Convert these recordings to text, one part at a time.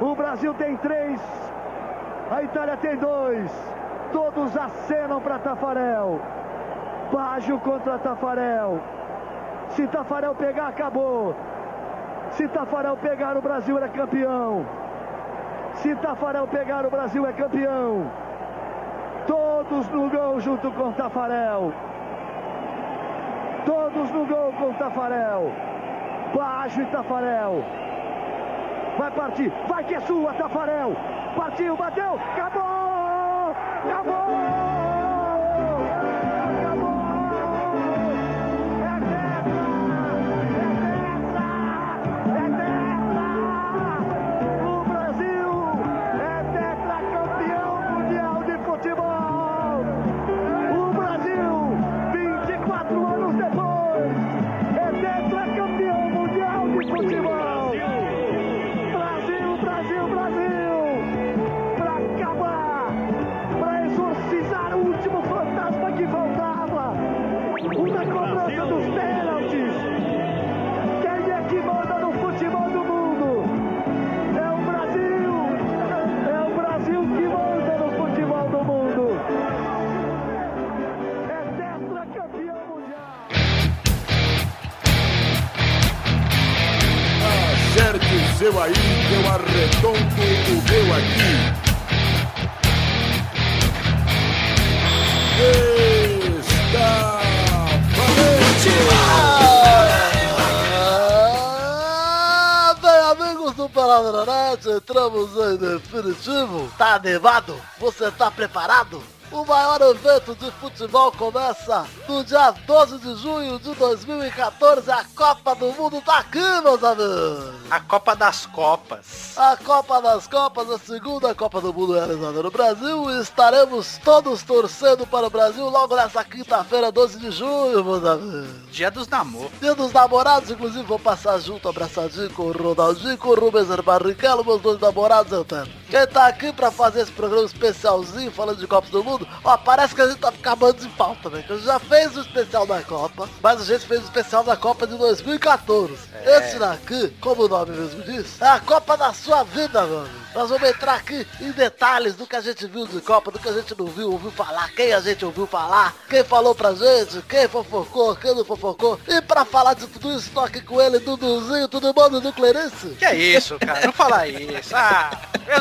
O Brasil tem três, a Itália tem dois. Todos acenam para Tafarel. Baggio contra Tafarel. Se Tafarel pegar, acabou. Se Tafarel pegar, o Brasil é campeão. Se Tafarel pegar, o Brasil é campeão. Todos no gol junto com Tafarel. Todos no gol com Tafarel. Baggio e Tafarel. Vai partir. Vai que é sua, Tafarel. Partiu, bateu. Acabou! Acabou! é É É seu aí, eu arredonto o meu aqui. Está valente! Ah, Bem, amigos do Palavra Net, entramos em definitivo. Tá animado? Você tá preparado? O maior evento de futebol começa no dia 12 de junho de 2014. A Copa do Mundo tá aqui, meus amigos. A Copa das Copas. A Copa das Copas, a segunda Copa do Mundo realizada no Brasil. E estaremos todos torcendo para o Brasil logo nessa quinta-feira, 12 de junho, meus amigos. Dia dos namoros. Dia dos namorados, inclusive, vou passar junto, abraçadinho com o Ronaldinho, com o Rubens Barrichello, meus dois namorados, eu tenho. Quem tá aqui pra fazer esse programa especialzinho falando de Copas do Mundo? Ó, parece que a gente tá acabando de falta, velho. Que a gente já fez o especial da Copa, mas a gente fez o especial da Copa de 2014. É. Esse daqui, como o nome mesmo diz, é a Copa da sua vida, mano. Nós vamos entrar aqui em detalhes do que a gente viu de Copa, do que a gente não viu, ouviu falar, quem a gente ouviu falar, quem falou pra gente, quem fofocou, quem não fofocou. E pra falar de tudo isso, tô aqui com ele, Duduzinho, tudo bom, Dudu Clerice? Que é isso, cara, não fala isso. Ah,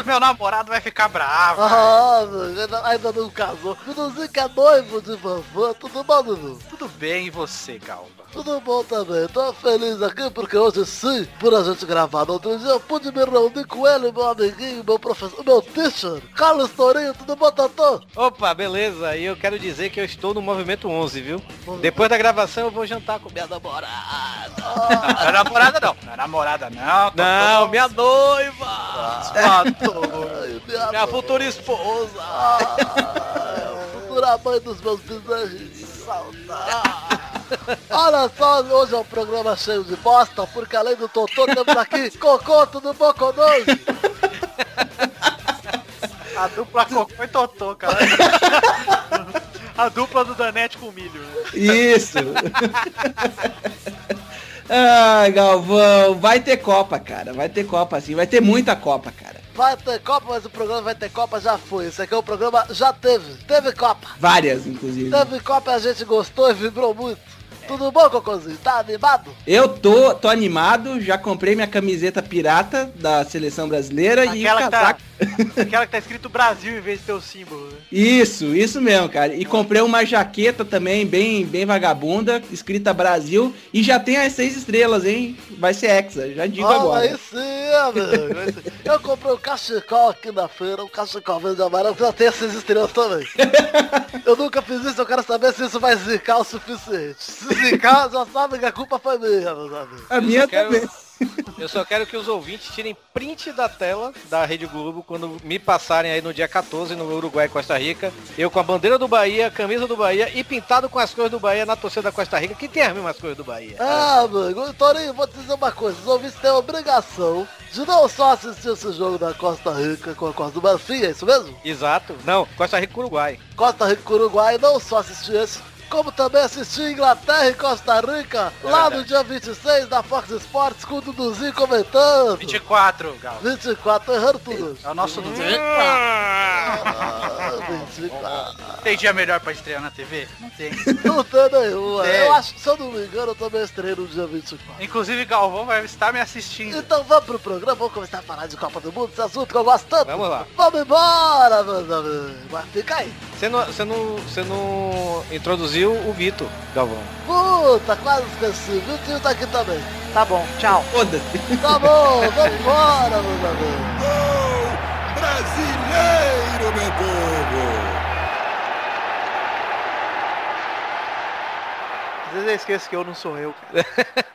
meu namorado vai ficar bravo. Ah, mano, ainda não casou. Duduzinho que é noivo de vovó, tudo bom, Dudu? Tudo bem, e você, Galva? Tudo bom também, tô feliz aqui porque hoje sim, por a gente gravar no outro dia, eu pude me reunir com ele, meu amigo meu professor, meu teacher, Carlos Tourinho, tudo bom, Totô? Opa, beleza, e eu quero dizer que eu estou no Movimento 11, viu? Movimento. Depois da gravação eu vou jantar com minha namorada. Ah. Não, não é namorada não, não é namorada não. Totô. Não, minha noiva. Ah, Ai, minha, minha futura esposa. Ah, futura mãe dos meus bisnetos. Saudade. Olha só, hoje é um programa cheio de bosta, porque além do Totô temos aqui Cocô, tudo bom conosco? A dupla Cocô e Totô, cara. A dupla do Danete com milho. Né? Isso. Ah, Galvão, vai ter Copa, cara. Vai ter Copa, sim. Vai ter muita Copa, cara. Vai ter Copa, mas o programa vai ter Copa já foi. Esse aqui é o programa já teve. Teve Copa. Várias, inclusive. Tá. Teve Copa, a gente gostou e vibrou muito. É. Tudo bom, Cocôzinho? Tá animado? Eu tô, tô animado, já comprei minha camiseta pirata da seleção brasileira aquela e o casaco. Tá, aquela que tá escrito Brasil em vez de ter o símbolo. Né? Isso, isso mesmo, cara. E comprei uma jaqueta também, bem, bem vagabunda, escrita Brasil, e já tem as seis estrelas, hein? Vai ser Hexa, já digo Olha agora. Aí sim, Eu comprei um cachecol aqui na feira, um cachecol verde amarelo, que já tem as seis estrelas também. eu nunca fiz isso, eu quero saber se isso vai zicar o suficiente se casa, sabe que a culpa foi minha, meus amigos. A minha também. Eu só quero que os ouvintes tirem print da tela da Rede Globo quando me passarem aí no dia 14 no Uruguai e Costa Rica. Eu com a bandeira do Bahia, camisa do Bahia e pintado com as cores do Bahia na torcida da Costa Rica, que tem as mesmas cores do Bahia. Ah, mano, Torinho, vou te dizer uma coisa. Os ouvintes têm a obrigação de não só assistir esse jogo da Costa Rica com a Costa do Marfim, é isso mesmo? Exato. Não, Costa Rica com Uruguai. Costa Rica com Uruguai, não só assistir esse, como também assistir Inglaterra e Costa Rica, lá no dia 26 da Fox Sports, com o Duduzinho comentando. 24, Gal. 24, tô errando tudo. É o nosso Dudu. Ah, 24. Tem dia melhor pra estrear na TV? Não tem. Não tem nenhuma. Tem. Eu acho que, se eu não me engano, eu também estrei no dia 24. Inclusive, Galvão vai estar me assistindo. Então vamos pro programa, vamos começar a falar de Copa do Mundo, esse assunto que eu gosto tanto. Vamos lá. Vamos embora, meus amigos. Mas fica aí. Você não, você não, você não introduziu o Vitor, Galvão. Puta, quase esqueci. Viu? O tio tá aqui também. Tá bom, tchau. Foda-se. Tá bom, vamos embora, meus amigos. Gol brasileiro, meu povo! Às vezes eu esqueço que eu não sou eu.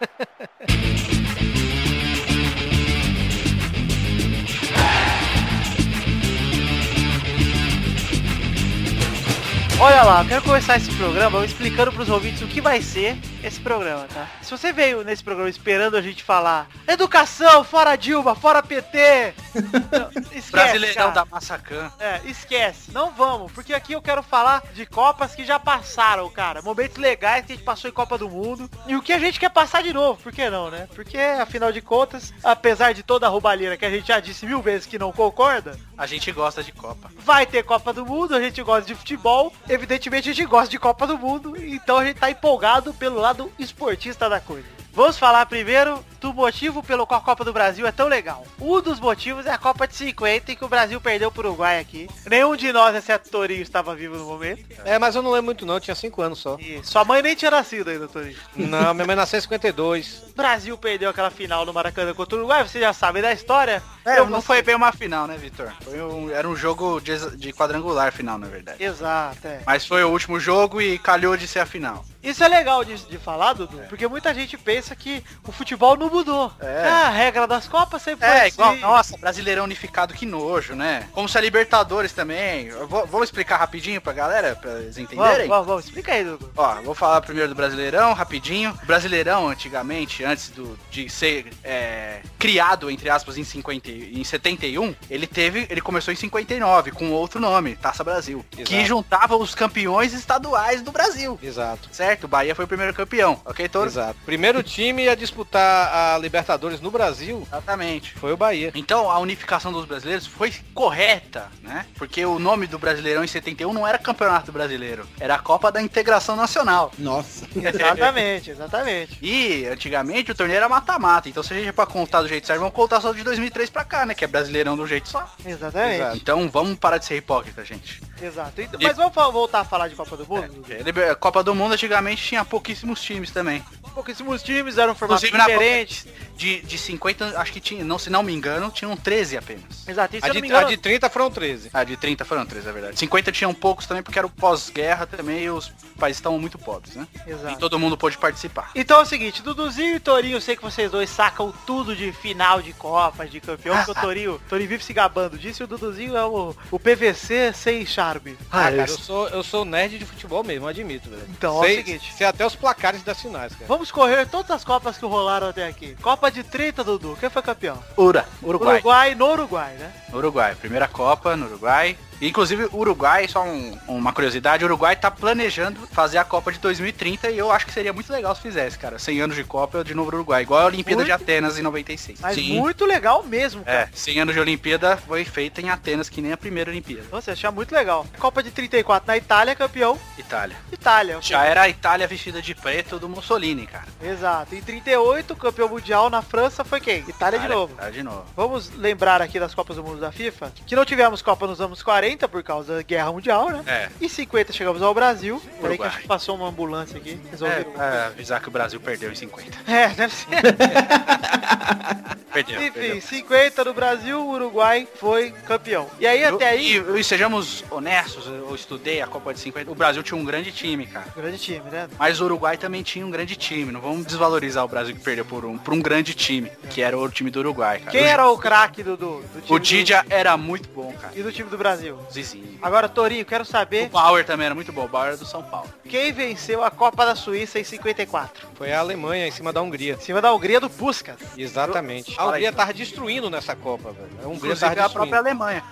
Olha lá, eu quero começar esse programa explicando pros ouvintes o que vai ser esse programa, tá? Se você veio nesse programa esperando a gente falar Educação, fora Dilma, fora PT! Não, esquece, Brasileirão cara. da Massacan. É, esquece. Não vamos, porque aqui eu quero falar de Copas que já passaram, cara. Momentos legais que a gente passou em Copa do Mundo. E o que a gente quer passar de novo, por que não, né? Porque, afinal de contas, apesar de toda a roubalheira que a gente já disse mil vezes que não concorda, A gente gosta de Copa. vai ter Copa do Mundo, a gente gosta de futebol, evidentemente a gente gosta de Copa do Mundo, então a gente tá empolgado pelo lado esportista da coisa. Vamos falar primeiro do motivo pelo qual a Copa do Brasil é tão legal. Um dos motivos é a Copa de 50 em que o Brasil perdeu pro Uruguai aqui. Nenhum de nós, exceto Torinho, estava vivo no momento. É, mas eu não lembro muito não, eu tinha 5 anos só. E sua mãe nem tinha nascido ainda, Torinho. Não, minha mãe nasceu em 52. O Brasil perdeu aquela final no Maracanã contra o Uruguai, vocês já sabem da história. É, Eu não foi bem uma final, né, Vitor? Foi um- era um jogo de, de quadrangular final, na verdade. Exato, é. Mas foi o último jogo e calhou de ser a final. Isso é legal de, de falar, Dudu, porque muita gente pensa que o futebol não mudou. É. Ah, a regra das Copas sempre foi É, assim. igual, nossa, Brasileirão Unificado, que nojo, né? Como se a Libertadores também. Eu vou- Vamos explicar rapidinho pra galera, pra eles Vamos, entenderem? vamos, vamos, explica aí, Dudu. Ó, vou falar primeiro do Brasileirão, rapidinho. O Brasileirão, antigamente, antes do, de ser é, criado, entre aspas, em, 50, e- em 71, ele teve. Ele começou em 59, com outro nome, Taça Brasil. Que Exato. juntava os campeões estaduais do Brasil. Exato, Certo? O Bahia foi o primeiro campeão, ok, Toro? exato. Primeiro time a disputar a Libertadores no Brasil Exatamente. foi o Bahia. Então a unificação dos brasileiros foi correta, né? Porque o nome do Brasileirão em 71 não era Campeonato Brasileiro, era a Copa da Integração Nacional. Nossa. Exatamente, exatamente. E antigamente o torneio era mata-mata, então se a gente é pra contar do jeito certo, vamos contar só de 2003 pra cá, né? Que é Brasileirão do jeito só. É Exatamente, Então vamos parar de ser hipócrita, gente. exato. Então, Mas vamos fa- voltar a falar de Copa do É. Mundo? Dudu? Liber- Copa do Mundo antigamente tinha pouquíssimos times também. Pouquíssimos times um eram formatos Inclusive na Copa- diferentes. De, de 50, acho que tinha, não, se não me engano, tinham 13 apenas. Exato, e se A eu não me de, a engano, de 30 foram 13. Ah, de 30 foram 13, é verdade. 50 tinham poucos também, porque era o pós-guerra também e os países estavam muito pobres, né? E Exato. todo mundo pôde participar. Então é o seguinte, Duduzinho e Torinho, eu sei que vocês dois sacam tudo de final de Copa, de campeão, porque o Ah. Torinho, Torinho vive se gabando disso e o Duduzinho é o, o PVC sem charme. Ah, cara, eu sou, eu sou nerd de futebol mesmo, admito, velho. Então, é o sei, seguinte. sei até os placares das finais, cara. Vamos correr todas as Copas que rolaram até aqui. Copa de 30, Dudu. Quem foi campeão? Ura, Uruguai. Uruguai no Uruguai, né? Uruguai, primeira Copa no Uruguai. Inclusive, o Uruguai, só um- uma curiosidade, o Uruguai tá planejando fazer a Copa de 2030 e eu acho que seria muito legal se fizesse, cara. 100 anos de Copa, de novo Uruguai, igual a Olimpíada Muito. de Atenas em 96. Mas Sim. muito legal mesmo, cara. É, 100 anos de Olimpíada foi feita em Atenas, que nem a primeira Olimpíada. Nossa, eu achei muito legal. Copa de 34 na Itália, campeão Itália. Itália. Já era a Itália vestida de preto do Mussolini, cara. Exato. Em 38, campeão mundial na França foi quem? Itália de novo. Itália tá de novo. Vamos lembrar aqui das Copas do Mundo da FIFA, que não tivemos Copa nos anos 40 por causa da Guerra Mundial, né? É. Em 50 chegamos ao Brasil. Peraí que Uruguai. acho que passou uma ambulância aqui. É, Resolveu. pra avisar que o Brasil perdeu em 50. É, deve ser. Perdeu. Enfim, 50 no Brasil, o Uruguai foi campeão. E aí até aí. E, e sejamos honestos, eu estudei a Copa de 50. O Brasil tinha um grande time, cara. Grande time, né? Mas o Uruguai também tinha um grande time. Não vamos desvalorizar o Brasil que perdeu por um, por um grande time, que era o time do Uruguai, cara. Quem O- era o craque do, do, do time? O é do- Didia era muito bom, cara. e do time do Brasil. Zizinho. Agora, Torinho, quero O saber Bauer também era muito bom. O Bauer era do São Paulo. quem venceu a Copa da Suíça em 54. Foi a Alemanha em cima da Hungria. Em cima da Hungria do Puskas. Exatamente. A Fala aí, Hungria então. tava destruindo nessa Copa, velho. A Hungria Inclusive tava a destruindo. própria Alemanha.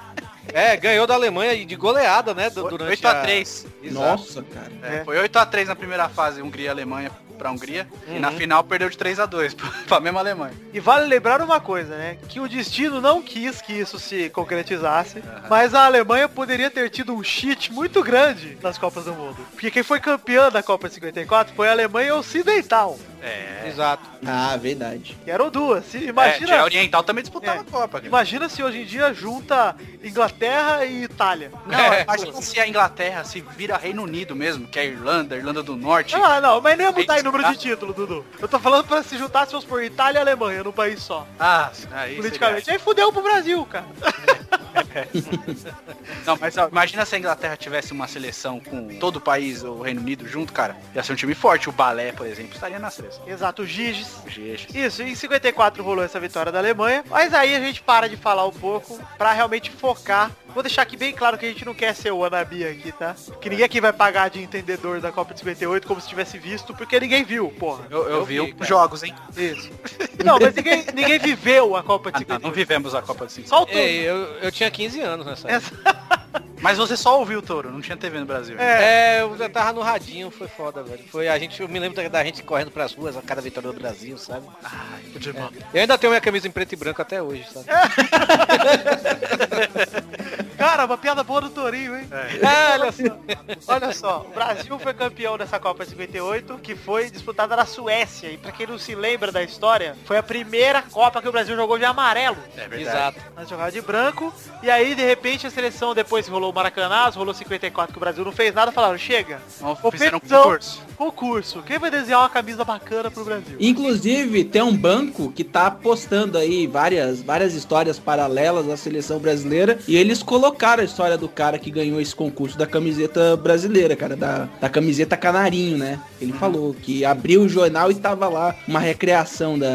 É, ganhou da Alemanha e de goleada, né? du- Durante 8x3. Nossa, cara. É. Foi 8x3 na primeira fase, Hungria e Alemanha pra Hungria. E na Uhum. final perdeu de 3x2 pra mesma Alemanha. E vale lembrar uma coisa, né? Que o destino não quis que isso se concretizasse, mas a Alemanha poderia ter tido um cheat muito grande nas Copas do Mundo. Porque quem foi campeã da Copa de 54 foi a Alemanha Ocidental, A... Exato. Ah, verdade. que eram duas. Se- Imagina. É, a imagina, Oriental também disputava É. a Copa. cara. imagina se hoje em dia junta Inglaterra e Itália. É. Não, imagina se a Inglaterra se vira Reino Unido mesmo, que é a Irlanda, Irlanda do Norte. Ah, não, mas não ia mudar em Tem que número de título, Dudu. Eu tô falando pra se juntar, se fosse por Itália e Alemanha num país só, Ah, aí politicamente. é Aí fudeu pro Brasil, cara. seria- Não, mas ó, imagina se a Inglaterra tivesse uma seleção com todo o país, o Reino Unido junto, cara. Ia ser um time forte. O Balé, por exemplo, estaria na seleção. Exato, o Giges. Gente. Isso, em 54 rolou essa vitória da Alemanha, mas aí a gente para de falar um pouco pra realmente focar. Vou deixar aqui bem claro que a gente não quer ser o Anabi aqui, tá? Que ninguém aqui vai pagar de entendedor da Copa de 58 como se tivesse visto, porque ninguém viu, porra. Eu, eu Eu vi vi, os cara. jogos, hein? Isso. Não, mas ninguém, ninguém viveu a Copa de Ah, não, 58. não vivemos a Copa de 5. Só o Touro. Ei, eu, eu tinha 15 anos nessa Essa- época. Mas você só ouviu o Touro, não tinha TV no Brasil. É. É, eu já tava no radinho, foi foda, velho. Foi a gente, eu me lembro da, da gente correndo pras ruas a cada vitória do Brasil, sabe? Eu ainda tenho minha camisa em preto e branco até hoje, sabe? É. Cara, uma piada boa do Torinho, hein? É, olha só. Olha só, o Brasil foi campeão dessa Copa de 58, que foi disputada na Suécia. E pra quem não se lembra da história, foi a primeira Copa que o Brasil jogou de amarelo. É Exato. Nós jogava de branco. E aí, de repente, a seleção, depois que rolou o Maracanã, rolou 54, que o Brasil não fez nada, falaram, chega, Não fizeram Competição. um concurso. concurso. Quem vai desenhar uma camisa bacana pro Brasil? Inclusive, tem um banco que tá postando aí várias, várias histórias paralelas à seleção brasileira. E eles colocaram a história do cara que ganhou esse concurso da camiseta brasileira, cara, da, da camiseta canarinho, né? Ele Uhum. falou que abriu o jornal e tava lá uma recreação da.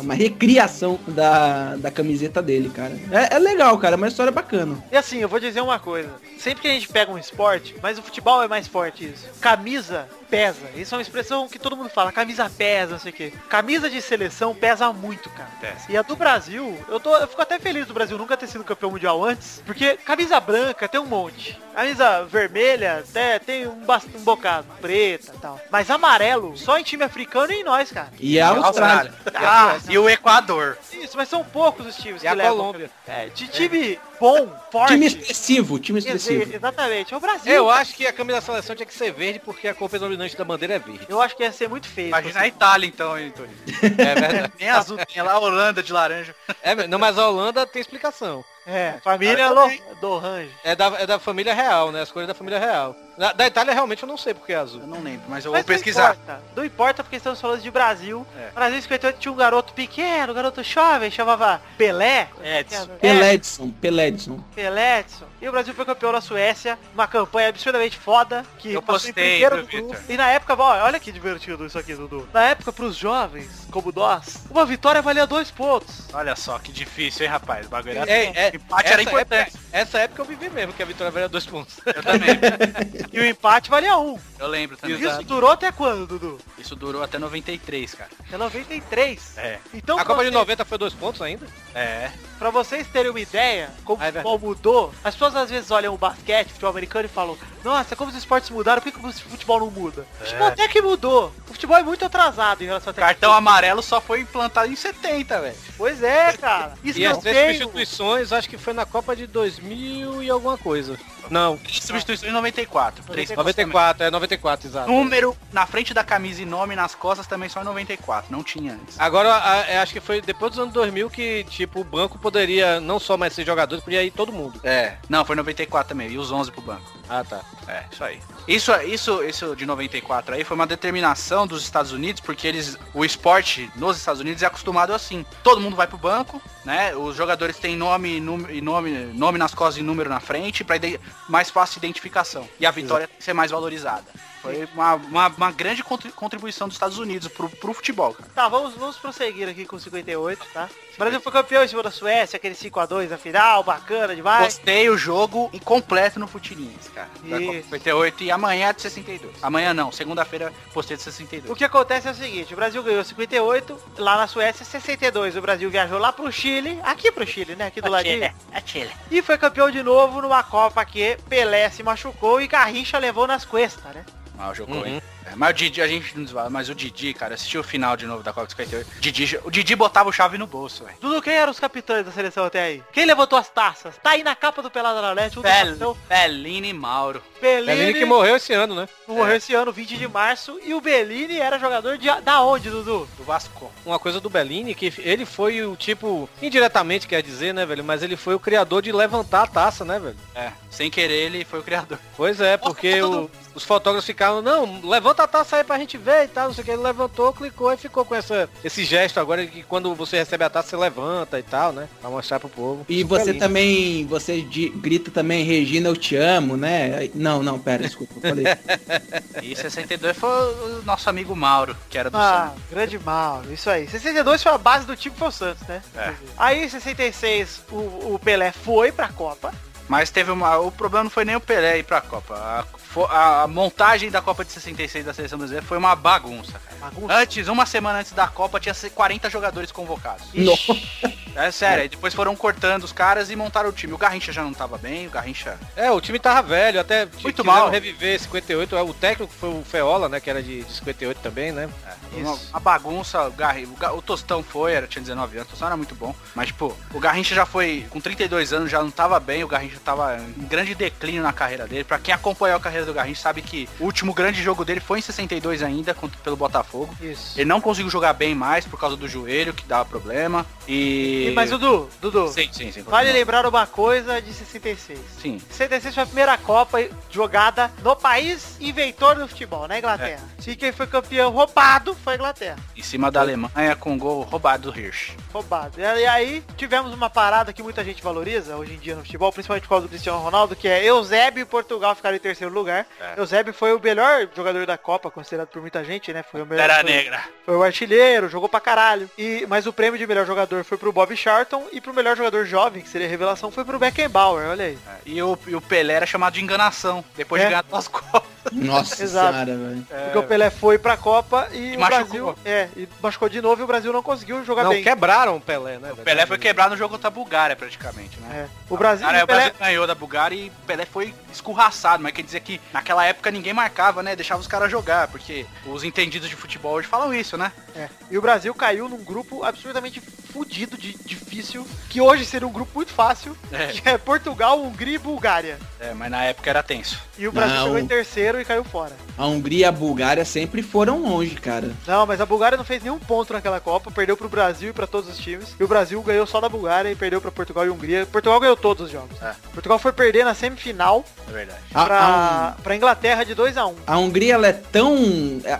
Uma recriação da, da camiseta dele, cara. É, é legal, cara, é uma história bacana. E assim, eu vou dizer uma coisa. Sempre que a gente pega um esporte, mas o futebol é mais forte isso. Camisa pesa. Isso é uma expressão que todo mundo fala. Camisa pesa, não sei o quê. Camisa de seleção pesa muito, cara. Pesa. E a do Brasil, eu, tô, eu fico até feliz do Brasil nunca ter sido campeão mundial antes, porque camisa branca tem um monte. Camisa vermelha até tem um, bas- um bocado. Preta e tal. Mas amarelo, só em time africano e em nós, cara. E a Austrália. Ah, e o Equador. Isso, mas são poucos os times E que a levam. Colômbia. É, de time bom, forte. Time expressivo, time Ex- expressivo. Exatamente, é o Brasil. Eu acho que a camisa da seleção tinha que ser verde porque a cor predominante da bandeira é verde. Eu acho que ia ser muito feio. assim. Imagina a Itália então, hein, Torinho? É verdade. Nem azul tem lá, a Holanda de laranja. É, ver- não, mas a Holanda tem explicação. É, família Cara, Lo... também. do Range. É da, é da família real, né? As cores da família real. Da, da Itália realmente eu não sei porque é Eu azul. não lembro, mas eu Mas vou pesquisar. Não importa, não importa porque estamos falando de Brasil. É. Brasil em 58 tinha um garoto pequeno, um garoto jovem, chamava Pelé. é Edson. Pelé. Peledson, Peledson. É, Pelé. Edson. E o Brasil foi campeão na Suécia. Uma campanha absurdamente foda. Que Eu passou em postei, primeiro viu, do grupo. Victor? E na época, ó, olha que divertido isso aqui, Dudu. Na época, pros jovens, como nós, uma vitória valia dois pontos. Olha só, que difícil, hein, rapaz? O bagulho era... assim, É, é, empate era importante. Época, essa época eu vivi mesmo, que a vitória valia dois pontos. Eu também, E o empate valia um. eu lembro também. Isso Isso, durou até quando, Dudu? isso durou até 93, cara. Até 93. É. Então, A Copa de você- 90 foi dois pontos ainda? É. Pra vocês terem uma ideia, como Ah, é o futebol mudou, as pessoas às vezes olham o basquete, o futebol americano e falam, nossa, como os esportes mudaram, por que que o futebol não muda? É. O futebol até que mudou. O futebol é muito atrasado em relação a Cartão amarelo só foi implantado em 70, velho. Pois é, cara. Isso E as três eu tenho. substituições, acho que foi na Copa de 2000 e alguma coisa. Não, Substituição em 94. Três 94, é 94, exato. Número na frente da camisa e nome nas costas também só em 94. Não tinha antes. Agora, a- a- acho que foi depois dos anos 2000 que, tipo, o banco poderia não só mais ser jogador, podia ir todo mundo. É. Não, foi 94 também. E os 11 pro banco. Ah, tá. É, isso aí. Isso, isso, isso de 94 aí foi uma determinação dos Estados Unidos, porque eles, o esporte nos Estados Unidos é acostumado assim. Todo mundo vai pro banco, né? Os jogadores têm nome, e num- e nome, nome nas costas e número na frente, para mais fácil identificação. E a vitória tem que ser mais valorizada. Foi Foi uma, uma, uma grande contri- contribuição dos Estados Unidos pro, pro futebol, cara. Tá, vamos, vamos prosseguir aqui com 58, tá? O Brasil foi campeão em cima da Suécia, aquele 5x2 na final, bacana demais. Postei o jogo incompleto no Futirinhas, cara. Da Isso. Copa 58 e amanhã é de 62. Amanhã não, segunda-feira postei de 62. O que acontece é o seguinte, o Brasil ganhou 58, lá na Suécia 62. O Brasil viajou lá pro Chile, aqui pro Chile, né? Aqui do ladinho. E foi campeão de novo numa Copa que Pelé se machucou e Garrincha levou nas costas, né? Ah, o jogo Uhum. ruim. É, mas o Didi, a gente não desvala, mas o Didi, cara, assistiu o final de novo da Copa 58. Didi, o Didi botava o chave no bolso, velho. Dudu, quem eram os capitães da seleção até aí? Quem levantou as taças? Tá aí na capa do Pelada na Net, um dos capitão, Bellini e Mauro. Bellini Bellini, É que morreu esse ano, né? morreu esse ano, 20 de março, e o Bellini era jogador de, da onde, Dudu? Do Vasco. Uma coisa do Bellini, que ele foi o tipo, indiretamente quer dizer, né, velho? Mas ele foi o criador de levantar a taça, né, velho? É, sem querer ele foi o criador. Pois é, porque o- os fotógrafos ficaram, não, levanta a taça aí pra gente ver e tal, não sei o que. Ele levantou, clicou e ficou com essa, esse gesto agora que quando você recebe a taça, você levanta e tal, né? Pra mostrar pro povo. E você Bellini. também, você di- grita também, Regina, eu te amo, né? Não, não, pera, desculpa, eu falei. E 62 foi o nosso amigo Mauro, que era do Ah, Santos. grande mal, isso aí. 62 foi a base do time foi o Santos, né? É. Aí em 66 o, o Pelé foi pra Copa. Mas teve uma. O problema não foi nem o Pelé ir pra Copa. A, fo- a- a montagem da Copa de 66 da seleção brasileira foi uma bagunça, cara. Bagunça. Antes, uma semana antes da Copa, tinha 40 jogadores convocados. Nossa. É sério, aí depois foram cortando os caras e montaram o time. O Garrincha já não tava bem, o Garrincha. É, o time tava velho, até tá- Muito quiseram mal. reviver 58. é, O técnico foi o Feola, né? Que era de, de 58 também, né? É, uma, uma bagunça, o, Garri, o, Ga- o Tostão foi, era, tinha 19 anos, o Tostão era muito bom. Mas, pô, o Garrincha já foi, com 32 anos, já não tava bem, o Garrincha tava em grande declínio na carreira dele. Pra quem acompanhou a carreira do Garrincha sabe que o último grande jogo dele foi em 62 ainda, contra, pelo Botafogo. Isso. Ele não conseguiu jogar bem mais por causa do joelho, que dava problema. E. E- Mas Dudu, Dudu, Sim, sim, sim. vale continua. lembrar uma coisa de 66. Sim. 66 foi a primeira Copa jogada no país inventor do futebol, na Inglaterra. É. E quem foi campeão roubado foi a Inglaterra. Em cima da Alemanha com um gol roubado do Hirsch. Roubado. E aí tivemos uma parada que muita gente valoriza hoje em dia no futebol, principalmente por causa do Cristiano Ronaldo, que é Eusébio e Portugal ficaram em terceiro lugar. É. Eusébio foi o melhor jogador da Copa, considerado por muita gente, né? Foi o melhor. Era foi- negra. Foi o artilheiro, jogou pra caralho. E, mas o prêmio de melhor jogador foi pro Bob Charlton e pro melhor jogador jovem, que seria a revelação, foi pro Beckenbauer, olha aí. É, E o, e o Pelé era chamado de enganação, depois É. de ganhar duas copas. Nossa Exato. senhora, velho. Porque o Pelé foi pra Copa e, É. E o machucou. Brasil... É, e machucou de novo e o Brasil não conseguiu jogar não, bem. quebraram o Pelé, né? O Pelé foi quebrado no jogo contra a Bulgária, praticamente, né? É. O Brasil... Cara, o o Pelé- Brasil ganhou da Bulgária e o Pelé foi escorraçado, mas quer dizer que naquela época ninguém marcava, né? Deixava os caras jogar, porque os entendidos de futebol hoje falam isso, né? É. E o Brasil caiu num grupo absolutamente fudido de difícil, que hoje seria um grupo muito fácil, É, que é Portugal, Hungria e Bulgária. mas na época era tenso. E o Brasil Não. chegou em terceiro e caiu fora. A Hungria e a Bulgária sempre foram longe, cara. Não, mas a Bulgária não fez nenhum ponto naquela Copa, perdeu pro Brasil e pra todos os times. E o Brasil ganhou só da Bulgária e perdeu pra Portugal e Hungria. Portugal ganhou todos os jogos. É. Portugal foi perder na semifinal É verdade. A, a Hun- pra, pra Inglaterra de 2 a 1 a Hungria, ela é tão.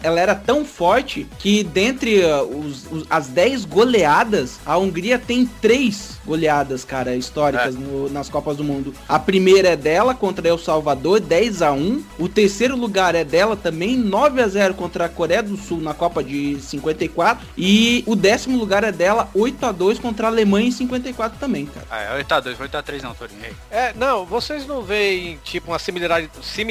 Ela era tão forte que dentre ah, os- os- as 10 goleadas, a Hungria tem três goleadas, cara, históricas no- nas Copas do Mundo. A primeira é dela contra El Salvador, 10 a 1 O terceiro lugar é dela também, 9 a 0 contra a Coreia do Sul na Copa de 54. E o décimo lugar é dela, 8 a 2 contra a Alemanha em 54 também, cara. Ah, é 8x2, 8x3 não, Torinho. Ei. É, não, vocês não veem, tipo, uma similaridade,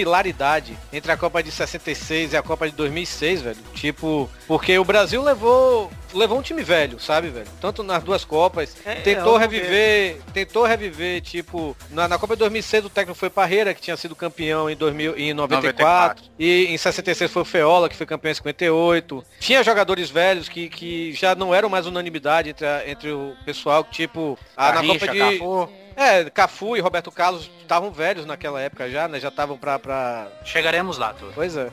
similaridade entre a Copa de 66 e a Copa de 2006, velho? Tipo, porque o Brasil levou levou um time velho, sabe, velho? Tanto nas duas Copas, É, tentou é, reviver, tentou reviver, tipo, na, na Copa de 2006 o técnico foi Parreira, que tinha sido campeão em, 2000, em 94, e em 66 foi o Feola, que foi campeão em 58. Tinha jogadores velhos que, que já não eram mais unanimidade entre, a- entre o pessoal, tipo, a, na Garrincha, Copa de... Cafu. É, Cafu e Roberto Carlos estavam velhos naquela época já, né? Já estavam pra, pra... Chegaremos lá, Toro. Pois é.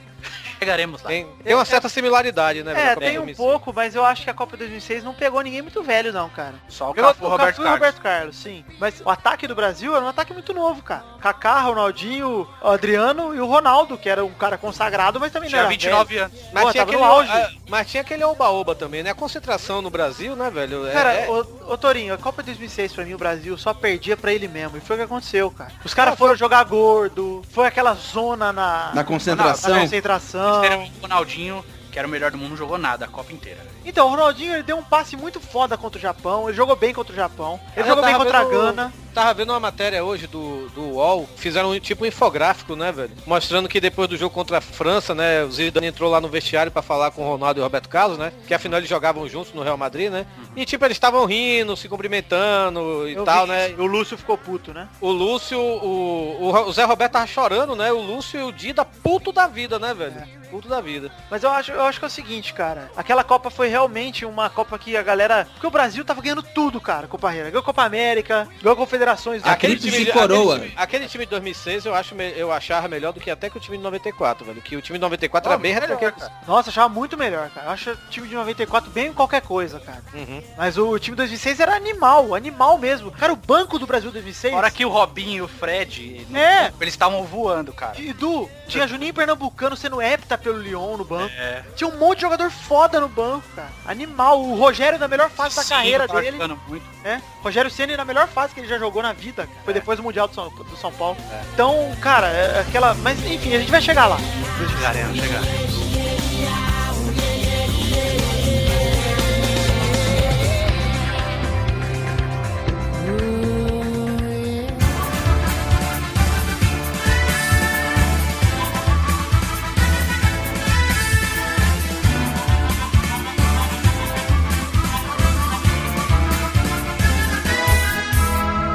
chegaremos lá. Tem, tem uma certa similaridade, né? velho, É, com a tem um 2006. pouco, mas eu acho que a Copa 2006 não pegou ninguém muito velho, não, cara. Só o Pegou Cafu, Roberto Cafu e Carlos. Roberto Carlos, sim. Mas o ataque do Brasil era um ataque muito novo, cara. Kaká, Ronaldinho, Adriano e o Ronaldo, que era um cara consagrado, mas também não Tinha era 29 anos. velho. Pô, Mas tinha, tava aquele, no auge. ah, mas tinha aquele oba-oba também, né? A concentração no Brasil, né, velho? É- Cara, é- ô, ô, Torinho, a Copa 2006 pra mim, o Brasil só perdia pra ele mesmo. E foi o que aconteceu, cara. Os Ah, caras foram jogar gordo, foi aquela zona na, Na concentração. na concentração. Era o Ronaldinho, que era o melhor do mundo, não jogou nada a Copa inteira. Então, o Ronaldinho ele deu um passe muito foda contra o Japão. Ele jogou bem contra o Japão. Ele É, Eu jogou bem tava contra a vendo- Gana. Tava vendo uma matéria hoje do, do UOL, fizeram um tipo um infográfico, né, velho? Mostrando que depois do jogo contra a França, né, o Zidane entrou lá no vestiário pra falar com o Ronaldo e o Roberto Carlos, né? Que afinal eles jogavam juntos no Real Madrid, né? E tipo, eles estavam rindo, se cumprimentando e Uhum. Eu tal, vi né? isso. O Lúcio ficou puto, né? O Lúcio, o, o, Ro- o Zé Roberto tava chorando, né? O Lúcio e o Dida, puto da vida, né, velho? É. Puto da vida. Mas eu acho, eu acho que é o seguinte, cara. Aquela Copa foi realmente uma Copa que a galera. Porque o Brasil tava ganhando tudo, cara, com o Parreira. Ganhou Copa América, ganhou Confederações. A Aquele- Criptos de Coroa. Aquele time, aquele time de 2006 eu, acho, me- eu achava melhor do que até que o time de 94, velho. Que o time de 94 era Ó, bem melhor, retranqueiro. cara. Nossa, achava muito melhor, cara. Eu acho o time de 94 bem em qualquer coisa, cara. Uhum. Mas o time de 2006 era animal, animal mesmo. Cara, o banco do Brasil 2006. Fora que o Robinho e o Fred, É. eles estavam voando, cara. Edu, tinha Juninho Pernambucano sendo hepta pelo Lyon no banco. É. Tinha um monte de jogador foda no banco, cara. Animal. O Rogério na melhor fase da Sim, carreira tava dele. jogando muito. né? Rogério Ceni na melhor fase que ele já jogou na vida. cara. Foi É. depois do Mundial do São, do São Paulo. Então, cara, é aquela. Mas enfim, a gente vai chegar lá. Chegaremos, chegaremos.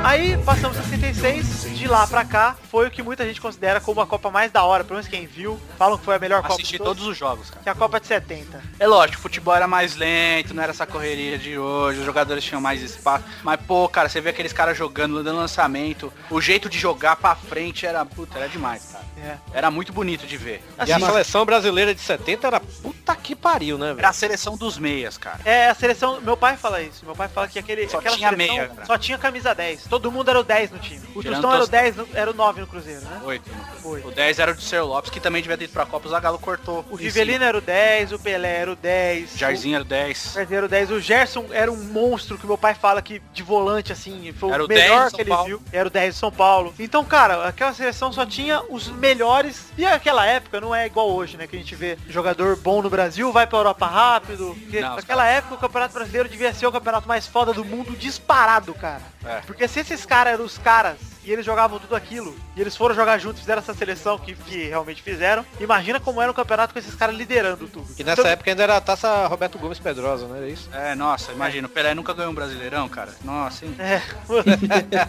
Aí passamos 66, de lá pra cá, foi o que muita gente considera como a Copa mais da hora, pelo menos quem viu, falam que foi a melhor Copa de Assisti todos, todos os jogos, cara. que é a Copa de 70. É lógico, o futebol era mais lento, não era essa correria de hoje, os jogadores tinham mais espaço. Mas, pô, cara, você vê aqueles caras jogando, dando lançamento, o jeito de jogar pra frente era, puta, era demais, cara. É. Era muito bonito de ver. E a Assim, seleção brasileira de 70 era puta que pariu, né, Era velho? a seleção dos meias, cara. é, a seleção, meu pai fala isso, meu pai fala que aquele, Só aquela tinha seleção meia, cara. só tinha camisa 10, todo mundo era o 10 no time. O Tirando Tostão era o Tostão. 10, no- era o 9 no Cruzeiro, né? Oito. Foi. O 10 era o de Ser Lopes, que também devia ter ido pra Copa, o Zagallo cortou. O Em Rivelino é era o 10, o Pelé era o 10. cima. Jairzinho era o O 10. Gerson era o 10. O Gerson era um monstro que meu pai fala que de volante, assim, foi Era o o melhor 10 do que ele São Paulo. viu. Era o 10 de São Paulo. Então, cara, aquela seleção só tinha os melhores. E aquela época não é igual hoje, né? Que a gente vê jogador bom no Brasil, vai pra Europa rápido. Porque Não, naquela época o Campeonato Brasileiro devia ser o campeonato mais foda do mundo disparado, cara. É. Porque se esses caras eram os caras e eles jogavam tudo aquilo, e eles foram jogar juntos, fizeram essa seleção que, que realmente fizeram, imagina como era o campeonato com esses caras liderando tudo. Então, E nessa época ainda era a taça Roberto Gomes Pedrosa, né? Era isso? É, nossa, imagina, o Pelé nunca ganhou um brasileirão, cara. Nossa, hein? É.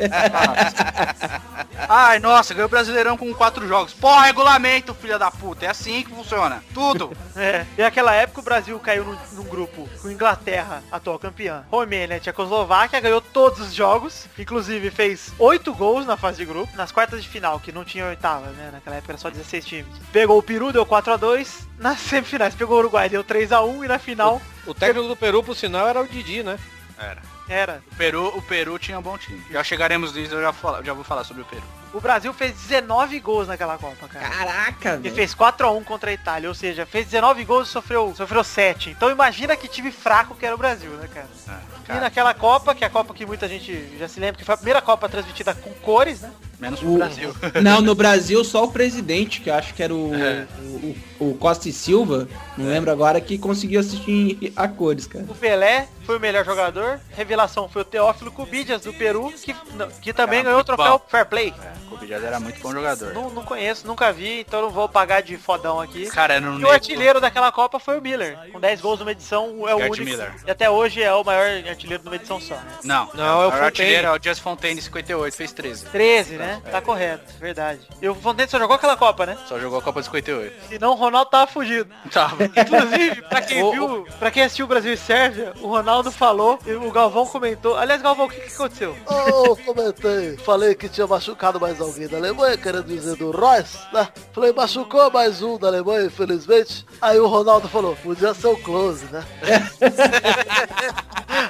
Ai, nossa, ganhou o brasileirão com quatro jogos. Porra, regulamento, filha da puta. É assim que funciona. Tudo. É, e naquela época o Brasil caiu num, num grupo com Inglaterra, atual campeã, Romênia, Tchecoslováquia, ganhou todos os jogos, inclusive fez oito gols na fase de grupo, nas quartas de final, que não tinha oitava, né? Naquela época era só 16 times. Pegou o Peru, deu 4x2, nas semifinais pegou o Uruguai, deu 3x1 e na final O técnico do Peru, por sinal, era o Didi, né? Era. era. O Peru, o Peru tinha um bom time. Já chegaremos nisso, eu já, fala- já vou falar sobre o Peru. O Brasil fez 19 gols naquela Copa, cara. Caraca, E velho. fez 4x1 contra a Itália, ou seja, fez 19 gols e sofreu, sofreu 7. Então imagina que time fraco que era o Brasil, né, cara? É, E cara, naquela Copa, que é a Copa que muita gente já se lembra, que foi a primeira Copa transmitida com cores, né? menos O- pro Brasil. Não, no Brasil só o presidente, que eu acho que era o, É. o, o Costa e Silva, não É. lembro agora, que conseguiu assistir a cores, cara. O Pelé foi o melhor jogador, revelação foi o Teófilo Cubidias, do Peru, que, não, que também ganhou Cara, o muito troféu bom. Fair Play. É, o Cubidias era muito bom jogador. Não, não conheço, nunca vi, então não vou pagar de fodão aqui. Cara, era um E o negro. artilheiro daquela Copa foi o Miller, com 10 gols numa edição, é o Gerd único, Miller. e até hoje é o maior artilheiro numa edição só. né? Não, Não, é o era Fontaine. artilheiro, é o Just Fontaine, 58, fez 13. 13, né? Tá correto, verdade. E o Fontaine só jogou aquela Copa, né? Só jogou a Copa de 58. Senão o Ronaldo tava fugido. Tá. Inclusive, pra quem O- viu, pra quem assistiu Brasil e Sérvia, o Ronaldo falou, e o Galvão comentou. Aliás, Galvão, o que, que aconteceu? Eu comentei, falei que tinha machucado, mas mais alguém da Alemanha, querendo dizer do Royce, né? Falei, machucou mais um da Alemanha, infelizmente. Aí o Ronaldo falou, podia ser o Close, né?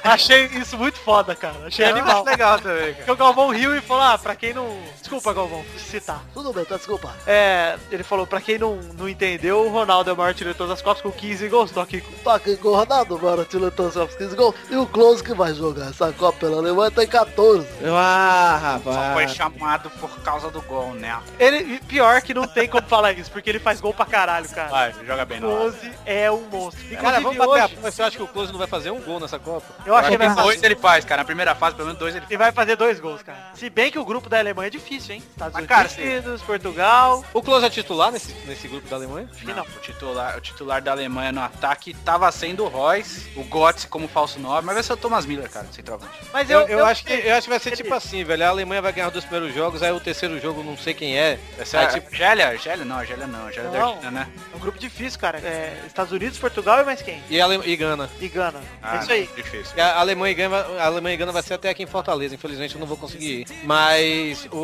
Achei isso muito foda, cara. Achei Eu acho animal. legal também, cara. Porque o Galvão riu e falou, ah, pra quem não... Desculpa, Galvão, citar. Tudo bem, tá desculpado. É, ele falou, pra quem não, não entendeu, o Ronaldo é o maior diretor das Copas com 15 gols, tô aqui. com- Toca com o Ronaldo, mano, tirou os 15 gols. E o Close que vai jogar essa Copa pela Alemanha tem 14. Ah, Só foi rapaz. chamado por causa do gol, né? Ele, pior que não tem como falar isso, porque ele faz gol pra caralho, cara. Vai, joga bem O na lata. Close é um monstro. Inclusive, Cara, vamos bater a hoje, porra. Você acha que o Close não vai fazer um gol nessa Copa? eu acho que é ele vai, Mas Dois fazer, ele faz, cara. Na primeira fase, pelo menos dois ele faz. ele vai fazer dois gols, cara. Se bem que o grupo da Alemanha é difícil, hein? Estados Mas, cara, Unidos, Portugal... O Close é titular nesse, nesse grupo da Alemanha? que Não, o titular, o titular da Alemanha no ataque tava sendo o Royce, o Götze como falso 9, mas vai ser o Thomas Miller, cara, centroavante. Mas Eu, eu, eu acho que, eu acho que vai ser Ele- tipo assim, velho. A Alemanha vai ganhar os dois primeiros jogos, aí o terceiro jogo não sei quem é. Essa Aí, é tipo, tipo Gélia? Argélia não, Argélia não, Argélia da Não. Argentina, né? É um grupo difícil, cara. É, Estados Unidos, Portugal e mais quem? e, a Ale- e Gana. E Gana. Ah, é isso aí. não, Difícil. E A Alemanha, e Gana, a Alemanha e Gana vai ser até aqui em Fortaleza, infelizmente eu não vou conseguir ir. Mas o,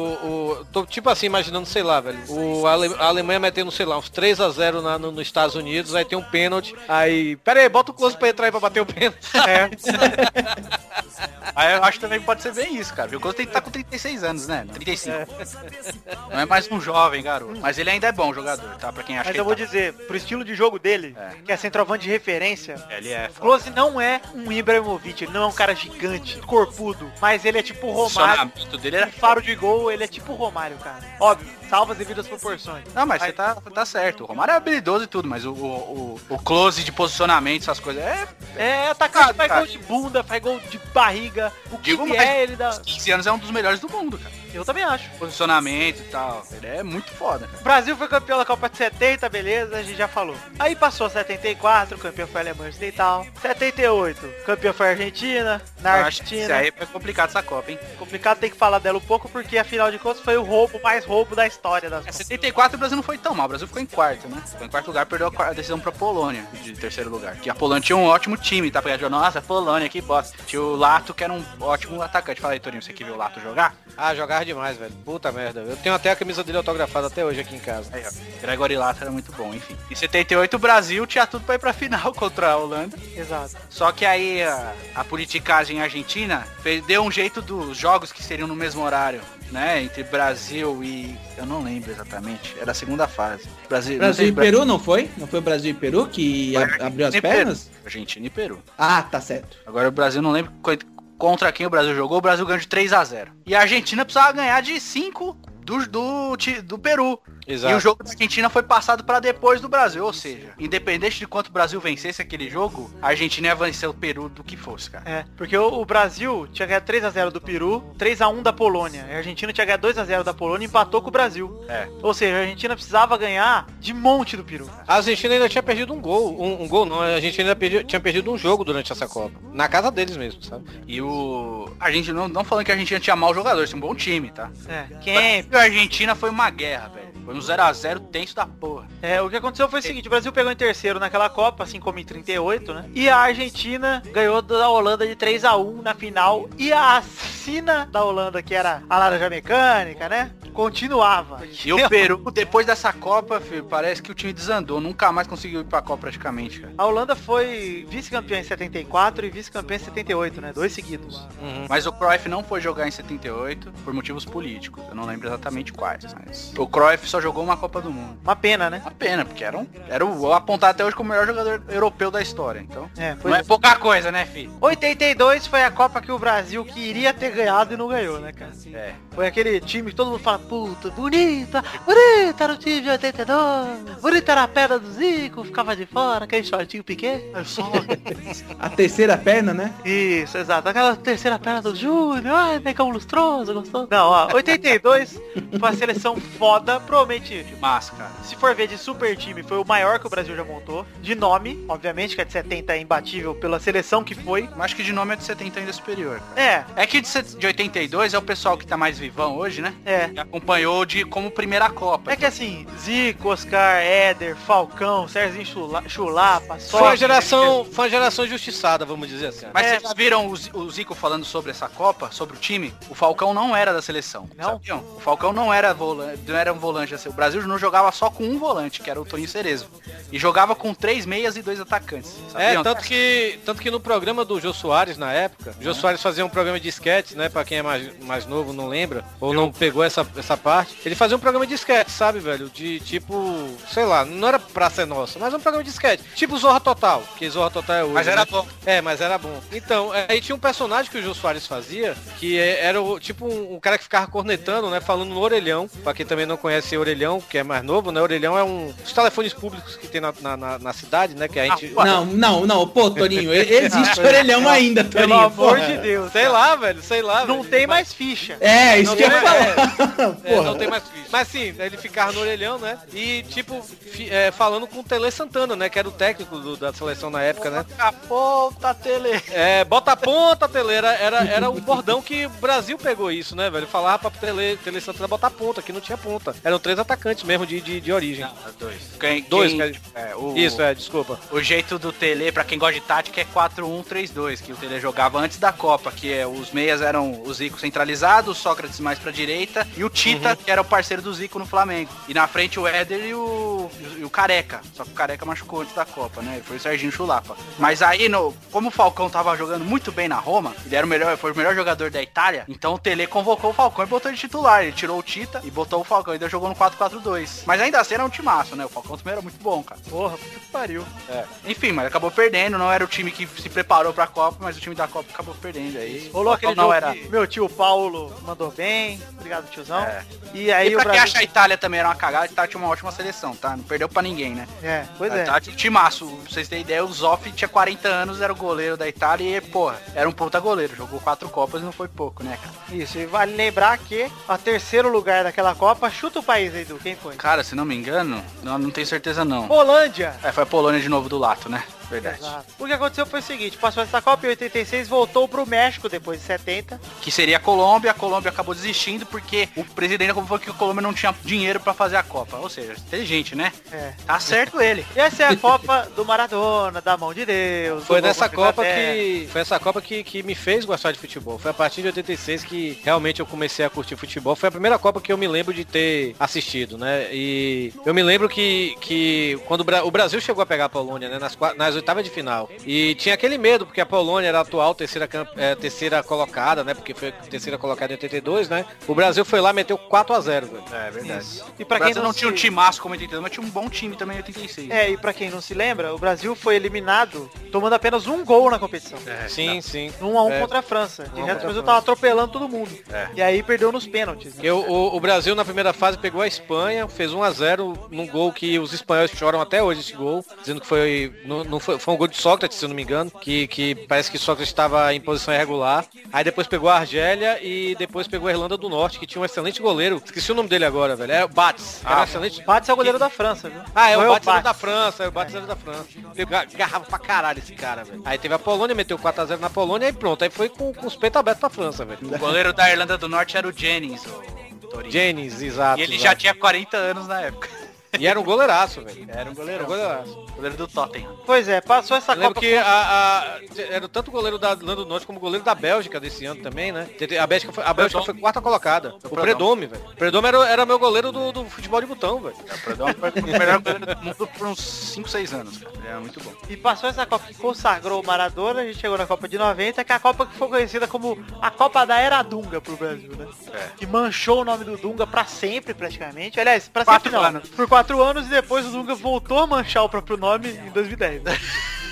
o- tô tipo assim, imaginando, sei lá, velho. O, a, Ale- a Alemanha metendo, sei lá, uns 3 a 0 na, no, nos Estados Unidos, aí tem um pênalti. Aí, pera aí, bota o Close pra entrar aí pra bater o pênalti. Aí Ah, eu acho que também pode ser bem isso, cara. viu? O Götze tem que estar com 36 anos, né? 35. Não é mais um jovem, garoto. Mas ele ainda é bom jogador, tá? Pra quem acha Mas que eu vou ele, dizer, pro estilo de jogo dele, É. que é centroavante de referência, tá... ele é... o Close não é um Ibrahimovic, ele não é um cara gigante, corpudo, mas ele é tipo o O Romário. posicionamento dele Ele era... é faro de gol, ele é tipo o Romário, cara. Óbvio, salva as devidas proporções. Não, mas você tá, tá certo. O Romário é habilidoso e tudo, mas o, o, o- o close de posicionamento, essas coisas, é É, atacante faz cara. gol de bunda, faz gol de barriga, o que Digo vier, mais. ele dá... 15 anos é um dos melhores do mundo, cara. Eu também acho. Posicionamento e tal. Ele é muito foda, cara. O Brasil foi campeão da Copa de 70, beleza, a gente já falou. Aí passou 74, campeão foi a Alemanha Ocidental. 78, campeão foi a Argentina. Na Eu acho que Isso Argentina, aí foi complicado essa Copa, hein? complicado ter que falar dela um pouco, porque afinal de contas foi o roubo mais roubo da história das É, 74 o Brasil não foi tão mal. O Brasil ficou em quarto, né? Ficou em quarto lugar, perdeu a qua- a decisão pra Polônia, de terceiro lugar. Que a Polônia tinha um ótimo time, tá? Porque a gente falou, nossa, Polônia, que bosta. Tinha o Lato, que era um ótimo atacante. Fala aí, Torinho, você que viu o Lato jogar? Ah, jogava demais, velho. Puta merda. Eu tenho até a camisa dele autografada até hoje aqui em casa. Aí, ó. Gregory Lato era muito bom, enfim. Em 78, o Brasil tinha tudo pra ir pra final contra a Holanda. Exato. Só que aí a, a politicagem argentina fez- deu um jeito dos jogos que seriam no mesmo horário, né? Entre Brasil e. Eu não lembro exatamente. Era a segunda fase. Brasil, Brasil e não tem Peru, não foi? Não foi o Brasil e Peru que Foi ab- abriu as Argentina e Peru. pernas? Argentina e Peru. Ah, tá certo. Agora o Brasil não lembro co- contra quem o Brasil jogou. O Brasil ganhou de 3 a 0 E a Argentina precisava ganhar de 5 do, do, ti- do Peru. E o jogo da Argentina foi passado pra depois do Brasil. Ou seja, independente de quanto o Brasil vencesse aquele jogo, a Argentina ia vencer o Peru do que fosse, cara. É, porque o, o Brasil tinha ganhado 3x0 do Peru, 3x1 da Polônia. A Argentina tinha ganhado 2x0 da Polônia e empatou com o Brasil. É. Ou seja, a Argentina precisava ganhar de monte do Peru. A Argentina ainda tinha perdido um gol. Um, um gol não, a Argentina ainda perdi- tinha perdido um jogo durante essa Copa. Na casa deles mesmo, sabe? E o. A gente não, não falando que a Argentina tinha mau jogador, tinha um bom time, tá? É. É, Quem? a Argentina foi uma guerra, velho. Foi um 0x0 tenso da porra. É, o que aconteceu foi o seguinte, o Brasil pegou em terceiro naquela Copa, assim como em 38, né? E a Argentina ganhou da Holanda de 3 a 1 na final e a sina da Holanda, que era a laranja mecânica, né? Continuava. E o Peru, depois dessa Copa, filho, parece que o time desandou. Nunca mais conseguiu ir pra Copa praticamente, cara. A Holanda foi vice-campeã em 74 e vice-campeã em 78, né? Dois seguidos. Mas o Cruyff não foi jogar em 78 por motivos políticos. Eu não lembro exatamente quais, mas. O Cruyff só jogou uma Copa do Mundo. Uma pena, né? Uma pena, porque era, um, era o, apontado até hoje como o melhor jogador europeu da história. Então. É, Não é foi. pouca coisa, né, filho? 82 foi a Copa que o Brasil queria ter ganhado e não ganhou, né, cara? É. Foi aquele time que todo mundo fala, puta, bonita, bonita era o time de 82, bonita era a perna do Zico, ficava de fora, aquele shortinho pequeno. A terceira perna, né? Isso, exato. Aquela terceira perna do Júnior, ai, negão lustroso, gostoso. Não, ó, 82 foi a seleção foda, provavelmente Mas, cara. Se for ver de super time, foi o maior que o Brasil já montou. De nome, obviamente, que a de 70 é imbatível pela seleção que foi. Mas acho que de nome é de 70 ainda superior, cara. É, É que de set- de 82 é o pessoal que tá mais vivão hoje, né? é. Que acompanhou de como primeira Copa. É que assim, Zico, Oscar, Éder, Falcão, Serginho Chula- Chulapa, Foi uma Sócrates, geração, foi uma geração injustiçada, vamos dizer assim. Mas é. vocês já viram o Zi- o Zico falando sobre essa Copa, sobre o time? O Falcão não era da seleção. Não? Sabiam? O Falcão não era volante, não era um volante assim. O Brasil não jogava só com um volante, que era o Toninho Cerezo. E jogava com três meias e dois atacantes. É, sabiam? tanto que, tanto que no programa do Jô Soares, na época, Uhum. o Jô Soares fazia um programa de esquetes, né? Pra quem é mais, mais novo, não lembra, ou não pegou essa, essa parte. Ele fazia um programa de esquete, sabe, velho? De tipo, sei lá, não era pra ser nossa, mas um programa de esquete. Tipo Zorra Total, que Zorra Total é hoje. Mas era né? bom. É, mas era bom. Então, é, aí tinha um personagem que o Jô Soares fazia, que é- era o, tipo um, um cara que ficava cornetando, né? Falando no orelhão. Pra quem também não conhece orelhão, que é mais novo, né? Orelhão é um os telefones públicos que tem na, na, na- na cidade, né? Que a Ah, gente. Não, não, não. Pô, Toninho, e- existe orelhão ainda, Pelo Toninho. amor porra. de Deus. Sei cara. lá, velho, sei lá. Não velho. tem Mas- mais ficha. É, isso Não que eu ia tem mais- falar. É, Porra. não tem mais ficha. Mas sim, ele ficava no orelhão, né? E, tipo, fi- é, falando com o Tele Santana, né? Que era o técnico do- da seleção na época, né? A ponta tele. É, bota a ponta, Tele. Era, era, era o bordão que o Brasil pegou isso, né, velho? Falava pra Tele, Tele Santana botar a ponta, que não tinha ponta. Eram três atacantes mesmo de, de, de origem. Dois. Quem, Dois, quem- cara. é, o, Isso, é, desculpa. O jeito do Tele, pra quem gosta de tática, é 4-1-3-2, que o Tele jogava antes da Copa, que é, os meias eram o Zico centralizado, o Sócrates mais pra direita, e o Tita, que era o parceiro do Zico no Flamengo. E na frente o Éder e o, e o Careca. Só que o Careca machucou antes da Copa, né? Foi o Serginho Chulapa. Mas aí, no, como o Falcão tava jogando muito bem na Roma, ele era o melhor, foi o melhor jogador da Itália, então o Tele convocou o Falcão e botou de titular. Ele tirou o Tita e botou o Falcão, e daí jogou no 4-4-2. Mas ainda assim era um timaço, né? O Falcão também era muito bom, cara. Porra, que pariu. Enfim, mas acabou perdendo, não era o time que se preparou pra Copa, mas o time da Copa acabou perdendo aí. Rolou aquele não jogo era. que meu tio Paulo mandou bem. Obrigado, tiozão. É. E aí e o pra quem Brasil... acha a Itália também era uma cagada, a Itália tinha uma ótima seleção, tá? Não perdeu pra ninguém, né? É, pois a é. Itália tinha um timaço, pra vocês terem ideia, o Zoff tinha 40 anos, era o goleiro da Itália e, porra, era um puta goleiro, jogou quatro Copas e não foi pouco, né, cara? Isso, e vale lembrar que a terceiro lugar daquela Copa, chuta o país, Edu, quem foi? Cara, se não me engano, não, não tenho certeza não. Holândia! É, foi a Polônia de novo do Lato, né? Verdade. Exato. O que aconteceu foi o seguinte, passou essa Copa em 86, voltou pro México depois de 70. que seria a Colômbia. A Colômbia acabou desistindo porque o presidente comprovou que a Colômbia não tinha dinheiro pra fazer a Copa. Ou seja, inteligente, né? É. Tá certo ele. E essa é a Copa do Maradona, da mão de Deus. Foi do gol nessa contra a Copa Inglaterra. que. Foi essa Copa que, que me fez gostar de futebol. Foi a partir de 86 que realmente eu comecei a curtir futebol. Foi a primeira Copa que eu me lembro de ter assistido, né? E eu me lembro que, que quando o Bra- o Brasil chegou a pegar a Polônia, né? Nas, qua- nas oitavas de final. E tinha aquele medo, porque a Polônia era a atual terceira, cam- eh, terceira colocada, né? Porque foi terceira colocada em 82, né? O Brasil foi lá e meteu 4x0, velho. É verdade. E Pra pra quem quem não, tinha um timaço como 82, mas tinha um bom time também em 86. É, e pra quem não se lembra, o Brasil foi eliminado tomando apenas um gol na competição. sim, sim. Um a um É. contra a França. De Um a resto, o um contra a Brasil França. tava atropelando todo mundo. É. E aí perdeu nos pênaltis. né? Porque o, o- o Brasil na primeira fase pegou a Espanha, fez 1 a 0 num gol que os espanhóis choram até hoje esse gol, dizendo que foi não, não foi, foi um gol de Sócrates, se eu não me engano, que, que parece que Sócrates estava em posição irregular. Aí depois pegou a Argélia e depois pegou a Irlanda do Norte, que tinha um excelente goleiro. Esqueci o nome dele agora, velho. É o Bates. Ah. Era um excelente. Bates é o goleiro da França, viu? Ah, é o Não Bates era da França, é o Bates era da França. Eu ga- garrava pra caralho esse cara, velho. Aí teve a Polônia, meteu 4x0 na Polônia e pronto. Aí foi com, com os peitos abertos pra França, velho. O goleiro da Irlanda do Norte era o Jennings, o Torino. Jennings, exato. E ele exato. já tinha 40 anos na época. E era um goleiraço, velho. Era um goleiro. goleiraço. Goleiro do Tottenham. Pois é, passou essa é. Eu lembro Copa... que a, a- era tanto o goleiro da Irlanda do Norte como o goleiro da Bélgica desse ano também, né? Teve- A Bélgica foi, a Bélgica foi quarta colocada. O Predome, velho. O Predome era, era meu goleiro do, do futebol de botão, velho. É, o Perdão foi o melhor goleiro do mundo por uns 5, 6 anos. cara. Ele era muito bom. E passou essa Copa que consagrou o Maradona, a gente chegou na Copa de 90, que é a Copa que foi conhecida como a Copa da Era Dunga pro Brasil, né? É. Que manchou o nome do Dunga pra sempre, praticamente. Aliás, pra Quatro sempre não. né? anos. Por quatro anos e depois o Dunga voltou a manchar o próprio nome em 2010. né?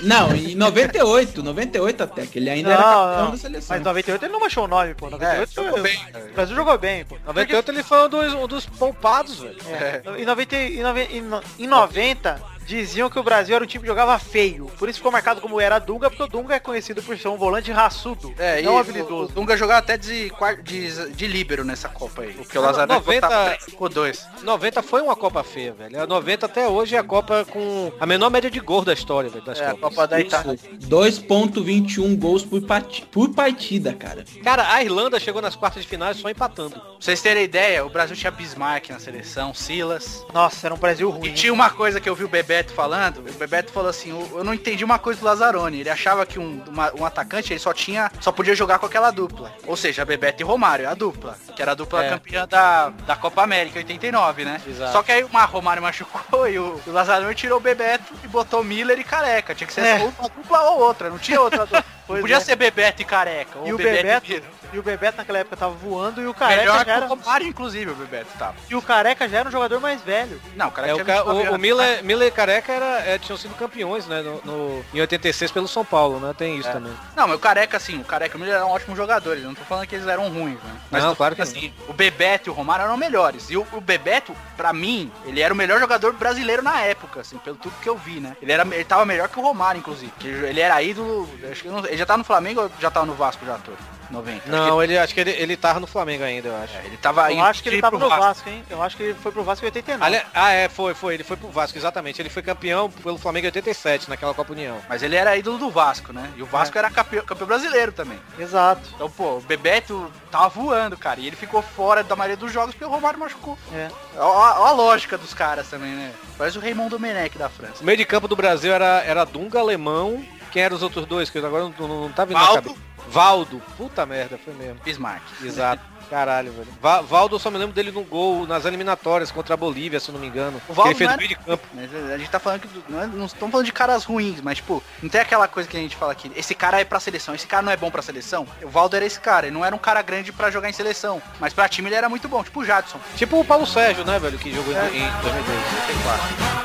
Não, em 98, 98 até, que ele ainda era Não, capitão não. da Ah, Mas seleção. 98 ele não manchou o nome, é, pô. 98 jogou bem. O Brasil jogou bem, pô. 98 ele foi um dos, um dos poupados, velho. É. Em, 90, e- em, noven- em no- em 90, diziam que o Brasil era um time que jogava feio. Por isso ficou marcado como Era Dunga, porque o Dunga é conhecido por ser um volante raçudo, É, não um e habilidoso. O Dunga jogava até de, quar- de, de líbero nessa Copa aí. Porque o Não, Lazaro 90 ficou dois. 90 foi uma Copa feia, velho. A 90 até hoje é a Copa com a menor média de gol da história, velho, das É, a Copas. Copa da Itália. Isso, tá. 2.21 gols por, parti- por partida, cara. Cara, a Irlanda chegou nas quartas de finais só empatando. Pra vocês terem ideia, o Brasil tinha Bismarck na seleção, Silas. Nossa, era um Brasil ruim. E hein? tinha uma coisa que eu vi o Bebé Bebeto falando, o Bebeto falou assim, eu eu não entendi uma coisa do Lazzaroni, ele achava que um, uma- um atacante ele só tinha, só podia jogar com aquela dupla, ou seja, Bebeto e Romário, a dupla, que era a dupla É. campeã da, da Copa América 89, né? Exato. Só que aí o Mar- Romário machucou e o, e o Lazzaroni tirou o Bebeto e botou Miller e Careca, tinha que ser É. ou uma dupla ou outra, não tinha outra dupla. Pois Não podia é. ser Bebeto e Careca, ou E o Bebeto- Miller. E o Bebeto naquela época tava voando e o Melhor Careca que já era, o Romário, inclusive, o Bebeto tava. e o Careca já era um jogador mais velho. Não, o cara É, tinha o, ca- 29 o, o anos. Miller, Miller e Careca era, é, tinham sido campeões, né? No, no- em 86 pelo São Paulo, né? Tem É. isso também. Não, mas o Careca, assim, o Careca e o Miller eram ótimos jogadores. Eu não tô falando que eles eram ruins, né? Mas Não, tô claro falando que O Bebeto e o Romário eram melhores. E o, o Bebeto, pra mim, ele era o melhor jogador brasileiro na época, assim, pelo tudo que eu vi, né? Ele, era, ele tava melhor que o Romário, inclusive. Que ele era ídolo... Acho que eu não- ele já tava no Flamengo ou já tava no Vasco já, todo? 90. Não, ele acho que ele, ele tava no Flamengo ainda, eu acho. É, ele tava Eu indo acho que ele de- tava pro no Vasco, hein? Eu acho que ele foi pro Vasco em 89. Ali- ah, é, foi, foi. Ele foi pro Vasco, exatamente. Ele foi campeão pelo Flamengo em 87, naquela Copa União. Mas ele era ídolo do Vasco, né? E o É. Vasco era campeão, campeão brasileiro também. Exato. Então, pô, o Bebeto tava voando, cara. E ele ficou fora da maioria dos jogos porque o Romário machucou. É. Ó, ó a lógica dos caras também, né? Parece o Raymond Domenech da O França. meio de campo do Brasil era, era Dunga, Alemão. Quem eram os outros dois? Que eu agora não, não, não tá vindo Valdo. na cabeça. Valdo. Puta merda, foi mesmo. Bismarck. Exato. Caralho, velho. Va- Valdo, eu só me lembro dele no gol, nas eliminatórias contra a Bolívia, se eu não me engano. O Valdo ele fez não o meio de campo. Mas a gente tá falando que. do- Não, é- não estamos falando de caras ruins, mas, tipo, não tem aquela coisa que a gente fala aqui. Esse cara é pra seleção, esse cara não é bom pra seleção. O Valdo era esse cara, ele não era um cara grande pra jogar em seleção. Mas pra time ele era muito bom, tipo o Jadson. Tipo o Paulo Sérgio, né, velho, que É. jogou em- em 2002.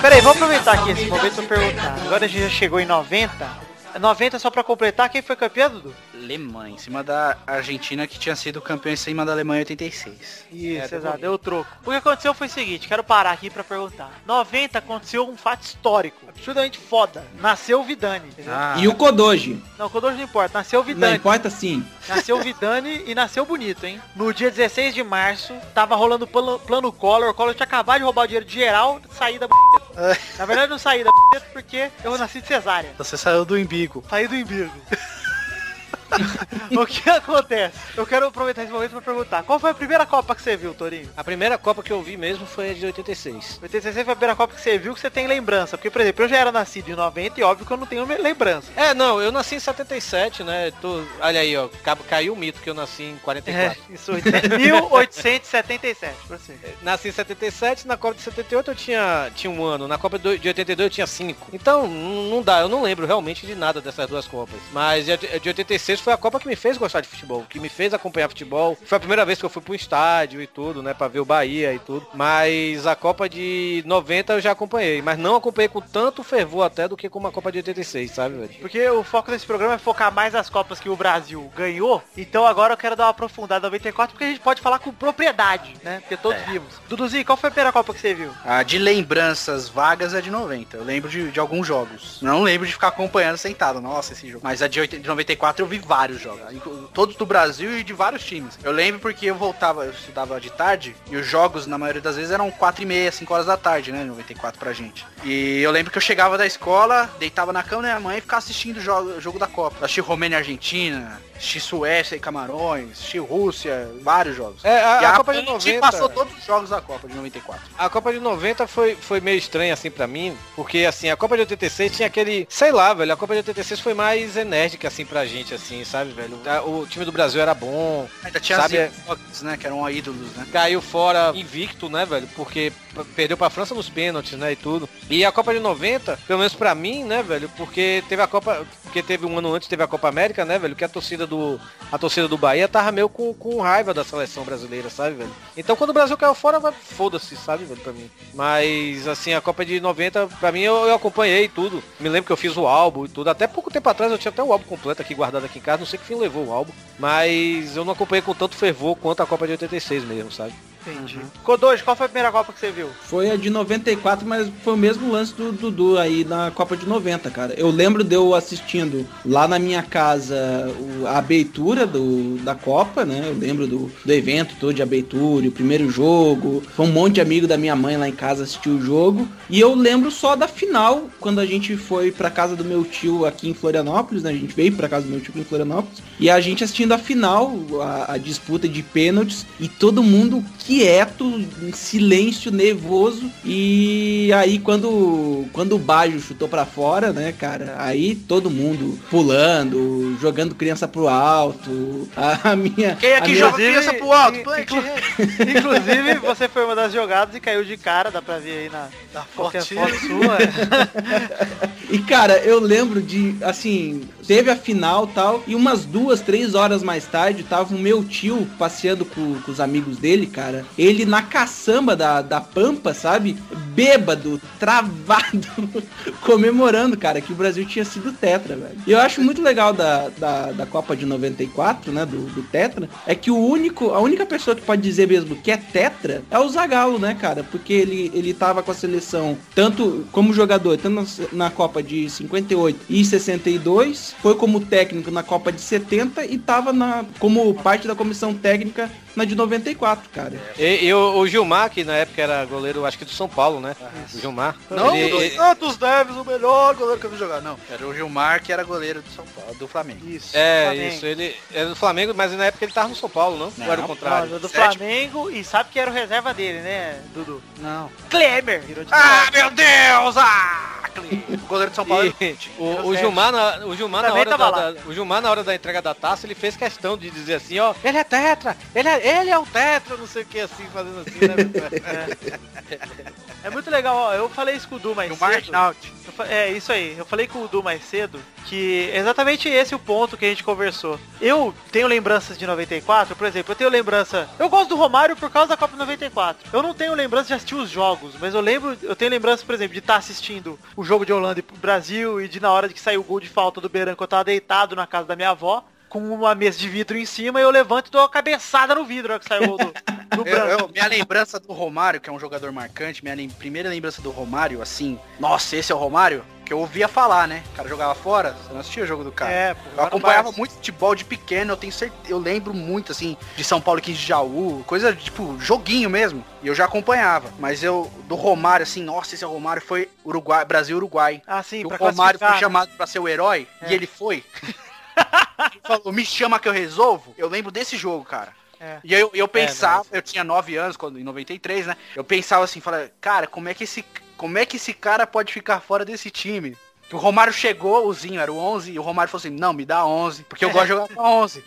Peraí, vamos aproveitar aqui esse momento pra perguntar. Agora a gente já chegou em 90. 90 só pra completar, quem foi campeão, Dudu? Alemanha, em cima da Argentina que tinha sido campeão em cima da Alemanha em 86. Isso, exato, deu o troco. É, O que aconteceu foi o seguinte, quero parar aqui pra perguntar. 90 aconteceu um fato histórico, absurdamente foda. Nasceu o Vidani. entendeu? Ah. Ah. E o Kodoji. Não, quando hoje Ah. não importa, nasceu o Não Vidani. importa sim. Nasceu o Vidani e nasceu bonito, hein? No dia 16 de março, tava rolando o plano, plano Collor. O Collor tinha acabado de roubar o dinheiro de geral, saí da b****. Na verdade, eu não saí da b****, porque eu nasci de cesárea. Você saiu do embigo. Saí do embigo. o que acontece? Eu quero aproveitar esse momento pra perguntar. Qual foi a primeira Copa que você viu, Torinho? A primeira Copa que eu vi mesmo foi a de 86. 86 foi a primeira Copa que você viu que você tem lembrança. Porque, por exemplo, eu já era nascido em 90 e óbvio que eu não tenho me- lembrança. É, não, eu nasci em 77, né? Tô, olha aí, ó, ca- caiu o mito que eu nasci em É. 44. isso, 1877, pra você. Nasci em 77, na Copa de 78 eu tinha, tinha um ano, na Copa do- de 82 eu tinha cinco. Então, n- não dá, eu não lembro realmente de nada dessas duas Copas. Mas a de a de 86 foi a Copa que me fez gostar de futebol, que me fez acompanhar futebol. Foi a primeira vez que eu fui pro estádio e tudo, né, pra ver o Bahia e tudo. Mas a Copa de 90 eu já acompanhei, mas não acompanhei com tanto fervor até do que com uma Copa de 86, sabe, velho? Porque o foco desse programa é focar mais nas Copas que o Brasil ganhou. Então agora eu quero dar uma aprofundada em 94, porque a gente pode falar com propriedade, né? Porque todos É. vimos. Duduzinho, qual foi a primeira Copa que você viu? Ah, de lembranças vagas é de 90. Eu lembro de, de alguns jogos. Não lembro de ficar acompanhando sentado. Nossa, esse jogo. Mas a de, 80 de 94 eu vi vários jogos. inclu- Todos do Brasil e de vários times. Eu lembro porque eu voltava, eu estudava de tarde. E os jogos, na maioria das vezes, eram 4 e meia, 5 horas da tarde, né? 94 pra gente. E eu lembro que eu chegava da escola, deitava na cama da minha mãe e ficava assistindo o jogo, o jogo da Copa. Eu Assisti Romênia e Argentina, assisti Suécia e Camarões, assisti Rússia, vários jogos. É, a, E a Copa de gente 90. passou todos os jogos da Copa de 94. A Copa de 90 foi, foi meio estranha assim pra mim, porque assim, a Copa de 86 tinha aquele, sei lá, velho, a Copa de 86 foi mais enérgica assim pra gente assim, sabe, velho? A- O time do Brasil era bom, Ainda tinha Sabe, as Fox, né? Que eram ídolos, né? caiu fora invicto, né, velho? Porque p- perdeu pra França nos pênaltis, né, e tudo. E a Copa de 90, pelo menos pra mim, né, velho, porque teve a Copa, porque teve um ano antes teve a Copa América, né, velho, que a torcida do a torcida do Bahia tava meio com, com raiva da seleção brasileira, sabe, velho? Então quando o Brasil caiu fora, vai- foda-se, sabe, velho, pra mim. Mas, assim, a Copa de 90, pra mim, eu, eu acompanhei tudo. Me lembro que eu fiz o álbum e tudo. Até pouco tempo atrás eu tinha até o álbum completo aqui guardado aqui em casa. Não sei que fim levou o álbum. Mas eu não acompanhei com tanto fervor quanto a Copa de 86 mesmo, sabe? Entendi. Kodoji, qual foi a primeira Copa que você viu? Foi a de 94, mas foi o mesmo lance do Dudu aí na Copa de 90, cara. Eu lembro de eu assistindo lá na minha casa o- a abertura do, da Copa, né? Eu lembro do, do evento todo de abertura, o primeiro jogo. Foi um monte de amigo da minha mãe lá em casa assistir o jogo. E eu lembro só da final, quando a gente foi pra casa do meu tio aqui em Florianópolis, né? A gente veio pra casa do meu tio aqui em Florianópolis. E a gente assistindo a final, a, a disputa de pênaltis, e todo mundo quieto, em silêncio, nervoso. E aí quando, quando o Bajo chutou pra fora, né, cara? Aí todo mundo pulando, jogando criança pro alto. A, a minha. Quem a aqui minha- joga criança pro alto? Plant, inclu- Inclusive, você foi uma das jogadas e caiu de cara, dá pra ver aí na Tá qualquer forte. foto sua. é. E cara, eu lembro de, assim, teve a final tal, e umas duas, três horas mais tarde, tava o meu tio passeando com, com os amigos dele, cara. Ele na caçamba da, da Pampa, sabe? Bêbado, travado, comemorando, cara, que o Brasil tinha sido tetra, velho. E eu acho muito legal da, da, da Copa de 94, né, do, do tetra, é que o único, a única pessoa que pode dizer mesmo que é tetra é o Zagallo, né, cara? Porque ele, ele tava com a seleção tanto como jogador, tanto na, na Copa de 58 e 62, foi como técnico na Copa de 70 e tava na, como parte da comissão técnica na de 94, cara. E, e o, o Gilmar, que na época era goleiro, acho que do São Paulo, né? O Gilmar. Não, Ele- o ele- Santos Neves, o melhor goleiro que eu vi jogar. Não, era o Gilmar, que era goleiro do São Paulo, do Flamengo. Isso. É, Flamengo. isso, ele era do Flamengo, mas na época ele tava no São Paulo, não? Ou era o Não. contrário? Não, do Sete. Flamengo e sabe que era o reserva dele, né, Dudu? Não. Klemer! virou de Ah, meu Deus! Ah, Clean. O goleiro do São Paulo. é E tipo, o, o Sete. Gilmar, na, o, Gilmar na Também hora tava da, lá. da- o Gilmar na hora da entrega da taça, ele fez questão de dizer assim, ó, Ele é tetra! Ele é, ele é o tetra! eu não sei o que assim, fazendo assim, né? É muito legal, ó. Eu falei isso com o Du mais Gilmar cedo. Arnaut. Eu fa- É, isso aí. Eu falei com o Du mais cedo que é exatamente esse o ponto que a gente conversou. Eu tenho lembranças de 94, por exemplo, eu tenho lembrança... Eu gosto do Romário por causa da Copa 94. Eu não tenho lembrança de assistir os jogos, mas eu lembro... Eu tenho lembrança, por exemplo, de estar assistindo o jogo de Holanda e Brasil e de na hora de que saiu o gol de falta do Beran, que eu tava deitado na casa da minha avó, com uma mesa de vidro em cima, e eu levanto e dou uma cabeçada no vidro na hora que saiu o gol do, do Eu- Branco. eu- minha lembrança do Romário, que é um jogador marcante, minha lem- primeira lembrança do Romário, assim, nossa, esse é o Romário, que eu ouvia falar, né? O cara jogava fora, você não assistia o jogo do cara. É, pô, Eu acompanhava muito futebol de pequeno, eu tenho certeza, eu lembro muito assim de São Paulo 15 de Jaú, coisa tipo joguinho mesmo. E eu já acompanhava, mas eu do Romário assim, nossa, esse é o Romário foi Uruguai, Brasil Uruguai. Ah, sim, Que o pra Romário foi classificar. chamado pra ser o herói É. e ele foi. Ele falou, me chama que eu resolvo. Eu lembro desse jogo, cara. É. E eu, eu pensava, mas- eu tinha 9 anos quando em 93, né? Eu pensava assim, falava, cara, como é que esse como é que esse cara pode ficar fora desse time? Que o Romário chegou, o Zinho era o 11, e o Romário falou assim: "Não, me dá 11, porque eu gosto de jogar com 11".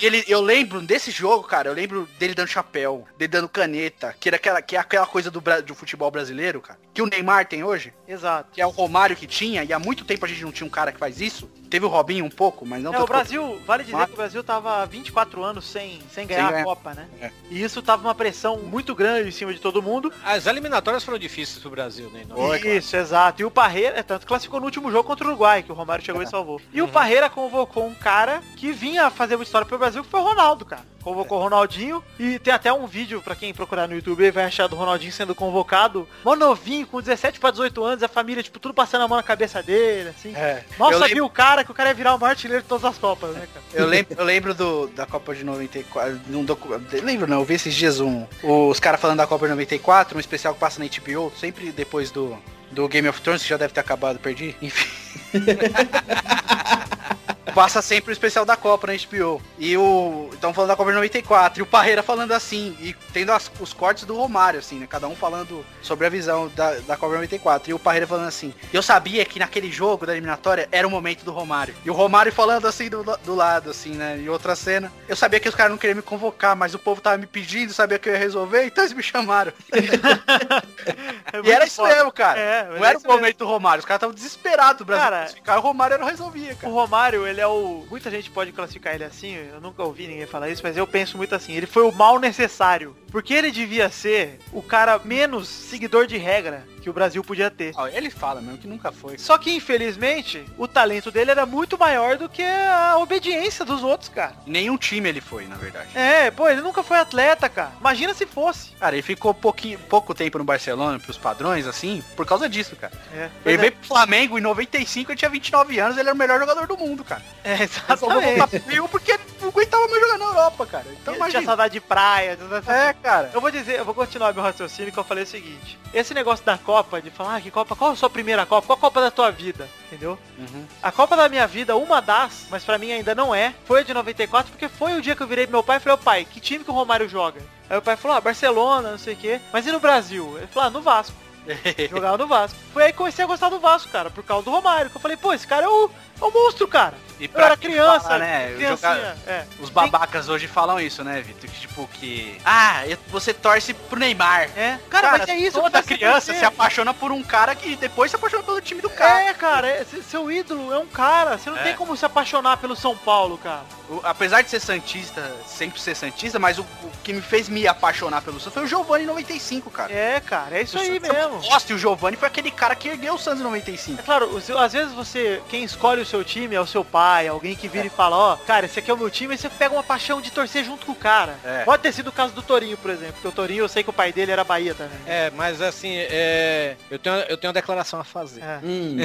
E ele, eu lembro desse jogo, cara, eu lembro dele dando chapéu, dele dando caneta, que era aquela, que é aquela coisa do, Bra- do futebol brasileiro, cara, que o Neymar tem hoje Exato. que é o Romário que tinha, e há muito tempo a gente não tinha um cara que faz isso. Teve o Robinho um pouco, mas não é, tanto o Brasil, vale dizer Mata. que o Brasil tava há 24 anos sem, sem ganhar a ganhar. Copa, né? É. E isso tava uma pressão muito grande em cima de todo mundo. As eliminatórias foram difíceis pro Brasil, né? isso, exato. E o Parreira, é tanto que classificou no último jogo contra o Uruguai, que o Romário É. chegou e salvou. E o Parreira convocou um cara que vinha fazer uma história pro Brasil, que foi o Ronaldo, cara. Convocou o Ronaldinho e tem até um vídeo pra quem procurar no YouTube aí vai achar do Ronaldinho sendo convocado. Mó novinho, com 17 pra 18 anos, a família, tipo, tudo passando a mão na cabeça dele, assim. É. Mal Eu sabia lembro- o cara que o cara ia virar o maior artilheiro de todas as Copas, né, cara? Eu lembro, eu lembro do, da Copa de 94. Num docu... Lembro não, eu vi esses dias um. Os caras falando da Copa de 94, um especial que passa na HBO, sempre depois do, do Game of Thrones, que já deve ter acabado, perdi. Enfim. Passa sempre o especial da Copa na HBO. E o. Estão falando da Copa de 94. E o Parreira falando assim. E tendo as- os cortes do Romário, assim, né? Cada um falando sobre a visão da, da Copa de 94. E o Parreira falando assim. Eu sabia que naquele jogo da eliminatória era o momento do Romário. E o Romário falando assim do, la- do lado, assim, né? E outra cena. Eu sabia que os caras não queriam me convocar, mas o povo tava me pedindo, sabia que eu ia resolver, então eles me chamaram. E era isso mesmo, cara. É, mas não é era o isso mesmo. momento do Romário. Os caras estavam desesperados. O Cara, Brasil cara, o Romário não resolvia, O cara. Romário, ele é o. Muita gente pode classificar ele assim, eu nunca ouvi ninguém falar isso, mas eu penso muito assim. Ele foi o mal necessário. Porque ele devia ser o cara menos seguidor de regra que o Brasil podia ter. Ah, Ele fala mesmo que nunca foi. Só que, infelizmente, o talento dele era muito maior do que a obediência dos outros, cara. Nenhum time ele foi, na verdade. É, pô, ele nunca foi atleta, cara. Imagina se fosse. Cara, ele ficou pouquinho, pouco tempo no Barcelona, pros padrões, assim, por causa disso, cara. É, Ele veio pro Flamengo em 95, ele tinha 29 anos, ele era o melhor jogador do mundo, cara. é Ele só foi exatamente. voltar pro Rio porque ele não aguentava mais jogar na Europa, cara. Ele Então tinha imagina. saudade de praia, todas essas É, cara. Eu vou dizer, eu vou continuar meu raciocínio que eu falei o seguinte. Esse negócio da Copa, de falar, ah, que Copa, qual a sua primeira Copa? Qual a Copa da tua vida? Entendeu? A Copa da minha vida, uma das, mas pra mim ainda não é, foi a de 94, porque foi o dia que eu virei pro meu pai e falei, ô pai, que time que o Romário joga? Aí o pai falou, ah, Barcelona, não sei o quê. Mas e no Brasil? Ele falou, ah, no Vasco. Jogava no Vasco. Foi aí que comecei a gostar do Vasco, cara, por causa do Romário. Que eu falei, pô, esse cara é o, é o monstro, cara. E Eu era quem criança, fala, né? eu criancinha, jogava- é. Os babacas hoje falam isso, né, Vitor? Que tipo que. Ah, eu- você torce pro Neymar. É. Cara, mas é isso. Toda faz você criança crescer. se apaixona por um cara que depois se apaixona pelo time do cara. É, cara, é- se- seu ídolo é um cara. Você não É. tem como se apaixonar pelo São Paulo, cara. O- apesar de ser Santista, sempre ser Santista, mas o, o que me fez me apaixonar pelo Santos foi o Giovanni em 95, cara. É, cara, é isso O aí Santos é um mesmo. bosta, e o Giovanni foi aquele cara que ergueu o Santos em 95. É claro, o seu- às vezes você, quem escolhe o seu time é o seu pai, alguém que vira e fala, ó, cara, esse aqui é o meu time, e você pega uma paixão de torcer junto com o cara. É. Pode ter sido o caso do Torinho, por exemplo, porque o Torinho, eu sei que o pai dele era Bahia também. É, mas assim, é, eu, tenho, eu tenho uma declaração a fazer. É. Hum,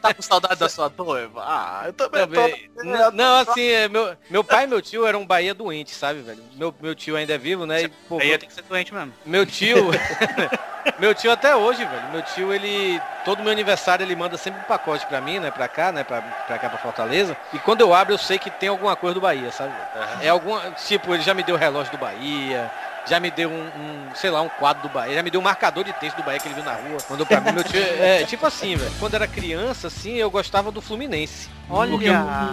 Tá com saudade da sua noiva? Ah, eu É, também, Também. tô. N- Não, assim, é, meu, meu pai e meu tio eram um Bahia doente, sabe, velho? Meu, meu tio ainda é vivo, né? E, pô, Aí eu tenho que ser doente mesmo. Meu tio. meu tio até hoje, velho. Meu tio, ele. Todo meu aniversário ele manda sempre um pacote pra mim, né? Pra cá, né? Pra, pra cá, pra Fortaleza. E quando eu abro, eu sei que tem alguma coisa do Bahia, sabe? É alguma. Tipo, ele já me deu o relógio do Bahia. Já me deu um, um, sei lá, um quadro do Bahia. Já me deu um marcador de texto do Bahia que ele viu na rua. Mandou pra mim. Meu tio. É, tipo assim, velho. Quando era criança, assim, eu gostava do Fluminense. Porque eu- Olha,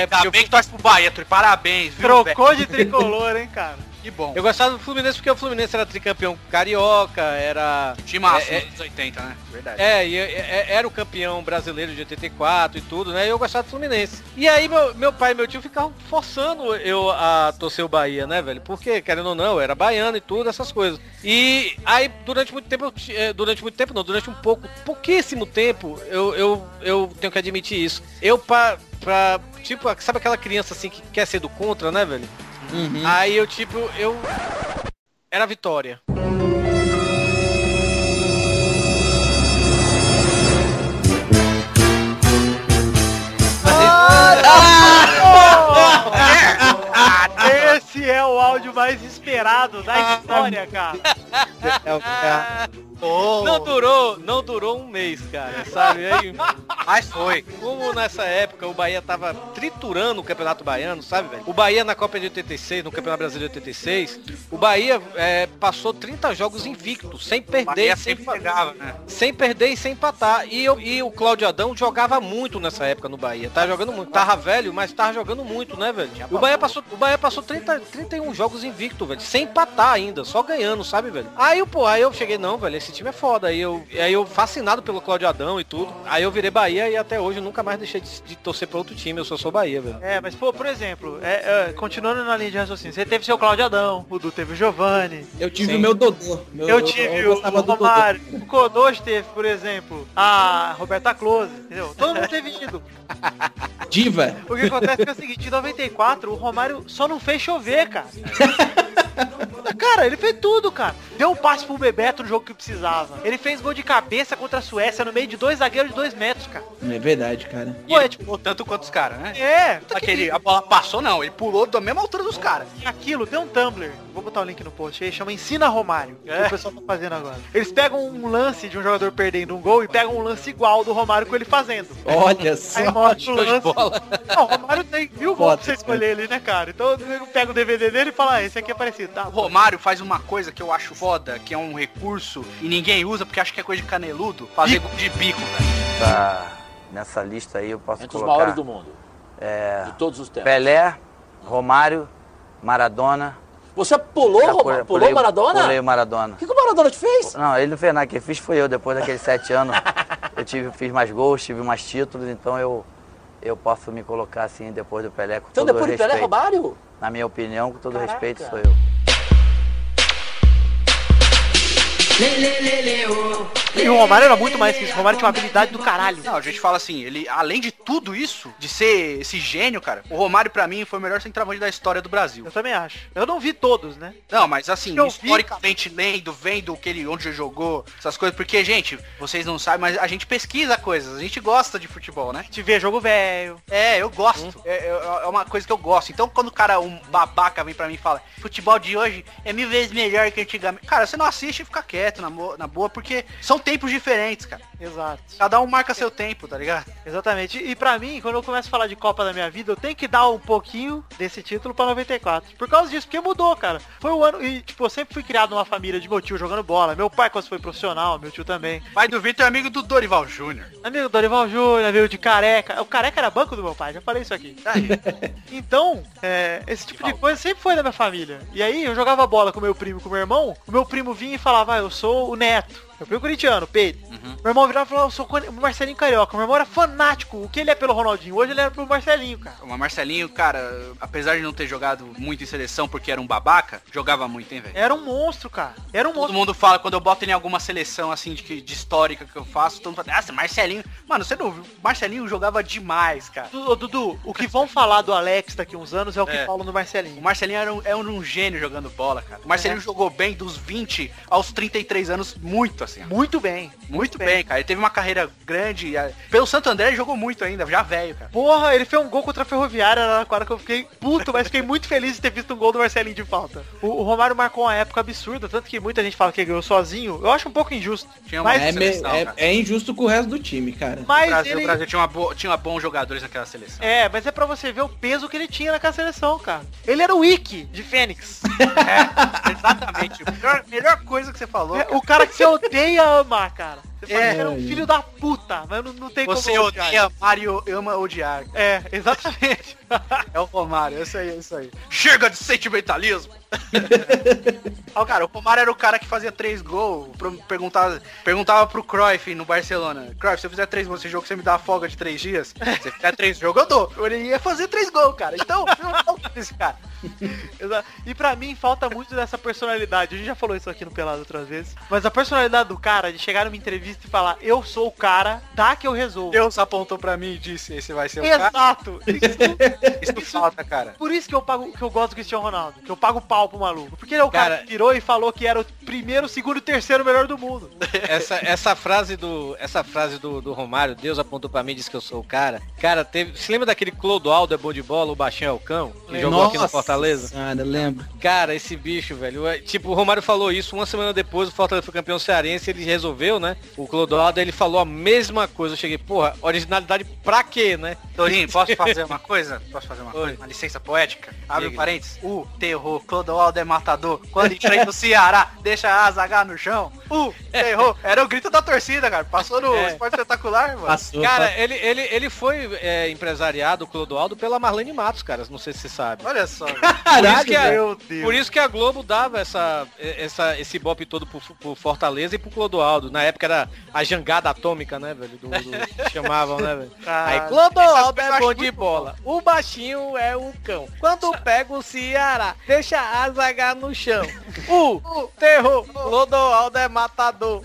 é, porque eu- que torce pro Bahia, Turi. Parabéns, velho? trocou de tricolor, hein, cara. Que bom. eu gostava do Fluminense porque o Fluminense era tricampeão carioca, era Time É, é- dos 80, né? Verdade. É, e, é, era o campeão brasileiro de 84 e tudo, né? E eu gostava do Fluminense. E aí meu, meu pai e meu tio ficavam forçando eu a torcer o Bahia, né, velho? Porque, querendo ou não, eu era baiano e tudo, essas coisas. E aí, durante muito tempo, eu ti- eh, durante muito tempo não, durante um pouco, pouquíssimo tempo, eu, eu, eu tenho que admitir isso. Eu, pra, pra, tipo, sabe aquela criança assim que quer ser do contra, né, velho? uhum. Aí eu, tipo, eu... Era a vitória. Esse é o áudio mais esperado Ah, da história, cara. Não durou, não durou um mês, cara, sabe? Aí, Mas foi. como nessa época o Bahia tava triturando o Campeonato Baiano, sabe, velho? O Bahia na Copa de 86, no Campeonato Brasileiro de 86, o Bahia é, passou 30 jogos invicto, sem perder, Bahia e sem, sempre fa- pegava, né? sem perder e sem empatar. E, eu- e o Cláudio Adão jogava muito nessa época no Bahia. Tava jogando muito. Tava velho, mas tava jogando muito, né, velho? O Bahia passou, o Bahia passou 30, 31 jogos invicto, velho. Sem empatar ainda, só ganhando, sabe, velho? Aí, pô, aí eu cheguei, não, velho, esse time é foda. Aí eu, aí eu fascinado pelo Cláudio Adão e tudo. Aí eu virei Bahia e até hoje eu nunca mais deixei de, de torcer pra outro time. Eu só sou Bahia, velho. É, mas pô, por exemplo, é, é, continuando na linha de raciocínio, você teve seu Claudio Adão, o Du teve o Giovanni, Eu tive Sim. o meu Dodô. Meu- eu, tive o, gostava o do Dodô. Romário, o Kodosh teve, por exemplo, a Roberta Close, entendeu? Todo mundo teve ídolo. Diva. O que acontece é, que é o seguinte, em 94, o Romário só não fez chover, cara. Cara, ele fez tudo, cara. Deu um passe pro Bebeto no jogo que precisava. Ele fez gol de cabeça contra a Suécia no meio de dois zagueiros de dois metros, cara. É verdade, cara. Pô, é tipo, Pulou tanto quanto os caras, né? é, Aquele, a bola passou, não. Ele pulou da mesma altura dos caras. E Aquilo, tem um Tumblr, vou botar o link no post aí, chama Ensina Romário, que o pessoal tá fazendo agora. Eles pegam um lance de um jogador perdendo um gol e pegam um lance igual do Romário com ele fazendo. Olha Aí só. mostra o lance. bola. Não, o Romário tem mil gols pra Foda, você escolher ali, né, cara? Então eu pego o DVD dele e falo, ah, esse aqui é parecido, tá? O Romário faz uma coisa que eu acho foda, que é um recurso e ninguém usa porque acha que é coisa de caneludo. Fazer gol de bico, velho. Tá, nessa lista aí eu posso Entre os colocar maiores do mundo. de todos os tempos. Pelé, Romário, Maradona, Você pulou, Já Roma- pulei- pulou pulei- Maradona? Pulei o Maradona. O que, que o Maradona te fez? Não, ele não fez nada, quem fiz foi eu. Depois daqueles sete anos, eu tive, fiz mais gols, tive mais títulos, então eu, eu posso me colocar assim depois do Pelé com Então todo depois o do Pelé respeito. roubaram? Na minha opinião, com todo Caraca. respeito, sou eu. E o Romário era muito mais que isso. O Romário tinha uma habilidade do caralho. Não, a gente fala assim, ele, além de tudo isso, de ser esse gênio, cara, o Romário pra mim foi o melhor centroavante da história do Brasil. Eu também acho. Eu não vi todos, né? Não, mas assim, Eu vi, historicamente lendo, vendo o que ele, onde ele jogou, essas coisas, porque, gente, vocês não sabem, mas a gente pesquisa coisas, a gente gosta de futebol, né? Te ver jogo velho. Uhum. É, eu gosto. É, é- é uma coisa que eu gosto. Então quando o cara, um babaca, vem pra mim e fala, futebol de hoje é mil vezes melhor que antigamente. Cara, você não assiste e fica quieto na, mo- na boa, porque são tempos diferentes, cara. Exato. Cada um marca seu tempo, tá ligado? Exatamente. E pra mim, quando eu começo a falar de Copa da minha vida, eu tenho que dar um pouquinho desse título pra 94. Por causa disso, porque mudou, cara. Foi um ano. E, tipo, eu sempre fui criado numa família de meu tio jogando bola. Meu pai quase foi profissional, meu tio também. Pai do Vitor é amigo do Dorival Júnior. Amigo do Dorival Júnior, amigo de careca. O careca era banco do meu pai, já falei isso aqui. Tá aí. Então, é, esse tipo de coisa sempre foi da minha família. E aí eu jogava bola com meu primo e com meu irmão, o meu primo vinha e falava, ah, eu sou o neto. Meu primo é corintiano, Pedro. Meu irmão virava e falava, eu sou o Marcelinho Carioca. Meu irmão era fanático. O que ele é pelo Ronaldinho? Hoje ele era pelo Marcelinho, cara. Mas Marcelinho, cara, apesar de não ter jogado muito em seleção porque era um babaca, jogava muito, hein, velho? Era um monstro, cara. Era um Todo monstro. mundo fala, quando eu boto ele em alguma seleção, assim, de, que- de histórica que eu faço, todo mundo fala, nossa, Marcelinho... Mano, você não viu? Marcelinho jogava demais, cara. Du- ô, Dudu, o que vão falar do Alex daqui uns anos é o que É. falam do O Marcelinho. Marcelinho era um, é um gênio jogando bola, cara. O Marcelinho jogou bem dos 20 aos 33 anos, muito assim. ó. Muito bem. Muito bem, cara. Ele teve uma carreira grande. a- Pelo Santo André ele jogou muito ainda, já velho, cara. Porra, ele fez um gol contra a Ferroviária na hora que eu fiquei puto, mas fiquei muito feliz de ter visto um gol do Marcelinho de falta. O, o Romário marcou uma época absurda, tanto que muita gente fala que ele ganhou sozinho. Eu acho um pouco injusto. Tinha né? uma Mas- boa É, me- seleção, é- cara. é injusto com o resto do time, cara. O Mas Brasil, ele. o Brasil tinha, uma boa, tinha bons jogadores naquela seleção. É, mas é pra você ver o peso que ele tinha naquela seleção, cara. Ele era o Wiki de Fênix. Exatamente. A melhor, melhor coisa que você falou. É, o cara que você odeia amar, cara. Você fala É. que ele era um filho da puta, mas não, não tem Você como odiar. odeia Mario, ama odiar. cara. É, exatamente. É o Romário, é isso aí, é isso aí. Chega de sentimentalismo! Ó, cara, o Romário era o cara que fazia três gols. pro- Perguntava, perguntava pro Cruyff no Barcelona. Cruyff, se eu fizer três gols nesse jogo, você me dá uma folga de três dias? Se eu fizer três jogos, eu dou. Ele é ia fazer três gols, cara. Então, não falta desse cara. Exa- E pra mim falta muito dessa personalidade. A gente já falou isso aqui no Pelado outras vezes. Mas a personalidade do cara de chegar numa entrevista e falar, eu sou o cara, tá que eu resolvo. Deus apontou pra mim e disse, esse vai ser o cara. Exato. Isso- Isso falta, cara. Por isso que eu pago, que eu gosto do Cristiano Ronaldo, que eu pago pau pro maluco. Porque ele é o cara, Cara- que virou e falou que era o primeiro, segundo e terceiro melhor do mundo. Essa, essa frase do essa frase do, do Romário, Deus apontou pra mim e disse que eu sou o cara. Cara, teve, se lembra daquele Clodoaldo é bom de bola, o baixinho é o cão, que jogou aqui no Fortaleza? Cara, Ah, lembro. Cara, esse bicho, velho. é- Tipo, o Romário falou isso uma semana depois, o Fortaleza foi campeão cearense, ele resolveu, né? O Clodoaldo, ele falou a mesma coisa. Eu cheguei, porra, originalidade pra quê, né? Torinho, posso fazer uma coisa? Posso fazer uma Oi. coisa? Uma licença poética? Abre Diga. um parênteses. O terror, Clodoaldo é matador. Quando enfrenta o Ceará, deixa a Zagar no chão. O É. terror, era o grito da torcida, cara. Passou no É. esporte espetacular, mano. Passou. Cara, ele, ele, ele foi é, empresariado, o Clodoaldo, pela Marlene Matos, cara. Não sei se você sabe. Olha só. Por isso, Caralho, que a, Meu Deus. por isso que a Globo dava essa, essa, esse bope todo pro, pro Fortaleza e pro Clodoaldo. Na época era a jangada atômica, né, velho? Do, do- que chamavam, né, velho? Aí essas Clodoaldo coisas eu é bom acho de bola. O baixinho é o cão. Quando pega o Ceará, deixa a zaga no chão. O terror, Clodoaldo é matador.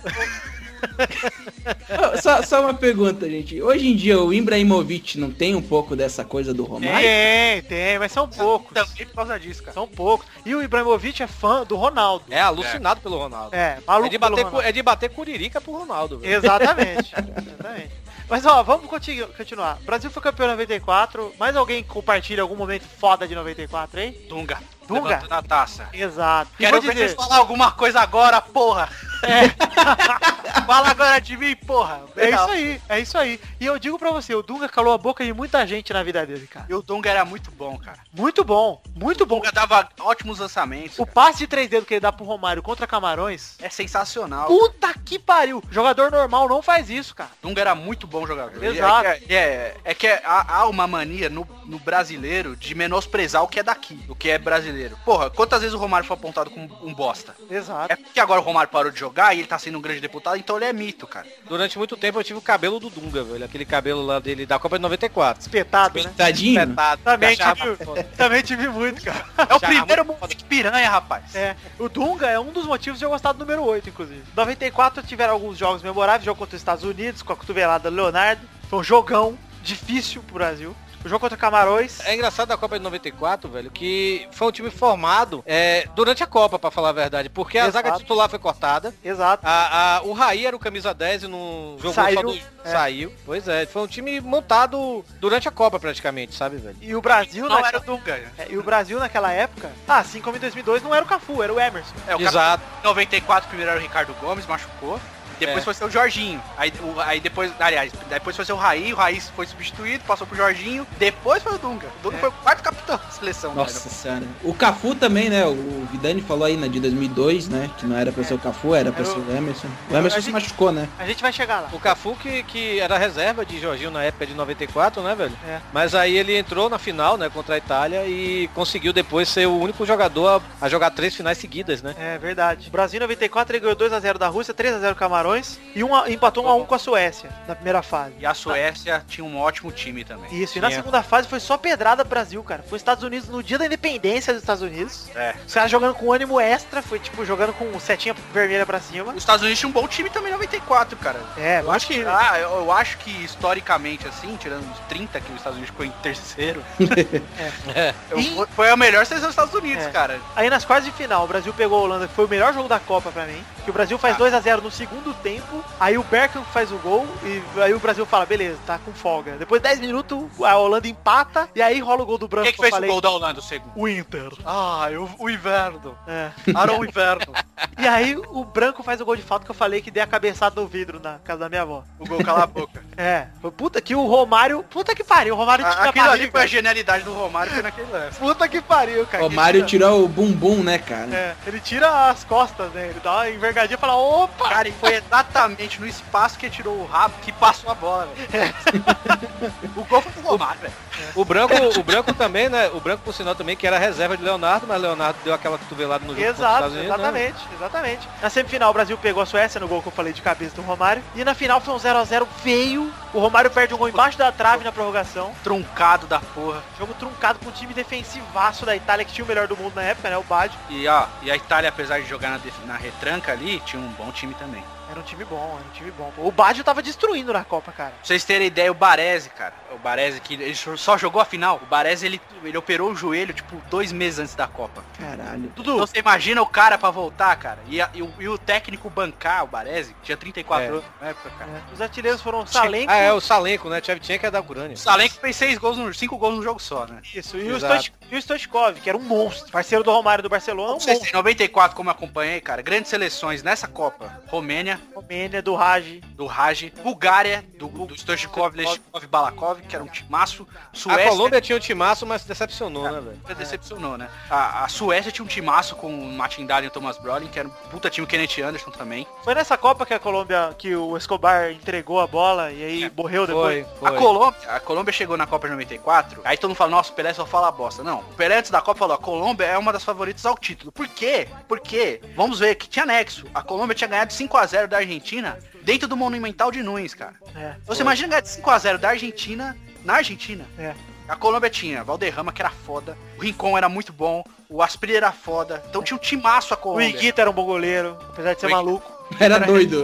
só, só uma pergunta, gente. Hoje em dia o Ibrahimovic não tem um pouco dessa coisa do Romário? Tem, tem, mas são poucos. Também por causa disso, cara. São poucos. E o Ibrahimovic é fã do Ronaldo. É alucinado pelo Ronaldo. É, É, maluco de pelo bater, Ronaldo. cu- é de bater curirica pro Ronaldo, velho. Exatamente. Exatamente. Mas ó, vamos continu- continuar. O Brasil foi campeão em 94. Mais alguém compartilha algum momento foda de 94, hein? Dunga. Dunga. Levantando a taça. Exato. E vou Quero ver vocês falar alguma coisa agora, porra. É. Fala agora de mim, porra. É Legal. isso aí, é isso aí. E eu digo pra você, o Dunga calou a boca de muita gente na vida dele, cara. E o Dunga era muito bom, cara. Muito bom, muito O bom. Dunga dava ótimos lançamentos. O cara. passe de três dedos que ele dá pro Romário contra Camarões. É sensacional. Puta que pariu. Jogador normal não faz isso, cara. Dunga era muito bom jogador. Exato. É que, é, é que há, há uma mania no, no brasileiro de menosprezar o que é daqui, o que é brasileiro. Porra, quantas vezes o Romário foi apontado como um bosta? Exato. É porque agora o Romário parou de jogar e ele tá sendo um grande deputado, então ele é mito, cara. Durante muito tempo eu tive o cabelo do Dunga, velho. Aquele cabelo lá dele da Copa de 94. Espetado, né? Tadinho. Espetado. Também achava tive- foda. Também tive muito, cara. É o Já primeiro muito moleque piranha, rapaz. É, o Dunga é um dos motivos de eu gostar do número 8, inclusive. 94 tiveram alguns jogos memoráveis, jogo contra os Estados Unidos, com a cotovelada do Leonardo. Foi um jogão difícil pro Brasil. O jogo contra Camarões. É engraçado da Copa de 94, velho, que foi um time formado é, durante a Copa, pra falar a verdade, porque a Exato. zaga titular foi cortada. Exato. A, a- o Raí era o camisa 10 e não jogou Saiu, só dois. é. Saiu. Pois é, foi um time montado durante a Copa praticamente, sabe, velho? E o Brasil Não naquela- era o Dunga. é, e o Brasil naquela época, ah, assim como em 2002, não era o Cafu, era o Emerson. É, o cara Exato. em 94 primeiro era o Ricardo Gomes, machucou. Depois É. foi ser o Jorginho. Aí, o- aí depois, aliás, depois foi ser o Raí, o Raí foi substituído, passou pro Jorginho. Depois foi o Dunga. O É. Dunga foi o quarto capitão da seleção, tá. Nossa senhora. O Cafu também, né? O Vidani falou aí na de 2002, né? Que não era pra ser o Cafu, era pra É. Era ser o- o Emerson. O Emerson se machucou, né? A gente vai chegar lá. O Cafu que, que era reserva de Jorginho na época de 94, né, velho? É. Mas aí ele entrou na final, né, contra a Itália e conseguiu depois ser o único jogador a, a jogar três finais seguidas, né? É verdade. O Brasil em 94 ele ganhou 2x0 da Rússia, 3x0 Camarões e um a- empatou 1x1 com a Suécia na primeira fase. E a Suécia tinha um ótimo time também. Isso, e na Sim, é. segunda fase foi só pedrada Brasil, cara. Foi Estados Unidos no dia da independência dos Estados Unidos. É. Os caras jogando com ânimo extra, foi tipo jogando com setinha vermelha pra cima. Os Estados Unidos tinha um bom time também em 94, cara. É, eu acho que. Ah, eu, eu acho que historicamente, assim, tirando os 30 que os Estados Unidos ficou em terceiro, eu- E- foi a melhor seleção dos Estados Unidos, É. cara. Aí nas quartas de final, o Brasil pegou a Holanda, que foi o melhor jogo da Copa pra mim. Que o Brasil faz Ah. 2 a 0 no segundo tempo. Aí o Bergkamp faz o gol e aí o Brasil fala, beleza, tá com folga. Depois de 10 minutos, a Holanda empata e aí rola o gol do branco Quem é que eu fez o falei. gol da Holanda, o segundo? Winter. Ah, eu, o inverno. É. Era o inverno. E aí o branco faz o gol de falta que eu falei que dei a cabeçada no vidro na casa da minha avó. O gol, cala a boca. É, foi puta que o Romário. Puta que pariu, o Romário A- tinha Aquilo ali barriga. foi a genialidade do Romário, foi naquele lance. Puta que pariu, cara. O Ele Mário tira- tirou o bumbum, né, cara? É, ele tira as costas, né? Ele dá uma envergadinha e fala, opa! Cara, e foi exatamente no espaço que tirou o rabo que passou a bola, velho. O gol foi pro Romário, velho. O branco, o branco também, né? O branco por sinal também que era reserva de Leonardo, mas Leonardo deu aquela cotovelada no jogo contra os Exato, Estados Unidos, né? exatamente, exatamente. Na semifinal, o Brasil pegou a Suécia no gol que eu falei de cabeça do Romário. E na final foi um 0x0 feio. O Romário perde um gol embaixo da trave na prorrogação. Truncado da porra. Jogo truncado com um time defensivaço da Itália, que tinha o melhor do mundo na época, né? O Bad. E, ó, e a Itália, apesar de jogar na, def- na retranca ali, tinha um bom time também. Era um time bom, era um time bom. O Bad tava destruindo na Copa, cara. Pra vocês terem ideia, o Baresi, cara. O Baresi que ele só jogou a final. O Baresi, ele, ele operou o joelho, tipo, dois meses antes da Copa. Caralho. Dudu, então você imagina o cara pra voltar, cara. E, a- e o, e o técnico bancar, o Baresi, que tinha 34 É. anos na época, cara. Os artilheiros foram Salenko, Ah, é, o Salenko, né? Tchevchenko é da Ucrânia. O Salenko fez seis gols, no, cinco gols no jogo só, né? Isso, e o, Exato. Stoich, e o Stoichkov, que era um monstro, parceiro do Romário do Barcelona, um Não sei monstro. se em 94, como eu acompanhei, cara, grandes seleções nessa Copa. Romênia, Romênia, do Raj. do Raj, Bulgária, do, do Stoichkov, Leshkov, Balakov, que era um timaço. A Suécia, Colômbia tinha um timaço, mas decepcionou, né, velho? Nunca decepcionou, né? A, a Suécia tinha um timaço com o Martin Dahlin e o Thomas Brolin, que era um puta time, o Kenneth Anderson também. Foi nessa Copa que a Colômbia, que o Escobar entregou a bola e É, aí morreu Foi, depois. A foi. Colômbia, a Colômbia chegou na Copa de 94, aí todo mundo fala, nossa, o Pelé só fala bosta. Não, o Pelé antes da Copa falou, a Colômbia é uma das favoritas ao título. Por quê? Porque, vamos ver, que tinha anexo. A Colômbia tinha ganhado 5x0 da Argentina dentro do Monumental de Nunes, cara. É. Então, Você imagina ganhar de 5x0 da Argentina na Argentina. É. A Colômbia tinha Valderrama, que era foda, o Rincon era muito bom, o Aspri era foda, então tinha um timaço a O Colômbia. Iguita era um bom goleiro, apesar de ser O Higuita. maluco. Era doido.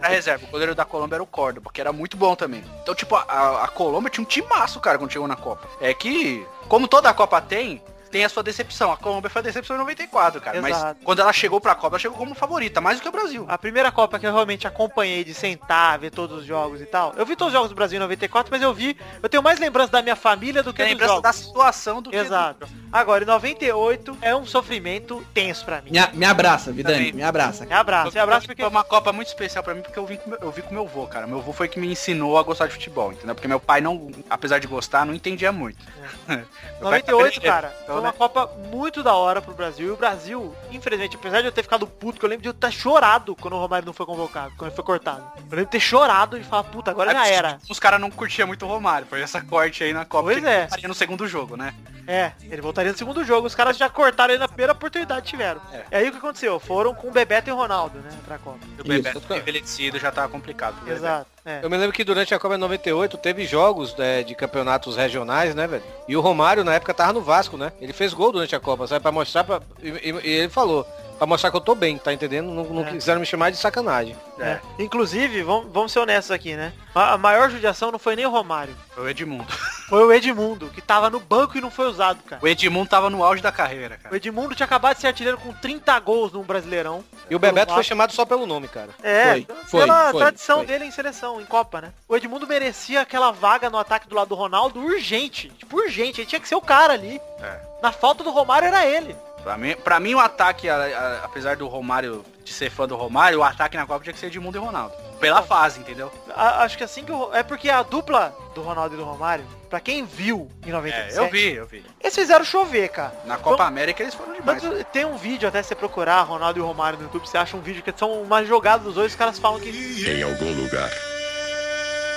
Era reserva. O goleiro da Colômbia era o Córdoba, que era muito bom também. Então, tipo, a, a Colômbia tinha um timaço, cara, quando chegou na Copa. É que, como toda a Copa tem, tem a sua decepção. A Colômbia foi a decepção em 94, cara. Exato. Ah, Mas quando ela chegou pra Copa, ela chegou como favorita, mais do que o Brasil. A primeira Copa que eu realmente acompanhei de sentar, ver todos os jogos e tal. Eu vi todos os jogos do Brasil em 94, mas eu vi. Eu tenho mais lembrança da minha família do que Tem a dos lembrança jogos. da situação do que do- Exato. Agora, em 98 é um sofrimento tenso pra mim. Me, a- me abraça, Vidani, Também. me abraça. Me abraço, me abraço Ah, porque Foi uma Copa muito especial pra mim, porque eu vim com meu, eu vim com meu avô, cara. Meu avô foi que me ensinou a gostar de futebol, entendeu? Porque meu pai não, apesar de gostar, não entendia muito. É. Meu pai tá 98, brasileiro, cara, então, foi né? uma Copa muito da hora pro Brasil. E o Brasil, infelizmente, apesar de eu ter ficado puto, que eu lembro de eu ter chorado quando o Romário não foi convocado, quando ele foi cortado. Eu lembro de ter chorado e falar, puta, agora já Aí, era. É Os caras não curtiam muito o Romário, foi essa corte aí na Copa. Pois que é. ele faria no segundo jogo, né? É, ele voltaria no segundo jogo. Os caras já cortaram ele na primeira oportunidade que tiveram. É. E aí o que aconteceu? Foram com o Bebeto e o Ronaldo, né, pra Copa. E O Isso, Bebeto cara. envelhecido já tava complicado. né? pro Bebeto. Exato. É. Eu me lembro que durante a Copa de 98 teve jogos né, de campeonatos regionais, né, velho? E o Romário, na época, tava no Vasco, né? Ele fez gol durante a Copa, sabe? Pra mostrar pra... E, e- e ele falou, pra mostrar que eu tô bem, tá entendendo? Não, não É. quiseram me chamar de sacanagem. É. Inclusive, vamos, vamos ser honestos aqui, né? A a maior judiação não foi nem o Romário. Foi o Edmundo. Foi o Edmundo, que tava no banco e não foi usado, cara. O Edmundo tava no auge da carreira, cara. O Edmundo tinha acabado de ser artilheiro com 30 gols num Brasileirão. E o Bebeto Pelo foi Vasco. chamado só pelo nome, cara. É, Foi, pela- foi, pela foi, tradição foi. dele em seleção, em Copa, né? O Edmundo merecia aquela vaga no ataque do lado do Ronaldo urgente. Tipo, urgente. Ele tinha que ser o cara ali. É. Na falta do Romário era ele. Pra mim, pra mim o ataque, a- a- apesar do Romário, de ser fã do Romário, o ataque na Copa tinha que ser Edmundo e Ronaldo. Pela fase, entendeu? A- acho que assim que o... Ro- É porque a dupla do Ronaldo e do Romário, pra quem viu em É, 97, eu vi, eu vi. eles fizeram chover, cara. Na Copa América eles foram demais. Tanto- tem um vídeo até se você procurar Ronaldo e Romário no YouTube, você acha um vídeo que são uma jogada dos dois, os caras falam que Em algum lugar,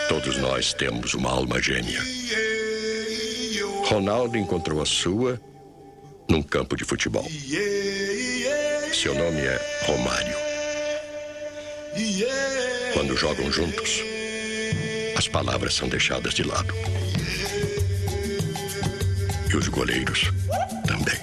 todos nós temos uma alma gêmea. Ronaldo encontrou a sua num campo de futebol. Seu nome é Romário. Quando jogam juntos, as palavras são deixadas de lado. E os goleiros também.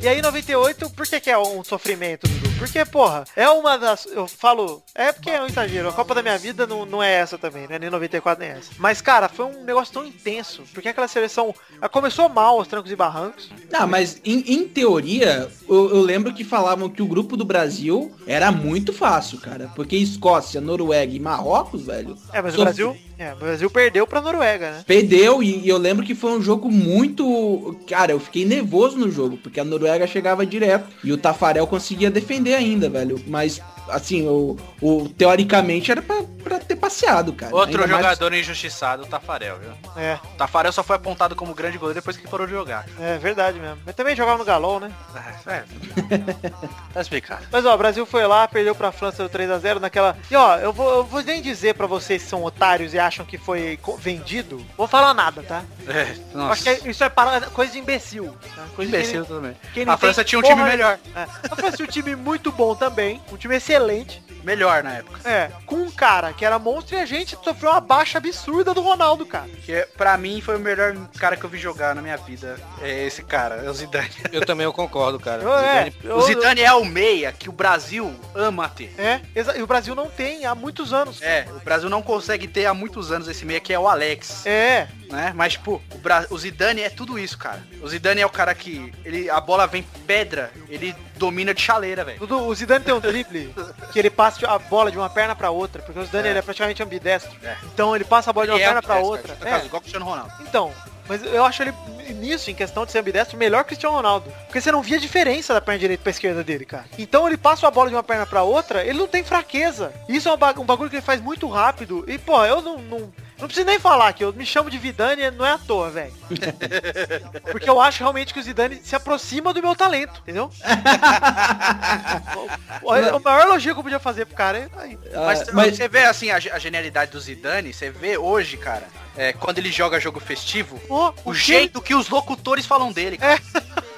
E aí, 98, por que, que é um sofrimento, Dudu? Porque, porra, é uma das. Eu falo. É porque é um exagero. A Copa da Minha Vida não, não é essa também, né? Nem 94 nem essa. Mas, cara, foi um negócio tão intenso. Porque aquela seleção. ela Começou mal aos trancos e barrancos. Não, mas em, em teoria, eu, eu lembro que falavam que o grupo do Brasil era muito fácil, cara. Porque Escócia, Noruega e Marrocos, velho. É, mas o Sofre- Brasil. É, o Brasil perdeu pra Noruega, né? Perdeu e, e eu lembro que foi um jogo muito. Cara, eu fiquei nervoso no jogo, porque a Noruega chegava direto e o Tafarel conseguia defender ainda, velho. Mas, assim, o, o- teoricamente era pra, pra ter passeado, cara. Outro Ainda mais- jogador injustiçado, o Tafarel, viu? É, O Tafarel só foi apontado como grande goleiro depois que parou de jogar. é verdade mesmo. Mas também jogava no galão, né? É, é. tá explicado. Mas ó, o Brasil foi lá, perdeu pra França do 3x0 naquela. E ó, eu vou, eu vou nem dizer pra vocês que são otários e acham que foi co- vendido. Vou falar nada, tá? É, nossa. Acho que isso é parada- coisa de imbecil. Tá? Coisa de quem- imbecil também. Quem não A tem França tinha um porra time melhor. nenhuma. É. A França tinha um time muito bom também, um time excelente, Melhor na época. é, com um cara que era monstro e a gente sofreu uma baixa absurda do Ronaldo, cara. Que é, pra mim foi o melhor cara que eu vi jogar na minha vida. É esse cara, é o Zidane. Eu também eu concordo, cara. Eu- é, eu- O Zidane é o meia que o Brasil ama ter. é, exa- e o Brasil não tem há muitos anos. É, o Brasil não consegue ter há muitos anos esse meia que é o Alex. É, né? Mas, tipo, o, Bra- o Zidane é tudo isso, cara. O Zidane é o cara que ele, a bola vem pedra, ele domina de chaleira, velho. Dudu, o Zidane tem um drible que ele passa a bola de uma perna pra outra, porque o Zidane É. ele é praticamente ambidestro. É. Então ele passa a bola de uma Ele é perna pra ambidestro, outra. cara. É. Igual o Cristiano Ronaldo. Então, mas eu acho ele nisso, em questão de ser ambidestro, melhor que o Cristiano Ronaldo. Porque você não via a diferença da perna direita pra esquerda dele, cara. Então ele passa a bola de uma perna pra outra, ele não tem fraqueza. Isso é um, ba- um bagulho que ele faz muito rápido. E, pô, eu não. não... Não preciso nem falar que eu me chamo de Vidani, não é à toa, velho. Porque eu acho realmente que o Zidane se aproxima do meu talento, entendeu? o, o- o maior elogio que eu podia fazer pro cara é aí. Ah, Mas, mas, você vê, assim, a, ge- a genialidade do Zidane, você vê hoje, cara, é, quando ele joga jogo festivo, Pô, É, o que- jeito que os locutores falam dele, cara.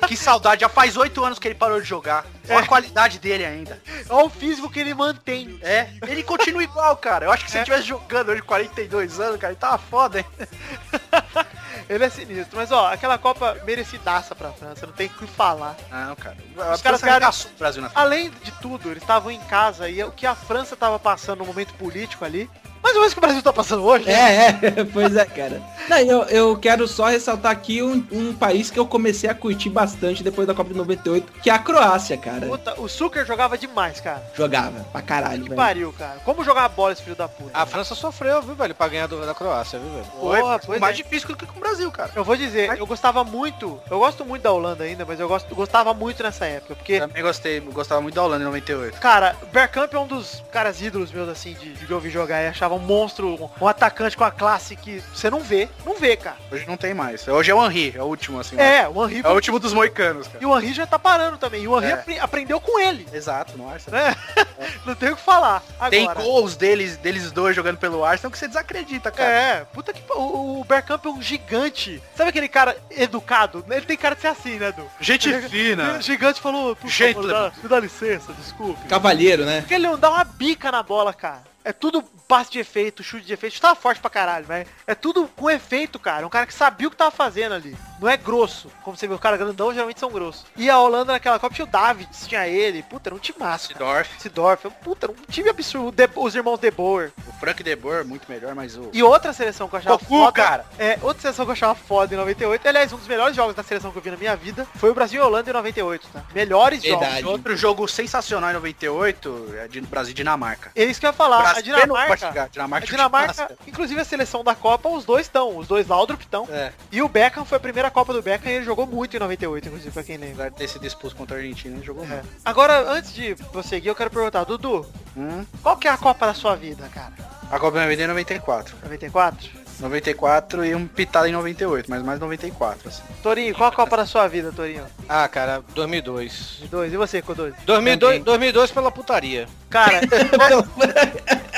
Que saudade, já faz oito anos que ele parou de jogar. Olha a qualidade dele ainda. Olha o físico que ele mantém. É, ele continua igual, cara. Eu acho que se É. ele estivesse jogando hoje 42 anos, cara, ele tava foda, hein? Ele é sinistro, mas ó, aquela Copa merecidaça pra França, não tem o que falar. Não, cara. Os caras ficaram- o Brasil na Além de tudo, eles estavam em casa e o que a França tava passando no momento político ali, mais ou menos o que o Brasil tá passando hoje, né? É, é, pois é, cara. Não, eu, eu quero só ressaltar aqui um, um país que eu comecei a curtir bastante depois da Copa de 98, que é a Croácia, cara. Puta, o Sucker jogava demais, cara. Jogava pra caralho, Que velho. pariu, cara. Como jogar a bola esse filho da puta? Ah, A França sofreu, viu, velho, pra ganhar do- da Croácia, viu, velho? Porra, Foi pois mais é. difícil do que com o Brasil, cara. Eu vou dizer, eu gostava muito, eu gosto muito da Holanda ainda, mas eu gosto, gostava muito nessa época, porque, Também gostei, gostava muito da Holanda em 98. cara, Bergkamp é um dos caras ídolos meus, assim, de, de ouvir jogar, e achava um monstro, um, um atacante com a classe que você não vê, não vê, cara. Hoje não tem mais. Hoje é o Henry, é o último, assim. É, o Henry, É o último dos moicanos, cara. e o Henry já tá parando também, e o Henry É. apre- aprendeu com ele, Exato, nossa. né? não tem o que falar. Agora, Tem gols deles, deles dois jogando pelo Arsenal que você desacredita, cara. É, puta que pa- o, o Bergkamp é um gigante. Sabe aquele cara educado? Ele tem cara de ser assim, né, Du? Gente O fina. gigante falou, por favor, Gentleman. dá- me dá licença, desculpe. Cavalheiro, né? Porque ele não dá uma bica na bola, cara. É tudo passe de efeito, chute de efeito. Tava forte pra caralho, mas é tudo com efeito, cara. Um cara que sabia o que tava fazendo ali. Não é grosso. Como você viu, os caras grandão geralmente são grossos. E a Holanda naquela Copa tinha o Davids, tinha ele. Puta, era um timaço. cara. Dorf, Sidorf, é um- puta, era um time absurdo. O De- Os irmãos De Boer. o Frank De Boer, muito melhor, mas o E outra seleção que eu achava Cocu, foda. cara. É, outra seleção que eu achava foda em 98. Aliás, um dos melhores jogos da seleção que eu vi na minha vida foi o Brasil e Holanda em 98, tá? Melhores jogos. Verdade. um outro jogo sensacional em 98 é de Brasil e Dinamarca. É isso que eu ia falar. Brasil a Dinamarca. Dinamarca, é um A Dinamarca, Dinamarca, inclusive a seleção da Copa, os dois estão, os dois Laudrup estão. É. E o Beckham foi a primeira Copa do Beckham e ele jogou muito em 98, inclusive, pra quem lembra. Apesar de ter sido expulso contra a Argentina, ele jogou É. muito. Agora, antes de prosseguir, eu quero perguntar, Dudu, Hum. qual que é a Copa da sua vida, cara? A Copa MD em 94. 94? 94 e um pitado em 98, mas mais 94, assim. Torinho, qual a Copa da sua vida, Torinho? Ah, cara, 2002. De dois. E você, Codori? 2002, 2002 pela putaria. Cara, é,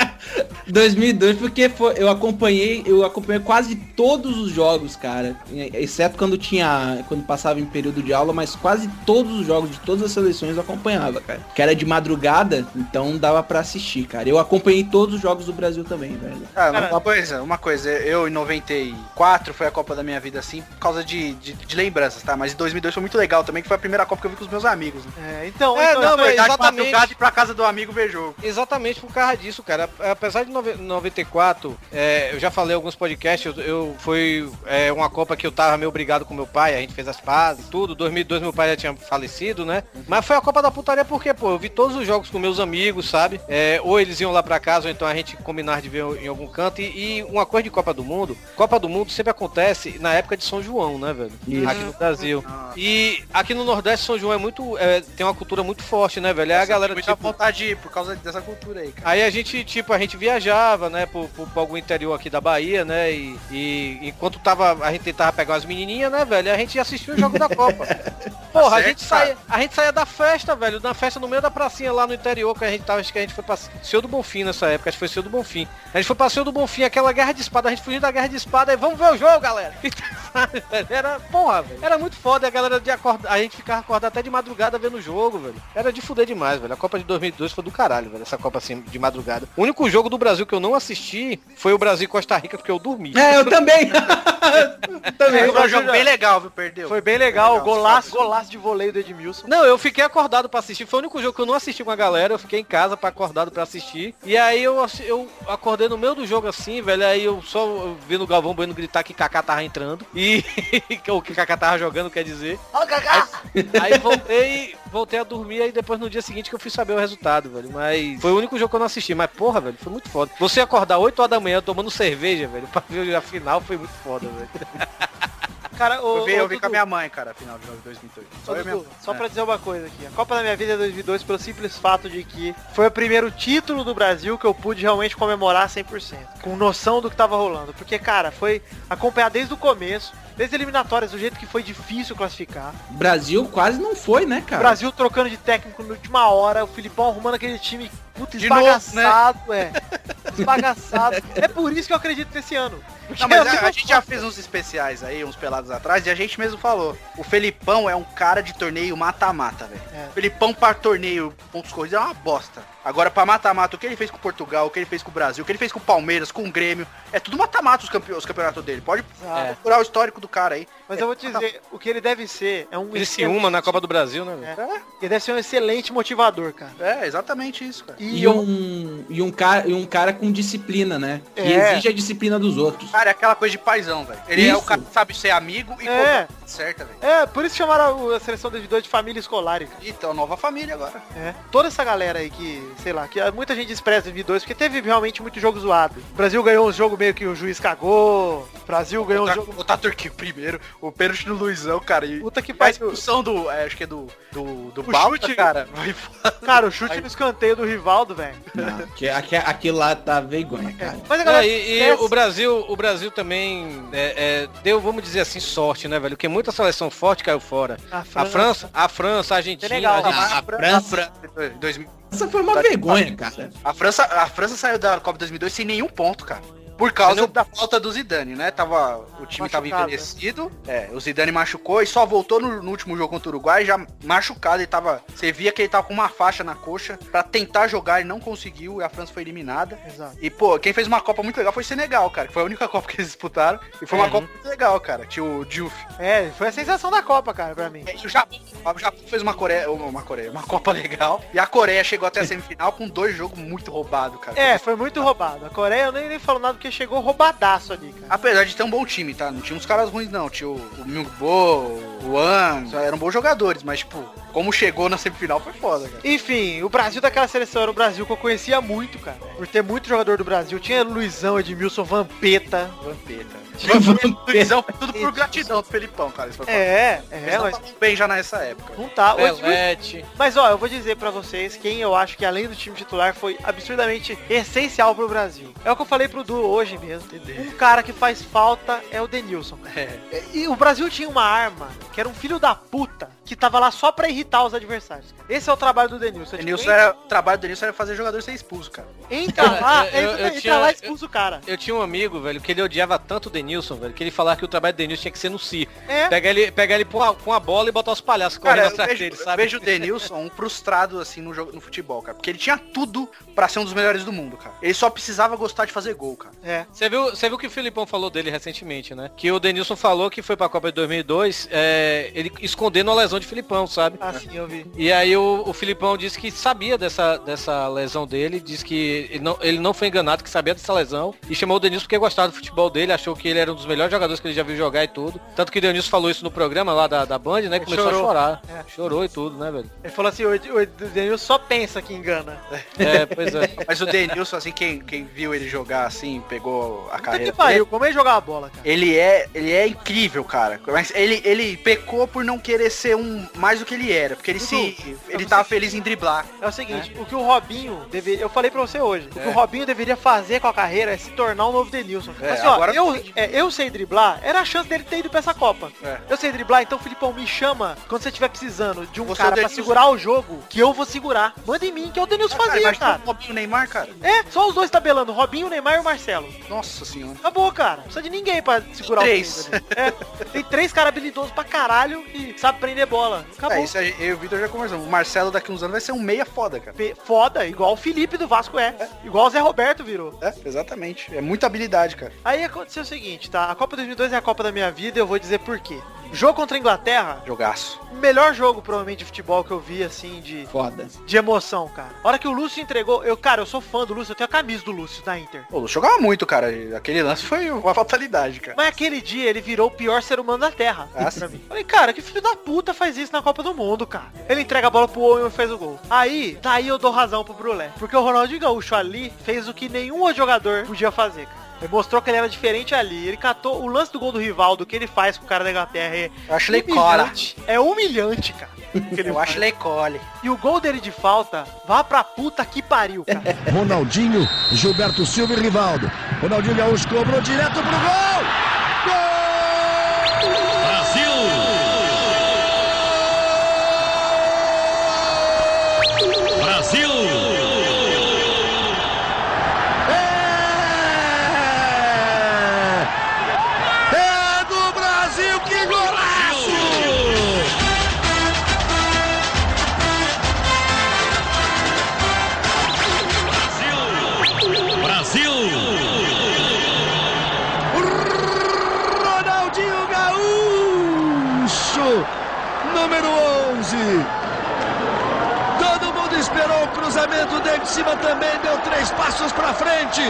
2002, porque foi- eu acompanhei, eu acompanhei quase todos os jogos, cara. Exceto quando tinha, quando passava em período de aula, mas quase todos os jogos de todas as seleções eu acompanhava, cara. Que era de madrugada, então dava pra assistir, cara. Eu acompanhei todos os jogos do Brasil também, velho. Cara, Cara, Ah, uma coisa, uma coisa, eu em 94 foi a Copa da minha vida, assim, por causa de, de, de lembranças, tá? Mas em 2002 foi muito legal também, que foi a primeira Copa que eu vi com os meus amigos. Né? é, então, É, então não, mas Verdade, exatamente. madrugada e pra casa do amigo ver jogo. Exatamente por causa disso, cara. Apesar de nove- 94, é, eu já falei em alguns podcasts, eu, eu- foi é, uma Copa que eu tava meio obrigado com meu pai, a gente fez as pazes, tudo. 2002 meu pai já tinha falecido, né? Mas foi a Copa da Putaria porque, pô, eu vi todos os jogos com meus amigos, sabe? É, ou eles iam lá pra casa, ou então a gente combinar de ver em algum canto. E, e uma coisa de Copa do Mundo, Copa do Mundo sempre acontece na época de São João, né, velho? Isso. Aqui no Brasil. E aqui no Nordeste, São João é muito. é, tem uma cultura muito forte, né, velho? É a galera muita tipo, vontade de ir por causa dessa cultura aí, cara. Aí a gente, tipo, a gente viajava, né, pro, pro, pro algum interior aqui da Bahia, né, e, e enquanto tava, a gente tentava pegar umas menininhas, né, velho, a gente assistia o jogo da Copa. Porra, a, certo, gente saía, a gente saía da festa, velho, da festa no meio da pracinha lá no interior, que a gente tava, acho que a gente foi pra Seu do Bonfim nessa época, acho que foi Seu do Bonfim. A gente foi pra Seu do Bonfim, aquela guerra de espada, a gente fugiu da guerra de espada, e vamos ver o jogo, galera. Sabe, velho? Era, porra, velho, era muito foda, a galera de acordar, a gente ficava acordado até de madrugada vendo o jogo, velho. Era de fuder demais, velho. A Copa de 2002 foi do caralho, velho, essa Copa assim, de madrugada. O único jogo do Brasil que eu não assisti foi o Brasil e Costa Rica, porque eu dormi. É, É, eu também. Foi também. um jogo bem legal, viu? Perdeu. foi bem legal, Legal, golaço, golaço de voleio do Edmilson. Não, eu fiquei acordado pra assistir. Foi o único jogo que eu não assisti com a galera. Eu fiquei em casa pra acordado pra assistir. E aí eu, assi- eu acordei no meio do jogo assim, velho. Aí eu só vendo o Galvão Bueno gritar que Kaká tava entrando. E ou que Kaká tava jogando, quer dizer. Ó, Kaká! Aí voltei, voltei a dormir aí depois no dia seguinte que eu fui saber o resultado, velho. Mas foi o único jogo que eu não assisti. Mas porra, velho, foi muito foda. Você acordar 8 horas da manhã tomando cerveja, velho, pra ver a final foi muito foda, velho. Cara, o, Eu vi, eu vi com a minha mãe, cara, final de jogo de 2002. Só, eu e minha Dudu, mãe. só É. pra dizer uma coisa aqui. A Copa da Minha Vida é 2002 pelo simples fato de que foi o primeiro título do Brasil que eu pude realmente comemorar 100%. Com noção do que tava rolando. Porque, cara, foi acompanhar desde o começo, desde eliminatórias, do jeito que foi difícil classificar. Brasil quase não foi, né, O cara? Brasil trocando de técnico na última hora, o Filipão arrumando aquele time puta, De novo, né? esbagaçado, é. Esbagaçado. É por isso que eu acredito nesse ano. tipo, Não, mas é, Porque a, a gente já fez uns especiais aí, uns pelados atrás, e a gente mesmo falou. O Felipão é um cara de torneio mata-mata, velho. É. O Felipão pra torneio pontos corridos é uma bosta. Agora, pra mata-mata, o que ele fez com Portugal, o que ele fez com o Brasil, o que ele fez com o Palmeiras, com o Grêmio, é tudo mata-mata os, campe- os campeonatos dele. Pode É. Exato. procurar o histórico do cara aí. É, Mas eu vou Tá. te dizer, o que ele deve ser é um... Esse uma na Copa do Brasil, né, velho? Ele deve ser um excelente motivador, cara. É, exatamente isso, cara. E um, e, um cara, e um cara cara com disciplina, né? E É. exige a disciplina dos outros. Cara, é aquela coisa de paizão, velho. Ele é Isso. o cara que sabe ser amigo e É. cobrar certa, velho. É, por isso chamaram a seleção de judô de família escolar. cara. Então, nova família agora. É. Toda essa galera aí que, sei lá, que ah, muita gente despreza o 2 porque teve realmente muito jogo zoado. O Brasil ganhou um jogo meio que o juiz cagou. O Brasil ganhou um Tá- jogo... O Taturk primeiro, o pênalti do Luizão, cara. E Puta que a pariu. expulsão do. é, acho que é do. Do, do O Balta, chute. cara. Vai fora. Cara, o chute no escanteio do Rivaldo, velho. Não, que, aque- aquilo lá tá vergonha, cara. Mas a Não, galera É, e, e esquece. o Brasil, o Brasil também é, é, deu, vamos dizer assim, sorte, né, velho? Porque muita seleção forte caiu fora. A A Ah, França. França, a França, a Argentina, Senegal, a Argentina- Ah, A, a França, Fran- dois- É, dois mil- essa foi uma vergonha, cara. A França, a França saiu da Copa 2002 sem nenhum ponto, cara. Por causa Não. da falta do Zidane, né? Tava, o time Machucado, tava né? envelhecido, é, o Zidane machucou e só voltou no, no último jogo contra o Uruguai já machucado. Ele tava, você via que ele tava com uma faixa na coxa pra tentar jogar e não conseguiu e a França foi eliminada. Exato. E, pô, quem fez uma Copa muito legal foi o Senegal, cara, que foi a única Copa que eles disputaram. E foi uma Uhum. Copa muito legal, cara. Tinha o Diouf. É, foi a sensação da Copa, cara, pra mim. E o Japão, o Japão fez uma Coreia, uma, uma Coreia, uma Copa legal. E a Coreia chegou até a semifinal com dois jogos muito roubados, cara. É, foi muito roubado. A Coreia eu nem, nem falo nada porque chegou roubadaço ali, cara. Apesar de ter um bom time, tá? Não tinha uns caras ruins, não. Tinha o, o Myungbo, o An, só eram bons jogadores, mas, tipo, como chegou na semifinal foi foda, cara. Enfim, o Brasil daquela seleção era o Brasil que eu conhecia muito, cara. Por ter muito jogador do Brasil. Tinha Luizão, Edmilson, Vampeta. Vampeta. Vampeta. Luizão, tudo por gratidão do Felipão, cara. Isso foi foda. É, é, Eles não mas estavam bem já nessa época. não tá. O Edmilson- Pelete. Mas ó, eu vou dizer pra vocês quem eu acho que além do time titular foi absurdamente essencial pro Brasil. É o que eu falei pro Du hoje mesmo. Um cara que faz falta é o Denilson. É. E o Brasil tinha uma arma que era um filho da puta que tava lá só pra irritar os adversários. Esse é o trabalho do Denilson. O É, tipo, Denilson era, o trabalho do Denilson era fazer jogador ser expulso, cara. Entra lá, Então, ah, entra, Eu- eu- eu entra tinha- lá e expulsa o cara. Eu tinha um amigo, velho, que ele odiava tanto o Denilson, velho, que ele falava que o trabalho do Denilson tinha que ser no circo. É. Pegar ele, pegar ele com a, com a bola e botar os palhaços Cara, correndo eu atrás vejo, dele, eu sabe? vejo o Denilson um frustrado, assim, no, jogo, no futebol, cara. Porque ele tinha tudo pra ser um dos melhores do mundo, cara. Ele só precisava gostar de fazer gol, cara. É. Você viu, você viu que o Filipão falou dele recentemente, né? Que o Denilson falou que foi pra Copa de 2002, é, ele escondendo a lesão de Filipão, sabe? Assim eu vi. E aí o, o Filipão disse que sabia dessa, dessa lesão dele, disse que ele não, ele não foi enganado, que sabia dessa lesão, e chamou o Denilson porque gostava do futebol dele, achou que ele era um dos melhores jogadores que ele já viu jogar e tudo. Tanto que o Denilson falou isso no programa lá da, da Band, né? Que começou chorou. a chorar. É. Chorou e tudo, né, velho? Ele falou assim, o, Ed- o Denilson só pensa que engana. É, pois é. Mas o Denilson, assim, quem, quem viu ele jogar, assim, pegou a Puta que carreira dele, pariu, como é jogar a bola, cara? Ele é, ele é incrível, cara. Mas ele, ele pecou por não querer ser um mais do que ele era, porque ele se Uhum. ele tava feliz em driblar. É o seguinte, o que o Robinho deveria. Eu falei pra você hoje, o que o Robinho deveria fazer com a carreira é se tornar um novo Denilson. É, Assim, ó, agora- eu, é, eu sei driblar, era a chance dele ter ido pra essa Copa. É. Eu sei driblar, então Filipão me chama quando você estiver precisando de um Você é cara o pra Denilson. segurar o jogo, que eu vou segurar. Manda em mim, que é o Denilson fazia, imagina cara. o Robinho e o Neymar, cara. É, só os dois tabelando, Robinho, Neymar e o Marcelo. Nossa senhora. Acabou, cara. Não precisa de ninguém pra segurar Três. o jogo. É, tem três caras habilidosos pra caralho e sabe prender bola. Acabou. É, isso aí, eu e o Vitor já conversamos. O Marcelo daqui uns anos vai ser um meia foda, cara. Pe- Foda, igual o Felipe do Vasco é. Igual o Zé Roberto virou. É, exatamente. É muita habilidade, cara. Aí aconteceu o seguinte, tá? A Copa 2002 é a Copa da minha vida e eu vou dizer por quê. Jogo contra a Inglaterra, Jogaço. o melhor jogo, provavelmente, de futebol que eu vi, assim, de, Foda. de emoção, cara. A hora que o Lúcio entregou, eu, cara, eu sou fã do Lúcio, eu tenho a camisa do Lúcio da Inter. Pô, jogava muito, cara. Aquele lance foi uma fatalidade, cara. Mas aquele dia ele virou o pior ser humano da Terra. Ah, pra sim. mim. Falei, cara, que filho da puta faz isso na Copa do Mundo, cara. Ele entrega a bola pro Owen e fez o gol. Aí, daí eu dou razão pro Brulé. Porque o Ronaldinho Gaúcho ali fez o que nenhum outro jogador podia fazer, cara. Ele mostrou que ele era diferente ali. Ele catou o lance do gol do Rivaldo, que ele faz com o cara da Inglaterra. É Eu acho Cora. É humilhante, cara. Eu acho Cole. E o gol dele de falta, vá pra puta que pariu, cara. Ronaldinho, Gilberto Silva e Rivaldo. Ronaldinho Gaúcho cobrou direto pro gol! Ronaldinho Gaúcho, número 11. Todo mundo esperou o cruzamento dele de cima também, deu três passos pra frente.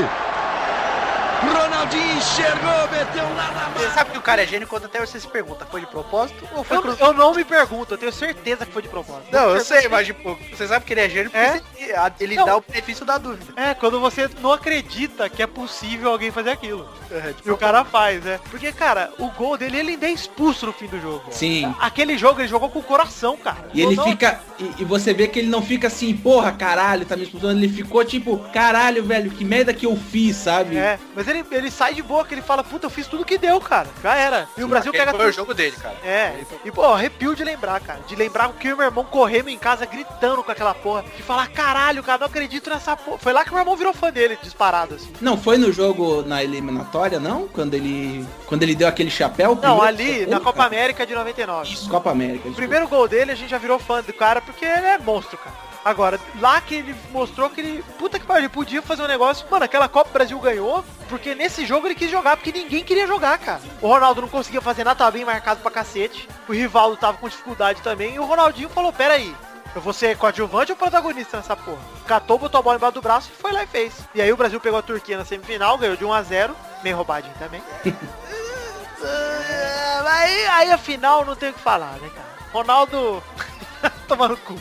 Ronaldinho enxergou, meteu lá na Você sabe que o cara é gênio quando até você se pergunta, foi de propósito ou foi eu, eu não me pergunto, eu tenho certeza que foi de propósito. Não, eu sei, mas de tipo, pouco. Você sabe que ele é gênio porque É? você- a- ele Não. dá o benefício da dúvida. É, quando você não acredita que é possível alguém fazer aquilo. É, tipo, E o cara faz, né? Porque, cara, o gol dele, ele ainda é expulso no fim do jogo. Sim. Aquele jogo, ele jogou com o coração, cara. E ele Não- fica. E, e você vê que ele não fica assim, porra, caralho, tá me expulsando. Ele ficou tipo, caralho, velho, que merda que eu fiz, sabe? É, mas ele, ele sai de boa, que ele fala, puta, eu fiz tudo que deu, cara. Já era. E o Brasil Aquele pega foi o tudo. jogo dele, cara. É, e pô, arrepio de lembrar, cara. De lembrar o que o meu irmão correndo em casa, gritando com aquela porra. De falar, caralho, cara, não acredito nessa porra. Foi lá que meu irmão virou fã dele, disparado, assim. Não foi no jogo na eliminatória, não? Quando ele. Quando ele deu aquele chapéu? Não, primeiro ali, chapéu, na Copa cara? América de 99. Isso, Copa América. O desculpa. primeiro gol dele, a gente já virou fã do cara, porque ele é monstro, cara. Agora, lá que ele mostrou que ele, puta que pariu, ele podia fazer um negócio. Mano, aquela Copa o Brasil ganhou, porque nesse jogo ele quis jogar, porque ninguém queria jogar, cara. O Ronaldo não conseguia fazer nada, tava bem marcado pra cacete. O Rivaldo tava com dificuldade também, e o Ronaldinho falou, pera aí. Eu vou ser coadjuvante ou protagonista nessa porra? Catou, botou a bola embaixo do braço e foi lá e fez. E aí o Brasil pegou a Turquia na semifinal, ganhou de 1 a 0 Meio roubadinho também. Ah, Aí, aí afinal não tem o que falar, né, cara? Ronaldo. Tomando cu.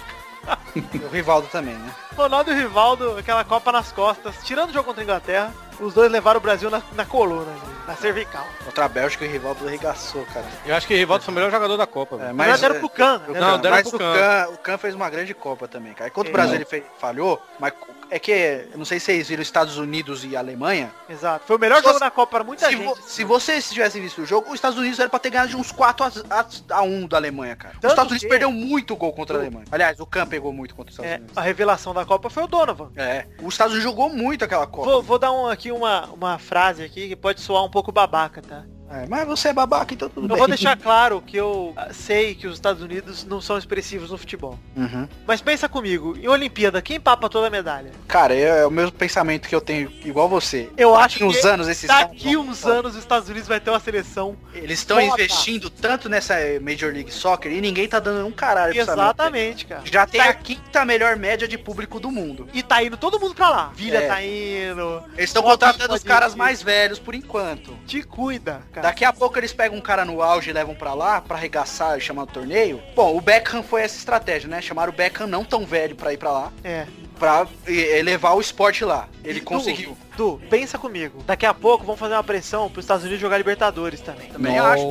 O Rivaldo também, né? Ronaldo e Rivaldo, aquela Copa nas costas, tirando o jogo contra a Inglaterra, os dois levaram o Brasil na, na coluna, gente, na cervical. Contra a Bélgica, o Rivaldo arregaçou, cara. Eu acho que o Rivaldo foi o melhor jogador da Copa. velho. É, Mas, mas, deram pro Can. né, Não, cara? deram mas pro o Kahn. Kahn o Kahn fez uma grande Copa também, cara. E Contra o É. Brasil ele fe- falhou, mas é que, eu não sei se vocês viram Estados Unidos e Alemanha. Exato. Foi o melhor Se jogo você- da Copa para muita se, gente. né? vo- se vocês tivessem visto o jogo, os Estados Unidos era pra ter ganhado de uns 4 a, a, a 1 da Alemanha, cara. Tanto os Estados Unidos que- perdeu muito gol contra a Alemanha. Aliás, o Kahn pegou muito contra os Estados É, Unidos. a revelação da Copa foi o Donovan. É, os Estados Unidos jogou muito aquela Copa. Vou, vou dar um, aqui uma, uma frase aqui que pode soar um pouco babaca, tá? É, mas você é babaca, então tudo Eu bem. vou deixar claro que eu ah, sei que os Estados Unidos não são expressivos no futebol. Uhum. Mas pensa comigo, em Olimpíada, quem papa toda a medalha? Cara, é, é o mesmo pensamento que eu tenho, igual você. Eu acho Daqui uns que anos esses daqui caras- uns anos os Estados Unidos vai ter uma seleção. Eles estão Foda. investindo tanto nessa Major League Soccer e ninguém tá dando um caralho pra essa merda. Exatamente, cara. Já tem Tá- a quinta melhor média de público do mundo. E tá indo todo mundo pra lá. Vilha É. tá indo. Eles estão Pode- contratando os pode caras ir. mais velhos por enquanto. Te cuida, cara. Daqui a pouco eles pegam um cara no auge e levam pra lá pra arregaçar e chamar do torneio. Bom, o Beckham foi essa estratégia, né? Chamaram o Beckham não tão velho pra ir pra lá, É. pra eh, elevar o esporte lá. Ele Du, conseguiu. Du, pensa comigo. Daqui a pouco vão fazer uma pressão pros Estados Unidos jogar Libertadores também. Também acho.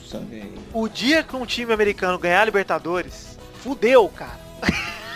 Nossa, velho. O dia que um time americano ganhar a Libertadores, fudeu, cara.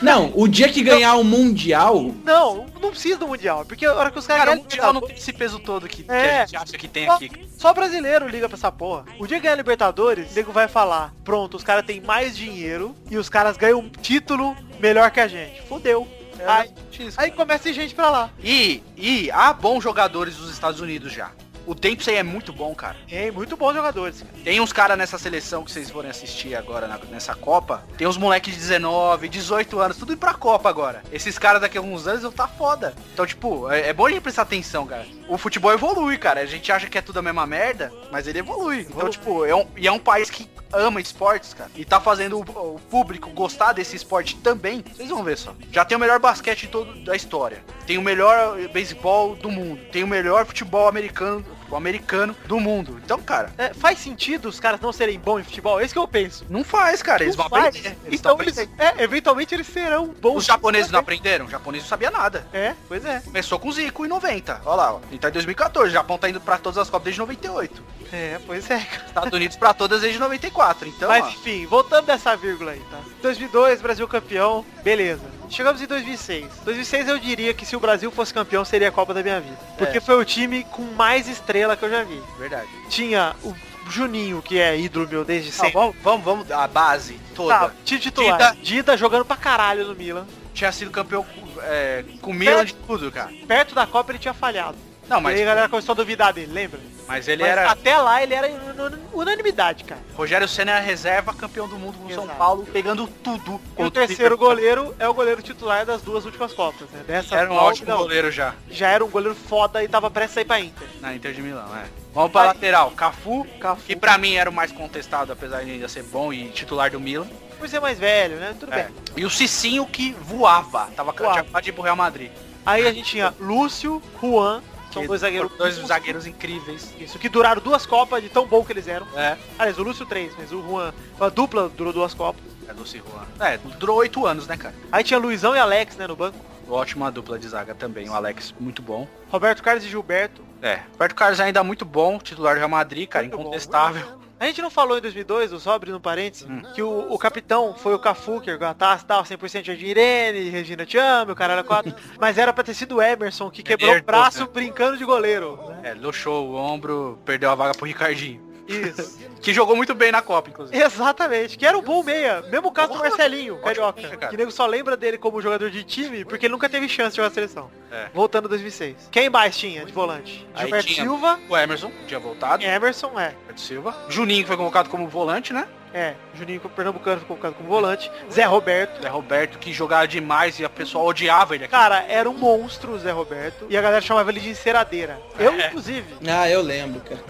Não, o dia que ganhar o Mundial, Não, não precisa do Mundial. Porque a hora que os caras Cara, o ganharem Mundial não Libertadores, tem esse peso todo que, que É. a gente acha que tem Ó. aqui. Só brasileiro liga pra essa porra. O dia que ganhar a Libertadores, o nego vai falar: pronto, os caras têm mais dinheiro e os caras ganham um título melhor que a gente. Fudeu. Aí, aí começa a ir gente pra lá. E, e há bons jogadores dos Estados Unidos já. O Dempsey é muito bom, cara. Tem muito bons jogadores, cara. Tem uns caras nessa seleção que vocês forem assistir agora na- nessa Copa. Tem uns moleques de 19, 18 anos, tudo indo pra Copa agora. Esses caras daqui a alguns anos vão tá foda. Então, tipo, é, é bom a gente prestar atenção, cara. O futebol evolui, cara. A gente acha que é tudo a mesma merda, mas ele evolui. Então, tipo, é um, e é um país que ama esportes, cara. E tá fazendo o, o público gostar desse esporte também. Vocês vão ver só. Já tem o melhor basquete de todo, da história. Tem o melhor eh, beisebol do mundo. Tem o melhor futebol americano, o americano do mundo. Então, cara, É, faz sentido os caras não serem bons em futebol? É isso que eu penso. não faz, cara. Eles Não vão faz. aprender. Eles Então tão eles, aprendendo. é, eventualmente eles serão bons. Os japoneses não aprenderam? Os japoneses não sabia nada. É, pois é. Começou com o Zico em 90. Olha lá, ó. A gente tá em 2014. O Japão tá indo pra todas as Copas desde 98. É, pois é. cara. Estados Unidos pra todas desde 94. Então, Mas ó, enfim, voltando dessa vírgula aí, tá? 2002, Brasil campeão, beleza. Chegamos em 2006. 2006 eu diria que se o Brasil fosse campeão seria a Copa da minha vida. É. Porque foi o time com mais estrela que eu já vi. verdade. Tinha o Juninho, que é ídolo meu desde Não, sempre. vamos, vamos, vamos. A base toda. Tá, time titular. Dida. Dida jogando pra caralho no Milan. Tinha sido campeão com- é, com o Milan de tudo, cara. Perto da Copa ele tinha falhado. Não, Mas mas aí a galera começou a duvidar dele, lembra? Mas ele Mas era. até lá ele era un- unanimidade, cara. Rogério Senna era reserva, campeão do mundo com o São Exato. Paulo, pegando tudo. E contra o terceiro goleiro é o goleiro titular das duas últimas Copas, né? Dessa Era um Copa, ótimo não, goleiro já. Já era um goleiro foda e tava prestes a ir pra Inter. Na Inter de Milão, é. Vamos pra Vai. lateral. Cafu, Cafu. que pra mim era o mais contestado, apesar de ainda ser bom e titular do Milan. Por ser mais velho, né? Tudo É. bem. E o Cicinho que voava. Tava Voava. tinha acabado de ir pro Real Madrid. Aí a gente tinha Lúcio, Juan, são Que dois zagueiros. foram Dois zagueiros incríveis. Isso, que duraram duas Copas de tão bom que eles eram. É. Aliás, o Lúcio três, mas o Juan, a dupla durou duas Copas. É do Juan. É, durou oito anos, né, cara? Aí tinha Luizão e Alex, né, no banco. Ótima dupla de zaga também. O Alex, muito bom. Roberto Carlos e Gilberto. É. Roberto Carlos ainda muito bom, titular do Real Madrid, cara, Muito bom. incontestável. A gente não falou em 2002, o Sobre no um parênteses, Hum. que o, o capitão foi o Cafu, que ergou a taça e tal, 100% de Irene, Regina Te Amo, o caralho 4, mas era pra ter sido o Emerson, que quebrou o Errou, braço né? brincando de goleiro. né? É, luxou o ombro, perdeu a vaga pro Ricardinho. Isso. Que jogou muito bem na Copa, inclusive. Exatamente, que era um bom meia, mesmo caso do Marcelinho, meia, carioca, cara. que nego só lembra dele como um jogador de time, porque ele nunca teve chance de jogar a seleção. É. Voltando a 2006. Quem mais tinha de volante? Aí Gilberto tinha- Silva, O Emerson tinha voltado, Emerson, é. Gilberto Silva. Juninho que foi convocado como volante, né? É, Juninho Pernambucano foi colocado como volante, Zé Roberto, Zé Roberto que jogava demais e a pessoa odiava ele aqui. Cara, era um monstro o Zé Roberto. E a galera chamava ele de enceradeira. Eu, É. inclusive, Ah, eu lembro, cara.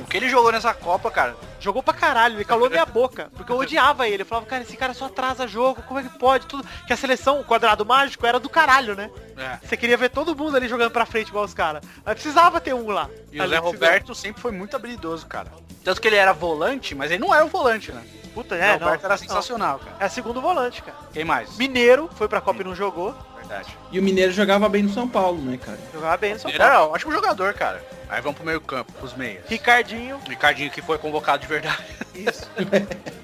O que ele jogou nessa Copa, cara? jogou pra caralho, me calou minha boca. Porque eu odiava ele. Eu falava, cara, esse cara só atrasa jogo, como é que pode? Tudo. Que a seleção, o quadrado mágico, era do caralho, né? É. Você queria ver todo mundo ali jogando pra frente igual os caras. Mas precisava ter um lá. E o Ali Zé que se Roberto sempre foi muito habilidoso, cara. Tanto que ele era volante, mas ele não era um volante, né? vê. Puta, O Zé é, não, Roberto era não. sensacional, cara. É segundo volante, cara. Quem mais? Mineiro foi pra Copa e não jogou. Verdade. E o Mineiro jogava bem no São Paulo, né, cara? Jogava bem no São Ele Paulo. era um ótimo jogador, cara. Aí vamos pro meio campo, pros meias. Ricardinho, Ricardinho que foi convocado de verdade. isso.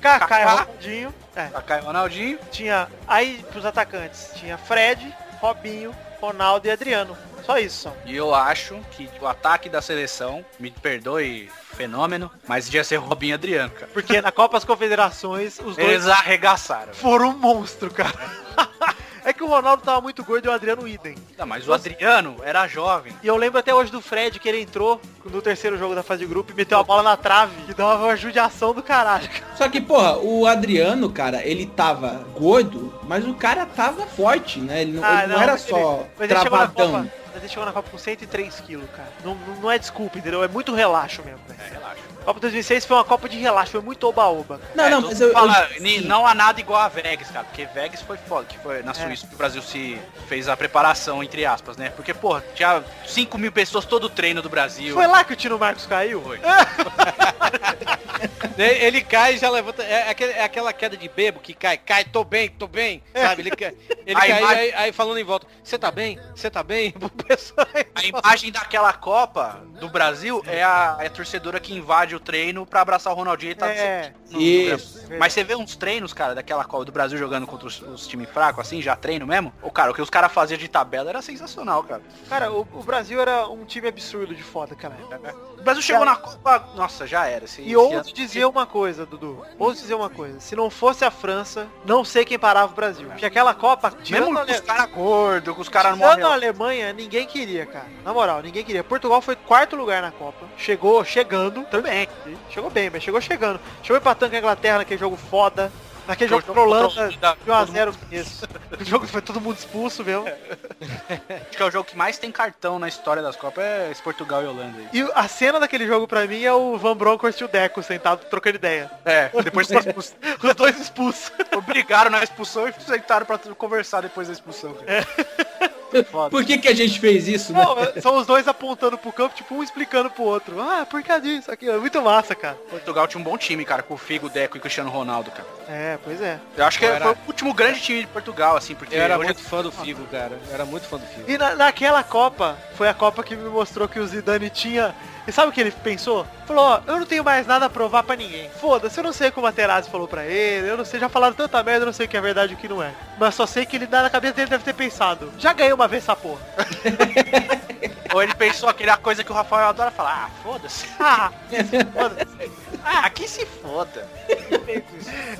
Kaká e Kaká. Ronaldinho. É. Kaká e Tá, Ronaldinho. Tinha. Aí pros atacantes, tinha Fred, Robinho, Ronaldo e Adriano. Só isso. só. E eu acho que o ataque da seleção, me perdoe, fenômeno, mas devia ser Robinho e Adriano, cara. Porque na Copa das Confederações, os dois Eles arregaçaram. velho. foram um monstro, cara. é que o Ronaldo tava muito gordo e o Adriano idem. Não, mas o Adriano era jovem. E eu lembro até hoje do Fred que ele entrou no terceiro jogo da fase de grupo e meteu a bola na trave e dava uma judiação do caralho. cara. Só que, porra, o Adriano, cara, ele tava gordo, mas o cara tava forte, né? Ele não, ele não era Ah, mas só mas ele chegou na travadão. Copa. Mas ele chegou na Copa com 103 quilos, cara. Não, não não é desculpa, entendeu? É muito relaxo mesmo, né? Relaxa. Copa 2006 foi uma Copa de relaxo, foi muito oba-oba. cara. Não, É, não, todo mas mundo eu. fala, eu- "Ni- sim. não há nada igual a Vegas, cara, porque Vegas foi foda, que foi É. na Suíça que o Brasil se fez a preparação, entre aspas, né? Porque, porra, tinha 5 mil pessoas todo o treino do Brasil. Foi lá que o Tino Marcos caiu? Foi. Né, Ele ele cai e já levanta. É, aquele- é aquela queda de bebo que cai, cai, tô bem, tô bem. Sabe? Ele, cai- ele Aí cai vai- aí, aí falando em volta. Você tá bem? Você tá bem? Pro pessoal. A imagem daquela Copa do Brasil é a, é a torcedora que invade o treino pra abraçar o Ronaldinho e tá É, no- no- Isso. no- Mas você vê uns treinos, cara, daquela Copa do Brasil jogando contra os, os times fracos, assim, já treino mesmo? O cara, o que os caras faziam de tabela era sensacional, cara. Cara, o, o Brasil era um time absurdo de foda, cara. O Brasil chegou na Copa, nossa, já era. esse- E esse ano- ouso dizer uma coisa, Dudu. Ouso dizer uma coisa. Se não fosse a França, não sei quem parava o Brasil. Porque aquela Copa, tirando, Mesmo a, com os Ale... caras gordos, com os caras tirando a morrendo. Alemanha, ninguém queria, cara. Na moral, ninguém queria. Portugal foi quarto lugar na Copa. Chegou chegando. Também. Chegou bem, mas chegou chegando. Chegou empatando com a Inglaterra naquele jogo foda. Naquele jogo contra a Holanda, de 1x0. Isso. O jogo foi todo mundo expulso mesmo. Acho que é o jogo que mais tem cartão na história das Copas é esse Portugal e Holanda aí. E a cena daquele jogo pra mim é o Van Bronckhorst e o Deco sentado trocando ideia. É, depois que expulsão. Os dois expulsos. Obrigaram na expulsão e sentaram pra conversar depois da expulsão. cara. É. Por que, que a gente fez isso, né? Não, são os dois apontando pro campo, tipo, um explicando pro outro. Ah, por causa disso, aqui, é muito massa, cara. Portugal tinha um bom time, cara, com o Figo, Deco e Cristiano Ronaldo, cara. É, pois é. Eu acho que Eu era- foi o último grande time de Portugal, assim, porque Eu era hoje muito fã do Figo, cara. Eu era muito fã do Figo. E na- naquela Copa, foi a Copa que me mostrou que o Zidane tinha... E sabe o que ele pensou? Falou, ó, eu não tenho mais nada a provar pra ninguém. Foda-se, eu não sei o que o Materazzi falou pra ele, eu não sei, já falaram tanta merda, eu não sei o que é verdade e o que não é. Mas só sei que ele na cabeça dele deve ter pensado, já ganhei uma vez essa porra. ou ele pensou aquela coisa que o Rafael adora falar, ah, foda-se. Ah, Ah, que se foda.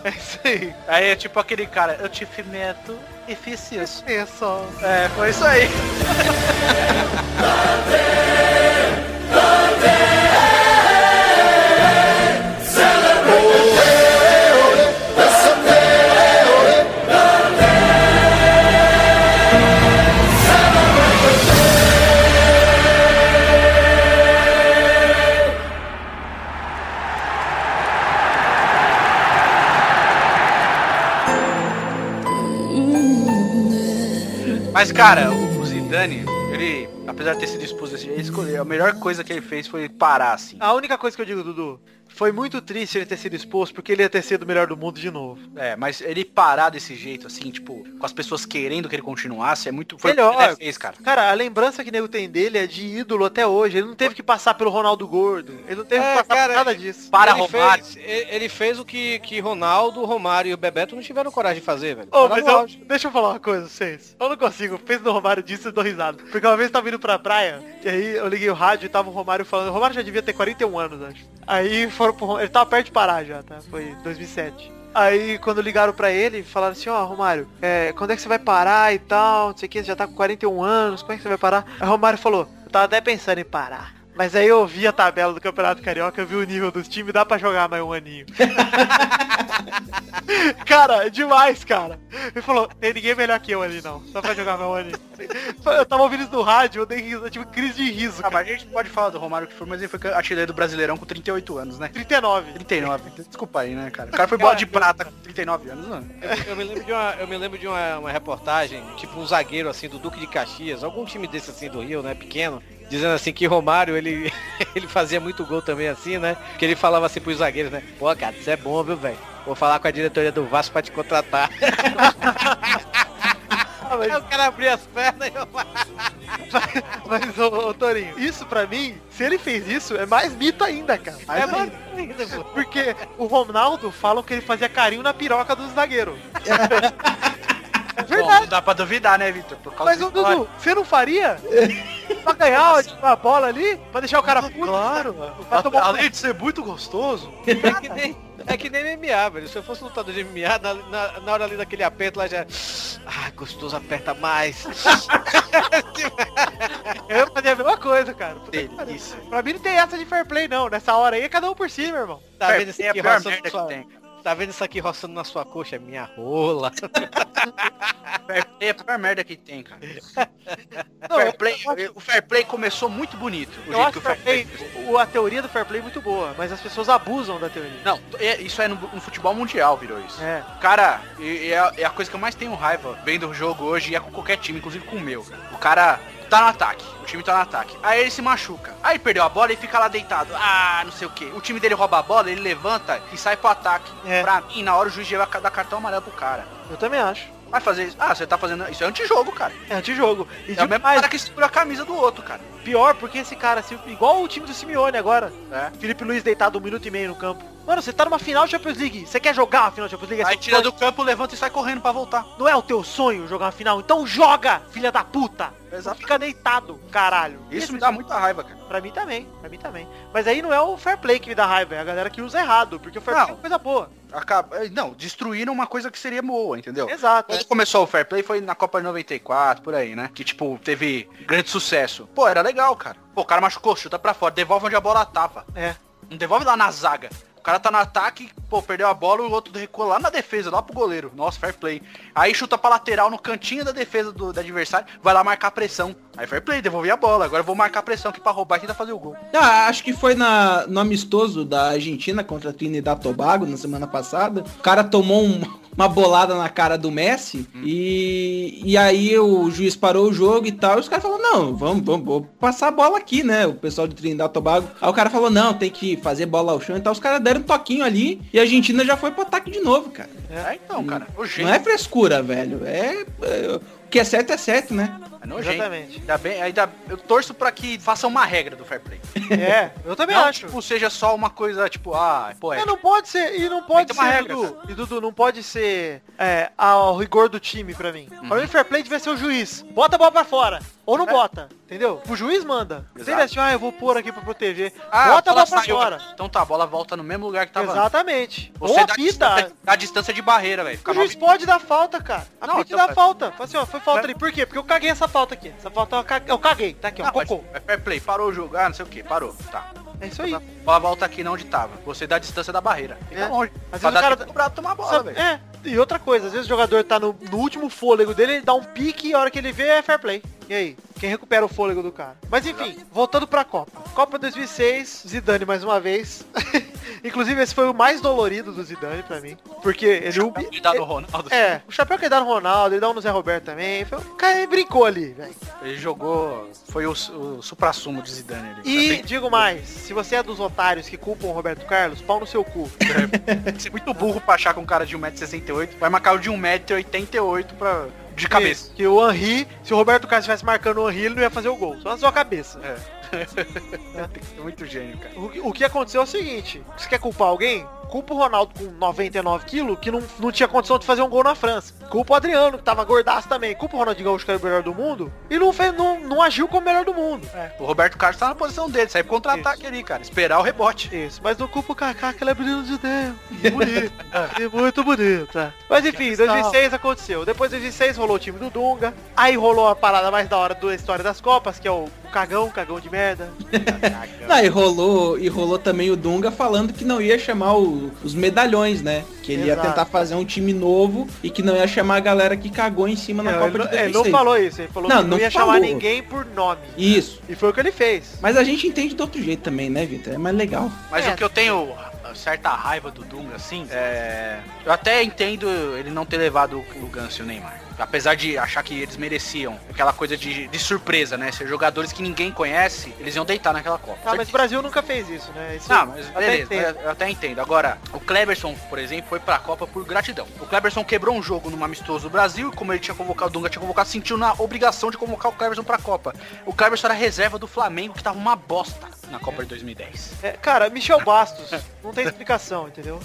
é isso aí. Aí é tipo aquele cara, eu te meto e fiz isso. É só... É, foi isso aí. Mas, cara, o o Zidane, ele, apesar de ter sido expulso desse jeito, ele escolheu. A melhor coisa que ele fez foi parar, assim. A única coisa que eu digo, Dudu, foi muito triste ele ter sido exposto porque ele ia ter sido o melhor do mundo de novo. É, mas ele parar desse jeito, assim, tipo, com as pessoas querendo que ele continuasse, é muito... Foi Melhor. o que ele fez, cara. Cara, a lembrança que o nego tem dele é de ídolo até hoje. Ele não teve que passar pelo Ronaldo Gordo. Ele não teve É, que passar cara, por nada disso. Para, ele Romário. Fez, ele ele fez o que, que Ronaldo, Romário e o Bebeto não tiveram coragem de fazer, velho. Ô, Tá mas no eu, auge. deixa eu falar uma coisa, vocês. Eu não consigo. Pensa no Romário disso e dou risada. Porque uma vez eu tava indo pra praia, e aí eu liguei o rádio e tava o Romário falando. O Romário já devia ter 41 anos, acho. Aí foram pro Rom- Ele tava perto de parar já, tá? Foi 2007. Aí quando ligaram pra ele, falaram assim, ó, Romário, é, quando é que você vai parar e tal, não sei o que, você já tá com 41 anos, como é que você vai parar? Aí o Romário falou, eu tava até pensando em parar. Mas aí eu vi a tabela do Campeonato Carioca, eu vi o nível dos times, dá pra jogar mais um aninho. Cara, é demais, cara. Ele falou, tem ninguém melhor que eu ali, não. Só pra jogar meu ali. Eu tava ouvindo isso no rádio, eu dei riso, eu tive crise de riso, Ah, cara. mas a gente pode falar do Romário que foi, mas ele foi artilheiro do Brasileirão com 38 anos, né? 39. 39. Desculpa aí, né, cara? O cara foi bola de prata com 39 anos, mano. Eu- Eu me lembro de, uma, eu me lembro de uma, uma reportagem, tipo um zagueiro assim do Duque de Caxias, algum time desse assim do Rio, né, pequeno, dizendo assim que Romário, ele, ele fazia muito gol também assim, né? Que ele falava assim pros zagueiros, né? Pô, cara, isso é bom, viu, velho? Vou falar com a diretoria do Vasco pra te contratar. Ah, Aí o cara abria as pernas e eu... Mas, ô, ô, Torinho, isso pra mim, se ele fez isso, é mais mito ainda, cara. é mais mito ainda, pô. Porque o Ronaldo falam que ele fazia carinho na piroca do zagueiro. é Bom, verdade. não dá pra duvidar, né, Vitor? Por causa Mas, do ô, Dudu, você não faria? pra ganhar ó, tipo, a bola ali? Pra deixar o cara puto? Claro, pra tomar um Além de ser muito gostoso, É que nem, é que nem MMA, velho. Se eu fosse lutador de MMA, na, na- na hora ali daquele aperto lá já. Ah, gostoso, aperta mais. Eu fazia a mesma coisa, cara. Puta que pariu. delícia. Pra mim não tem essa de fair play, não. Nessa hora aí é cada um por si, meu irmão. Tá vendo isso É a aqui pior roçando merda que na sua. tem. Tá vendo isso aqui roçando na sua coxa? Minha rola. Fair play é a pior merda que tem, cara. Não, fair eu- play, o fair play começou muito bonito. Eu O jeito acho que o fair fair play. play, o- a teoria do fair play é muito boa, mas as pessoas abusam da teoria. Não, é- isso é no, no futebol mundial, virou isso. É. Cara, e- e é, é a coisa que eu mais tenho raiva vendo o jogo hoje, e é com qualquer time, inclusive com o meu. O cara tá no ataque, o time tá no ataque. Aí ele se machuca. Aí perdeu a bola e fica lá deitado. Ah, não sei o que. O time dele rouba a bola, ele levanta e sai pro ataque. É. Pra mim, na hora o juiz vai dar cartão amarelo pro cara. Eu também acho. Vai fazer isso. Ah, você tá fazendo. Isso é antijogo, cara. É antijogo. E É o mesmo demais, cara que segura a camisa do outro, cara. pior, porque esse cara, assim, igual o time do Simeone agora. É. Felipe Luiz deitado um minuto e meio no campo. Mano, você tá numa final de Champions League. Você quer jogar a final de Champions League? É Aí seu tira sonho? do campo, levanta e sai correndo pra voltar. Não é o teu sonho jogar uma final? Então joga, filha da puta. Não Exato. fica deitado, caralho. Isso me dá muita raiva, cara. Pra mim também, pra mim também. Mas aí não é o fair play que me dá raiva, é a galera que usa errado, porque o fair Não. play é uma coisa boa. Acaba... eh, Não, destruíram uma coisa que seria boa, entendeu? Exato. Quando começou o Fair Play foi na Copa de 94, por aí, né? Que, tipo, teve grande sucesso. Pô, era legal, cara. Pô, o cara machucou, chuta pra fora, devolve onde a bola tapa. É. Não devolve lá na zaga. O cara tá no ataque, pô, perdeu a bola, o outro recuou lá na defesa, lá pro goleiro. Nossa, fair play. Aí chuta pra lateral no cantinho da defesa do, do adversário, vai lá marcar a pressão. Aí fair play, devolvi a bola. Agora eu vou marcar a pressão aqui pra roubar e tentar fazer o gol. Ah, acho que foi na, no amistoso da Argentina contra a Trinidad e Tobago na semana passada. O cara tomou um- uma bolada na cara do Messi e, e aí o juiz parou o jogo e tal. E os caras falaram, não, vamos, vamos, vou passar a bola aqui, né? O pessoal de Trinidad e Tobago. Aí o cara falou, não, tem que fazer bola ao chão e tal. Os caras deram um toquinho ali e a Argentina já foi pro ataque de novo, cara. É, então, cara. Nojento. Não é frescura, velho. É, é- o que é certo é certo, né? É nojento. Exatamente. Ainda bem, ainda, eu torço pra que façam uma regra do fair play. É, eu também Não, acho. tipo, seja só uma coisa, tipo, ah, pô, é É, não pode ser, e não pode Tem ser, uma regra, Dudu, e Dudu, não pode ser é, ao rigor do time pra mim. Uhum. Pra mim, fair play devia ser o juiz. Bota a bola pra fora, ou não bota, entendeu? O juiz manda. Se ele É. Exato. assim, ah, eu vou pôr aqui pra proteger, Ah, bota a bola pra saiu. fora. Então tá, a bola volta no mesmo lugar que tava. antes. Exatamente. Ou Tá Você dá apita. distância, dá distância de barreira, velho. O Fica mal... juiz pode dar falta, cara. A Não, não, então dá faz. falta. Fala assim, ó, foi falta ali. Por quê? Porque eu caguei essa falta aqui. Essa falta é eu caguei. Eu caguei. Tá aqui, ó. Não, mas cocô. é fair play, parou o jogo, ah, não sei o que, parou, tá. É isso aí. A bola volta aqui não onde tava. Você dá a distância da barreira. Fica É. longe. Às Pra vezes dar o cara- tempo do Brabo tomar a bola, Sabe- velho. é. E outra coisa, às vezes o jogador tá no, no último fôlego dele, ele dá um pique e a hora que ele vê é fair play. E aí? Quem recupera o fôlego do cara? Mas enfim, voltando pra Copa. Copa 2006, Zidane mais uma vez. Inclusive, esse foi o mais dolorido do Zidane pra mim. Porque ele... O Ele dá no Ronaldo. É, o chapéu que ele dá no Ronaldo, ele dá um no Zé Roberto também. Foi- O cara brincou ali, velho. Ele jogou. Foi o, o supra-sumo de Zidane ali. E digo mais, se você é dos otários que culpam o Roberto Carlos, pau no seu cu. Tem que ser muito burro pra achar com um cara de 1,68m. Vai marcar o de 1,88m pra... de cabeça. Que, que o Henry, se o Roberto Carlos estivesse marcando o Henry, ele não ia fazer o gol. Só na sua cabeça. É. Tem que ser É muito gênio, cara. O, que- o que aconteceu é o seguinte, você quer culpar alguém? Culpa o Ronaldo com 99 quilos, que não, não tinha condição de fazer um gol na França. Culpa o Adriano, que tava gordaço também. Culpa o Ronaldinho Gaúcho, que era o melhor do mundo, e não, fez, não, não agiu como o melhor do mundo. O Roberto Carlos tá na posição dele, sai pro contra-ataque ali, cara. Esperar o rebote. É Isso, mas não culpa o Kaká, que ele é menino de Deus. E bonito. e muito bonito. é. Mas enfim, 2006 aconteceu. Depois de 2006 rolou o time do Dunga. Aí rolou a parada mais da hora da história das Copas, que é o cagão, cagão de merda. Não, e rolou, e rolou também o Dunga falando que não ia chamar o- os medalhões, né? Que ele Exato. ia tentar fazer um time novo e que não ia chamar a galera que cagou em cima na Não, É, ele, Copa não- de ele não 2006. falou isso, ele falou Não, que não, não ia falou. chamar ninguém por nome. Isso. E foi o que ele fez. Mas a gente entende do outro jeito também, né, Vitor? É mais legal. Mas É. o que eu tenho certa raiva do Dunga, assim, é... Eu até entendo ele não ter levado o Ganso e o Neymar. Apesar de achar que eles mereciam aquela coisa de, de surpresa, né? Ser jogadores que ninguém conhece, eles iam deitar naquela Copa. Ah, mas o Brasil nunca fez isso, né? Isso Não, mas até beleza, entendo. eu- eu até entendo. Agora, o Kleberson, por exemplo, foi pra Copa por gratidão. O Kleberson quebrou um jogo numa amistoso do Brasil e como ele tinha convocado, o Dunga tinha convocado, sentiu na obrigação de convocar o Kleberson pra Copa. O Kleberson era reserva do Flamengo, que tava uma bosta na Copa de 2010. É, cara, Michel Bastos, não tem explicação, entendeu?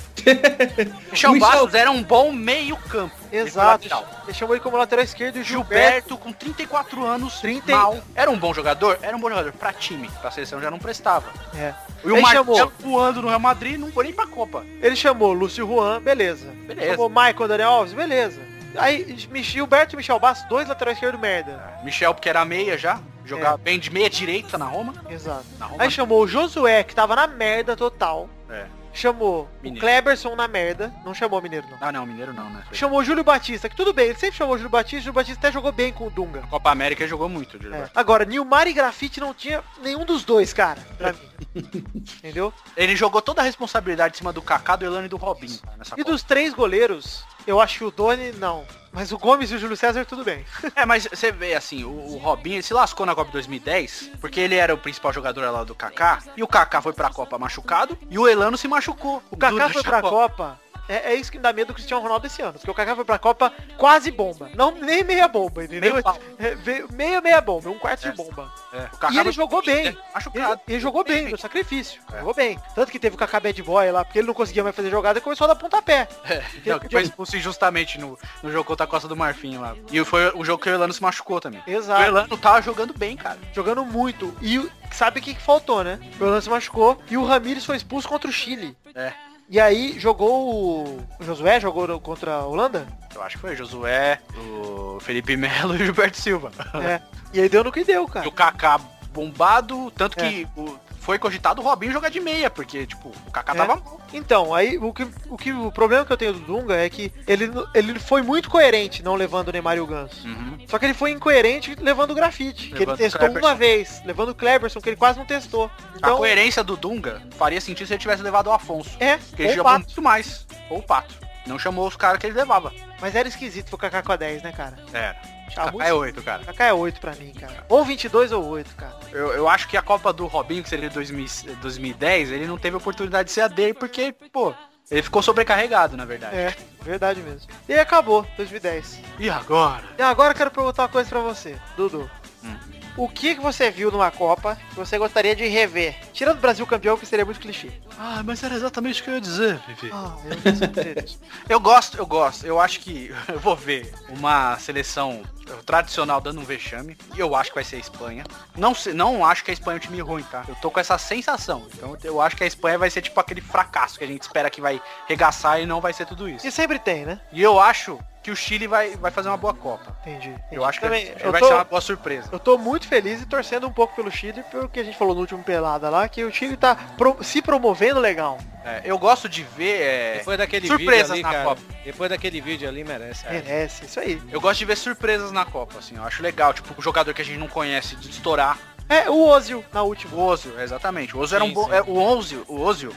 Michel Michel- Bastos era um bom meio campo. É. Exato. Ele foi lateral. Ele chamou ele como lateral esquerdo e o Gilberto Gilberto, com 34 anos, 30 e- mal. Era um bom jogador? Era um bom jogador. Pra time, pra seleção já não prestava. É. E o Ele Marcelo chamou. voando no Real Madrid, não foi nem pra Copa. Ele chamou Lúcio Juan, beleza. Beleza. Chamou Michael Daniel Alves, beleza. Aí Mich- Gilberto e Michel Bastos, dois laterais esquerdo merda. Michel, porque era meia já, jogava É. bem de meia direita na Roma. Exato. Na Roma Aí chamou o Josué, que tava na merda total. É. Chamou Mineiro. o Kleberson na merda. Não chamou o Mineiro, não. Ah, não, Mineiro não, né? Foi. Chamou o Júlio Batista, que tudo bem, ele sempre chamou o Júlio Batista, o Júlio Batista até jogou bem com o Dunga. Copa América ele jogou muito, É. Gilberto. Agora, Nilmar e Grafite não tinha nenhum dos dois, cara, pra mim. Entendeu? Ele jogou toda a responsabilidade em cima do Kaká, do Elano e do Robinho cara, nessa E Copa. dos três goleiros, eu acho que o Doni, não. Mas o Gomes e o Júlio César, tudo bem. É, mas você vê assim, o, o Robinho ele se lascou na Copa 2010, porque ele era o principal jogador lá do Kaká, e o Kaká foi pra Copa machucado, e o Elano se machucou. O Kaká foi pra Copa. É, é isso que me dá medo do Cristiano Ronaldo esse ano. Porque o Kaká foi pra Copa quase bomba. Não, nem meia bomba, entendeu? Meio pau. É, veio meia, meia bomba, um quarto É. de bomba. É, o Kaká E ele foi- jogou bem. é, Ele, Machucado. É. ele jogou bem, no sacrifício. Jogou bem. Tanto que teve o Kaká Bad Boy lá, porque ele não conseguia mais fazer jogada e começou a dar pontapé. Ele É, Não, que podia- foi expulso injustamente no, no jogo contra a Costa do Marfim lá. E foi o jogo que o Elano se machucou também. O Exato. Elano tava jogando bem, cara. Jogando muito. E o- sabe o que, que faltou, né? O Fernando se machucou e o Ramires foi expulso contra o Chile. É. E aí jogou o. o Josué jogou no- contra a Holanda? Eu acho que foi o Josué, o Felipe Melo e o Gilberto Silva. É. E aí deu no que deu, E cara. o Kaká bombado, tanto que o- foi cogitado o Robinho jogar de meia, porque, tipo, o Kaká É. tava mal. Então, aí o que, o que o problema que eu tenho do Dunga é que ele, ele foi muito coerente não levando o Neymar e o Ganso. Só que ele foi incoerente levando o grafite, que Uhum. Levando ele o testou Tá Kleberson. uma vez, levando o Kleberson, que ele quase não testou. A Então, coerência do Dunga faria sentido se ele tivesse levado o Afonso. é, Porque ele ou jogou pato. muito mais. Ou o Pato. Não chamou os caras que ele levava. Mas era esquisito o Kaká com a 10, né, cara? É. Ah, Kaká é oito, cara. Kaká é 8 pra mim, cara. Ou 22 ou 8, cara. Eu, eu acho que a Copa do Robinho, que seria 2000 2010, ele não teve oportunidade de ser a dele, porque, pô, ele ficou sobrecarregado, na verdade. É, verdade mesmo. E aí acabou, 2010. E agora? E agora eu quero perguntar uma coisa pra você, Dudu. Hum. O que, que você viu numa Copa que você gostaria de rever? Tirando o Brasil campeão, que seria muito clichê. Ah, mas era exatamente o que eu ia dizer, Vivi. Ah, eu não sei Eu gosto, eu gosto. Eu acho que eu vou ver uma seleção tradicional dando um vexame. E eu acho que vai ser a Espanha. Não, se- não acho que a Espanha é um time ruim, tá? Eu tô com essa sensação. Então eu acho que a Espanha vai ser tipo aquele fracasso que a gente espera que vai regaçar e não vai ser tudo isso. e sempre tem, né? E eu acho que o Chile vai, vai fazer uma boa Copa. Entendi. entendi. Eu acho que Também, vai- eu vai tô- ser uma boa surpresa. Eu tô muito feliz e torcendo um pouco pelo Chile, pelo que a gente falou no último pelada lá, que o Chile tá pro- se promovendo legal. É, eu gosto de ver. é, Depois daquele Surpresas vídeo ali, na cara. Copa. Depois daquele vídeo ali merece. É. cara. Merece, isso aí. Eu gosto de ver surpresas na Copa, assim. Eu acho legal, tipo, o jogador que a gente não conhece de estourar. É, o Ozil na última. O Ozil, exatamente. O Ozil era Sim, um bom. sim. é, o Ozil, o Ozil.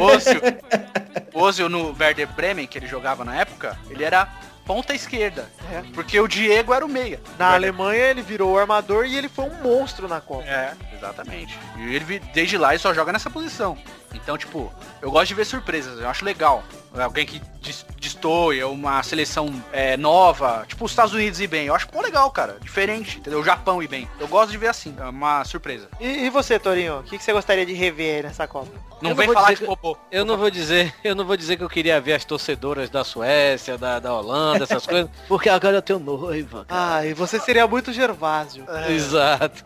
O Ozil. o Ozil no Werder Bremen, que ele jogava na época, ele era ponta esquerda. É. Porque o Diego era o meia. Na Werder- Alemanha ele virou o armador e ele foi um monstro na Copa. É, exatamente. E ele vi- desde lá ele só joga nessa posição. Então, tipo, eu gosto de ver surpresas, eu acho legal. É Alguém que dis- destoia, uma seleção é, nova, tipo os Estados Unidos ir bem. Eu acho pô, legal, cara. Diferente, entendeu? O Japão ir bem. Eu gosto de ver assim, é uma surpresa. E, e você, Torinho? O que, que você gostaria de rever aí nessa Copa? Não Eu não vem vou falar dizer de popô. Eu não vou dizer, eu não vou dizer que eu queria ver as torcedoras da Suécia, da, da Holanda, essas coisas, porque agora eu tenho noiva. cara. Ah, e você seria muito Gervásio. É, Exato.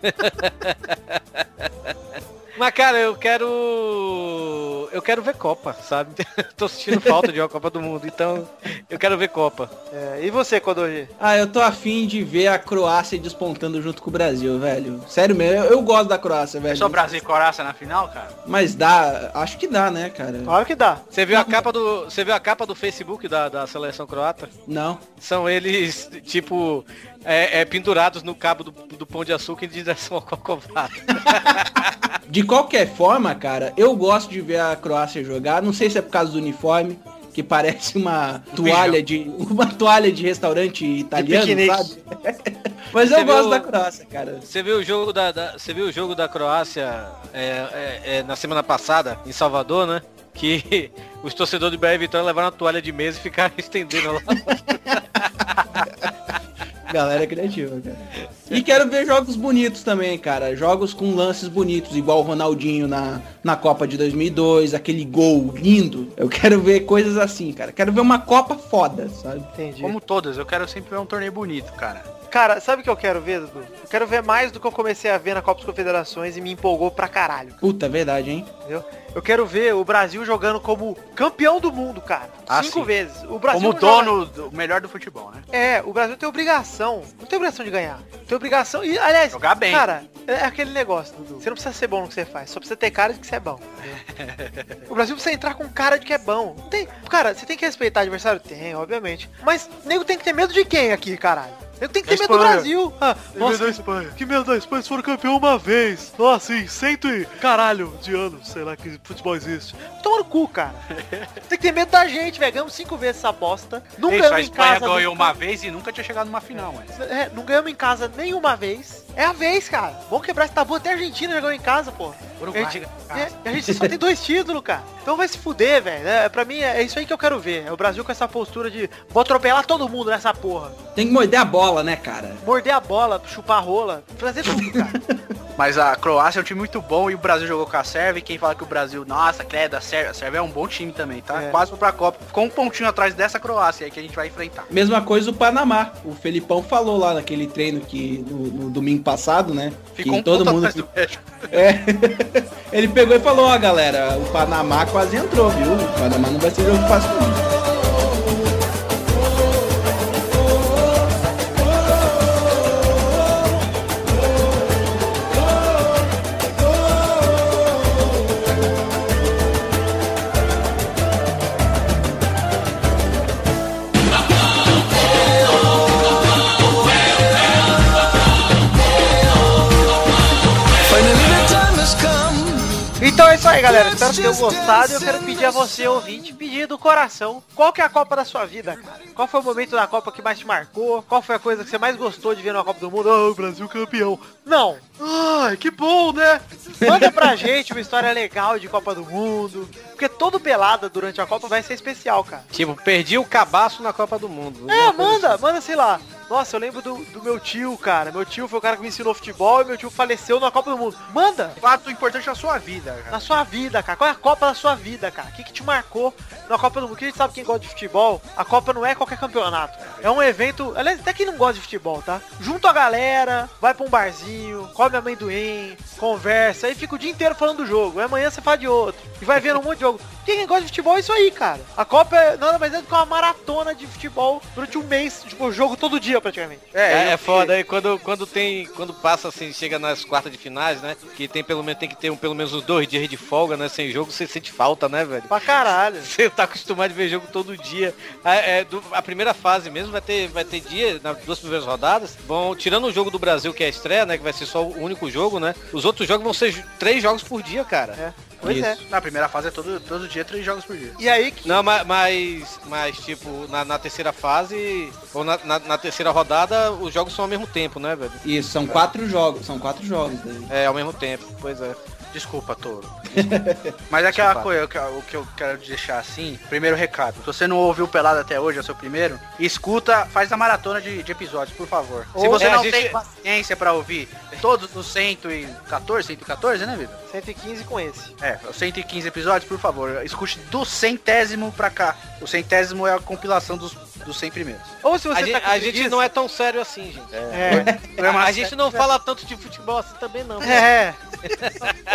Mas cara, eu quero eu quero ver Copa, sabe? Tô sentindo falta de uma Copa do Mundo, então eu quero ver Copa. É, e você, Kodoji? Ah, eu tô afim de ver a Croácia despontando junto com o Brasil, velho. Sério mesmo, eu, eu gosto da Croácia, velho. é Só Brasil e Coraça na final, cara? Mas dá, acho que dá, né, cara? Claro que dá. Você viu a capa do você viu a capa do Facebook da, da seleção croata? Não. São eles tipo é, é, pendurados no cabo do, do pão de açúcar em direção ao Cocovado. De qualquer forma, cara, eu gosto de ver a Croácia jogar. Não sei se é por causa do uniforme, que parece uma toalha de uma toalha de restaurante italiano, piquenique. sabe? Mas Você eu gosto viu- da Croácia, cara. Você viu o jogo da, da- você viu o jogo da Croácia é, é, é, na semana passada em Salvador, né? Que os torcedores do BR Vitória levaram a toalha de mesa e ficaram estendendo lá. Galera criativa, cara. E quero ver jogos bonitos também, cara. Jogos com lances bonitos, igual o Ronaldinho na, na Copa de 2002, aquele gol lindo. Eu quero ver coisas assim, cara. Quero ver uma Copa foda, sabe? Entendi. Como todas, eu quero sempre ver um torneio bonito, cara. Cara, sabe o que eu quero ver, Dudu? Eu quero ver mais do que eu comecei a ver na Copa das Confederações e me empolgou pra caralho. Puta, é verdade, hein? Eu quero ver o Brasil jogando como campeão do mundo, cara. Ah, Cinco sim. vezes. O Brasil Como não dono do melhor do futebol, né? joga- É, o Brasil tem obrigação. Não tem obrigação de ganhar. Tem obrigação. E, aliás, Jogar bem. cara, é aquele negócio, Dudu. Você não precisa ser bom no que você faz, só precisa ter cara de que você é bom. entendeu? o Brasil precisa entrar com cara de que é bom. Não tem... Cara, você tem que respeitar o adversário? Tem, obviamente. Mas nego tem que ter medo de quem aqui, caralho? Nego tem que ter Da medo do Espanha. Brasil. Ah, nossa, Espanha. Que medo da Espanha, eles foram campeão uma vez. Nossa, em cento e caralho de anos, sei lá que futebol existe. Toma no cu, cara. Tem que ter medo da gente, velho. Ganhamos cinco vezes essa bosta. Não Isso, a ganhamos em Espanha casa. ganhou nunca. uma vez e nunca tinha chegado numa final, mano. É, não ganhamos em casa nenhuma vez. É a vez, cara. Vamos quebrar esse tabu. Até a Argentina já ganhou em casa, pô. Uruguai, a gente, cara. é, a gente só tem dois títulos, cara. Então vai se fuder, velho. É, pra mim é isso aí que eu quero ver. É o Brasil com essa postura de vou atropelar todo mundo nessa porra. Tem que morder a bola, né, cara? Morder a bola, chupar a rola, fazer tudo, cara. Mas a Croácia é um time muito bom e o Brasil jogou com a Sérvia. E quem fala que o Brasil, nossa, credo, a Sérvia, a Sérvia é um bom time também, tá? É. Quase foi pra Copa. Ficou um pontinho atrás dessa Croácia aí que a gente vai enfrentar. Mesma coisa o Panamá. O Felipão falou lá naquele treino que no, no domingo passado, né? Ficou que um todo ponto mundo. atrás do México. É. Ele pegou e falou, ó, galera, o Panamá quase entrou, viu? O Panamá não vai ser jogo fácil. não. Então é isso aí, galera. Espero que tenham gostado. Eu quero pedir a você, ouvinte, pedir do coração. Qual que é a Copa da sua vida, cara? Qual foi o momento da Copa que mais te marcou? Qual foi a coisa que você mais gostou de ver na Copa do Mundo? Ah, o Brasil campeão. Não. Ai, que bom, né? Manda pra gente uma história legal de Copa do Mundo. Porque todo pelada durante a Copa vai ser especial, cara. Tipo, perdi o cabaço na Copa do Mundo. né? É, manda, manda, sei lá. Nossa, eu lembro do, do meu tio, cara. Meu tio foi o cara que me ensinou futebol e meu tio faleceu na Copa do Mundo. Manda! Fato importante na sua vida, cara. Na é sua vida, cara. Qual é a Copa da sua vida, cara? O que, que te marcou na Copa do Mundo? Porque a gente sabe quem gosta de futebol, a Copa não é qualquer campeonato. É um evento. Aliás, até quem não gosta de futebol, tá? Junta a galera, vai pra um barzinho, come amendoim, conversa, aí fica o dia inteiro falando do jogo, aí amanhã você fala de outro, e vai vendo um monte de jogo. Quem gosta de futebol é isso aí, cara. A Copa é nada mais é do que uma maratona de futebol durante um mês, tipo, jogo todo dia praticamente. É, é foda. Aí quando, quando tem. Quando passa assim, chega nas quartas de finais, né? Que tem pelo menos tem que ter um, pelo menos uns dois dias de folga, né? Sem jogo, você sente falta, né, velho? Pra caralho. Você tá acostumado a ver jogo todo dia. A, é, do- a primeira fase mesmo vai ter, vai ter dia, nas duas primeiras rodadas, vão, tirando o jogo do Brasil, que é a estreia, né? Que vai ser só o único jogo, né? Os outros jogos vão ser ju- três jogos por dia, cara. É. Pois é. Na primeira fase é todo, todo dia, três jogos por dia. E aí que. Não, ma- mas, mas tipo, na, na terceira fase, ou na, na- na terceira rodada, os jogos são ao mesmo tempo, né, velho? Isso, são quatro jogos, são quatro jogos daí. É, ao mesmo tempo, pois é. Desculpa, Toro. Mas é aquela Desculpa. coisa, que- o que eu quero deixar assim, primeiro recado. Se você não ouviu o Pelado até hoje, é o seu primeiro, escuta, faz a maratona de, de episódios, por favor. Se Ou- você É, a não gente- tem paciência pra ouvir todos os 114, 114, né, vida? 115 com esse. É, os 115 episódios, por favor, escute do centésimo pra cá. O centésimo é a compilação dos, dos 100 primeiros. Ou se você A, gente, tá com a gente preguiça- não é tão sério assim, gente. É. A, a gente não fala tanto de futebol assim também, não. É.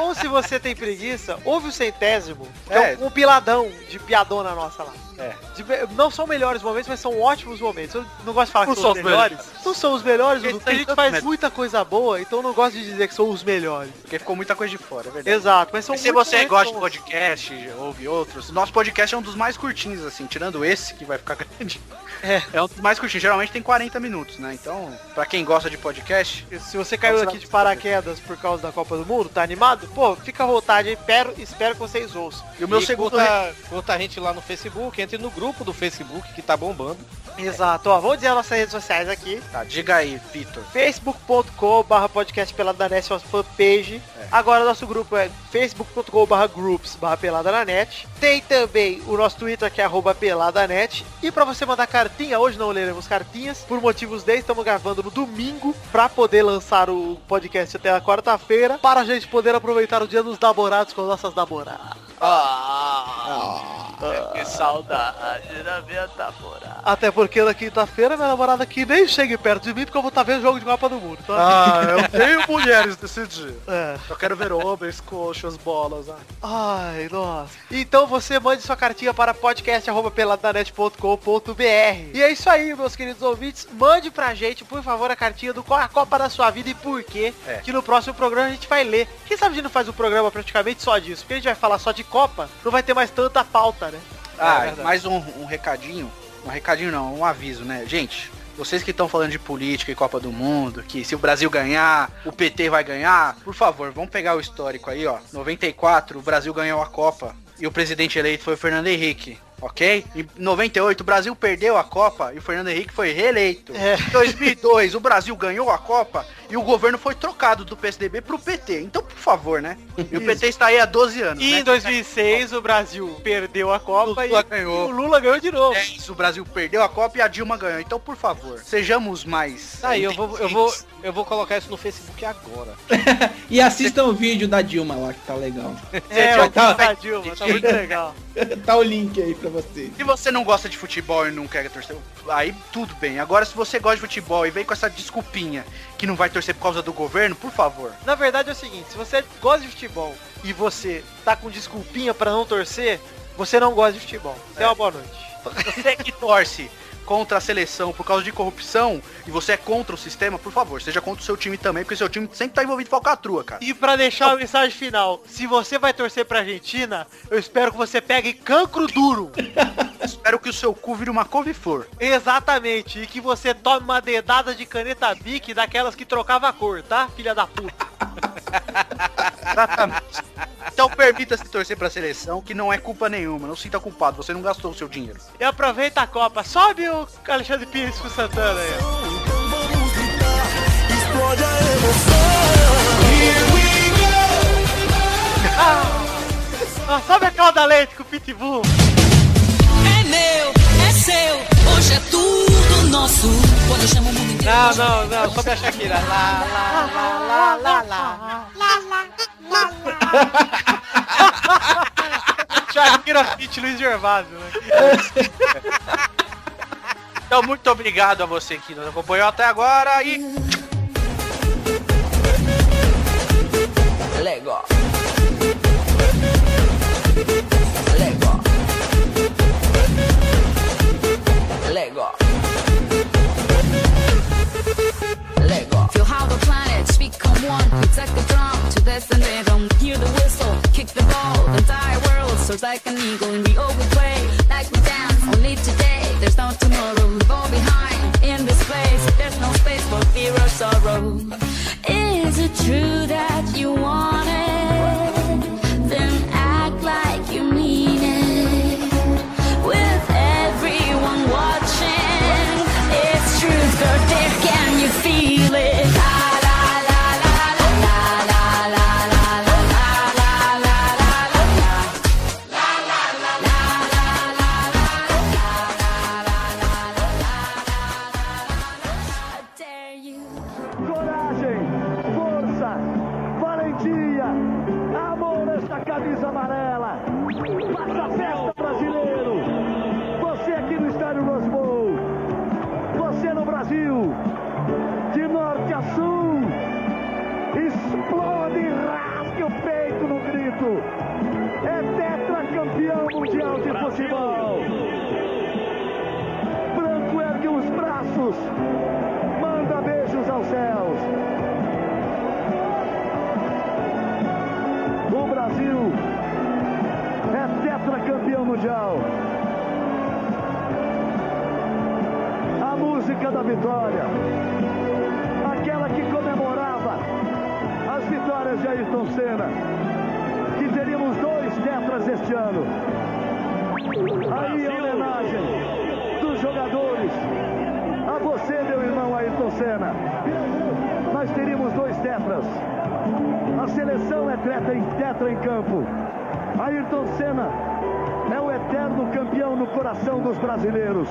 Ou se você tem preguiça, ouve o centésimo, que é, É. um piladão de piadona nossa lá. É. De be- não são melhores momentos, mas são ótimos momentos. Eu não gosto de falar Não que são são os os é melhores. Não são os melhores, Eles Dudu, porque têm a gente tanto faz mérito. muita coisa boa, então eu não gosto de dizer que são os melhores. Porque ficou muita coisa de fora, é verdade. Exato, mas são Se muitos você momentos gosta de bons. podcast, ouve outros, nosso podcast é um dos mais curtinhos, assim, tirando esse que vai ficar grande. É. um dos mais curtinhos, geralmente tem 40 minutos, né? Então, pra quem gosta de podcast, Se você caiu Você aqui vai- de paraquedas por causa da Copa do Mundo, tá animado? Pô, fica à vontade aí, espero, espero que vocês ouçam. e o meu e segundo. re- Curta, curta a gente lá no Facebook, entre no grupo do Facebook que tá bombando. Exato, ó, vamos dizer as nossas redes sociais aqui. Tá, diga aí, Vitor. facebook.com barra podcast pelada na net, nossa fanpage. Agora nosso grupo é facebook.com barra groups barra pelada na net. Tem também o nosso Twitter que é arroba peladanet. E pra você mandar cartinha, hoje não leremos cartinhas, por motivos de estamos gravando no domingo pra poder lançar o podcast até a quarta-feira, para a gente poder aproveitar o dia dos namorados com nossas namoradas. Que saudade da minha namorada. Até porque na quinta-feira minha namorada aqui nem chegue perto de mim porque eu vou estar vendo jogo de Copa do Mundo. Então, Ah, eu tenho mulheres desse dia. é. Eu quero ver homens, coxas, bolas. Ah. Ai, nossa. Então você mande sua cartinha para podcast.peladanet.com.br. E é isso aí, meus queridos ouvintes. Mande pra gente, por favor, a cartinha do Qual é a Copa da Sua Vida e por quê. É. Que no próximo programa a gente vai ler. Quem sabe a gente não faz um programa praticamente só disso? Porque a gente vai falar só de Copa, não vai ter mais tanta pauta, né? Ah, É verdade. mais um, um recadinho. Um recadinho não, um aviso, né? Gente, vocês que estão falando de política e Copa do Mundo, que se o Brasil ganhar, o PT vai ganhar, por favor, vamos pegar o histórico aí, ó. 94, o Brasil ganhou a Copa e o presidente eleito foi o Fernando Henrique. Ok? Em 98, o Brasil perdeu a Copa e o Fernando Henrique foi reeleito. É. Em 2002, o Brasil ganhou a Copa e o governo foi trocado do PSDB pro PT. Então, por favor, né? E o PT está aí há 12 anos. E né? em 2006 o Brasil perdeu a Copa e Lula ganhou. o Lula ganhou de novo. É isso, o Brasil perdeu a Copa e a Dilma ganhou. Então, por favor, sejamos mais. Tá aí, eu vou, eu, vou, eu vou colocar isso no Facebook agora. E assistam o vídeo da Dilma lá, que tá legal. É, Tá- o tá- tá, Dilma, tá muito legal. tá o link aí pra você. Se você não gosta de futebol e não quer torcer, aí tudo bem. Agora, se você gosta de futebol e vem com essa desculpinha que não vai torcer por causa do governo, por favor. Na verdade é o seguinte, se você gosta de futebol e você tá com desculpinha pra não torcer, você não gosta de futebol. Até uma boa noite. Você que torce contra a seleção por causa de corrupção e você é contra o sistema, por favor, seja contra o seu time também, porque seu time sempre tá envolvido em falcatrua, cara. E pra deixar a mensagem final, se você vai torcer pra Argentina, eu espero que você pegue cancro duro. Espero que o seu cu vire uma couve-flor. Exatamente. E que você tome uma dedada de caneta bic daquelas que trocava a cor, tá? Filha da puta. Exatamente. Então permita-se torcer pra seleção, que não é culpa nenhuma. Não sinta culpado, você não gastou o seu dinheiro. E aproveita a Copa. Sobe o Alexandre Pires com o Santana aí. ó. Ah, ah, sobe a calda leite com o Pitbull. É meu, é seu, hoje é tudo nosso. Quando eu chamo o mundo inteiro. Não, não, não, sobe a Shakira. Lá, lá. Lá, lá, lá. Shakira Fit Luiz Gervásio, né? Então, muito obrigado a você que nos acompanhou até agora e. Lego. Lego. Lego. Lego. Feel how the planets become one. Protect the drum to this and they don't hear the whistle. Kick the ball, the entire world soars like an eagle and we all will play like we dance. Only today, there's no tomorrow. We fall behind in this place. There's no space for fear or sorrow. Is it true that you want it? Then act like you mean it. With everyone watching, it's truth or dare. Can you feel it? La la la la la la la la la la la la la la la la. Coragem, força, valentia, amor esta camisa amarela. Faça a festa, brasileiro. Você aqui no estádio Rose Bowl. Você no Brasil. De norte a sul. Explode e rasgue o peito no grito. É tetracampeão mundial de futebol. Branco ergue os braços. Manda beijos aos céus. O Brasil é tetracampeão mundial. A música da vitória. Aquela que comemorava as vitórias de Ayrton Senna. Que teríamos dois tetras este ano. Aí a homenagem dos jogadores a você, meu irmão Ayrton Senna. Nós teríamos dois tetras. A seleção é tetra em, tetra em campo. Ayrton Senna é o eterno campeão no coração dos brasileiros.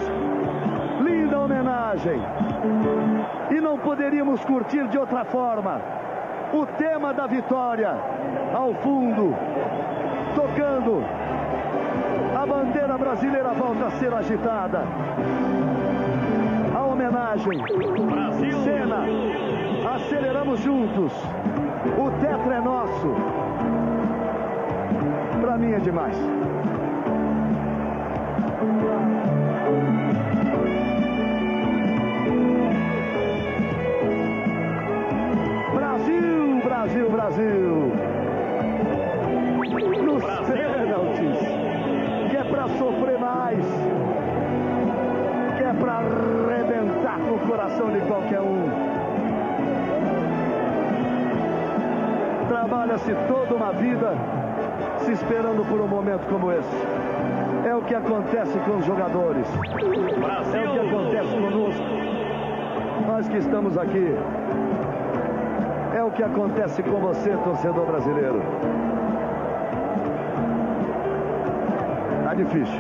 Linda homenagem. E não poderíamos curtir de outra forma. O tema da vitória ao fundo, tocando. A bandeira brasileira volta a ser agitada. A homenagem. Cena. Aceleramos juntos. O tetra é nosso. Pra mim é demais. Brasil, Brasil, Brasil. Nos pênaltis. Que é pra sofrer mais. Que é pra arrebentar com o coração de qualquer um. Trabalha-se toda uma vida se esperando por um momento como esse. É o que acontece com os jogadores. É o que acontece conosco. Nós que estamos aqui. É o que acontece com você, torcedor brasileiro. Tá difícil.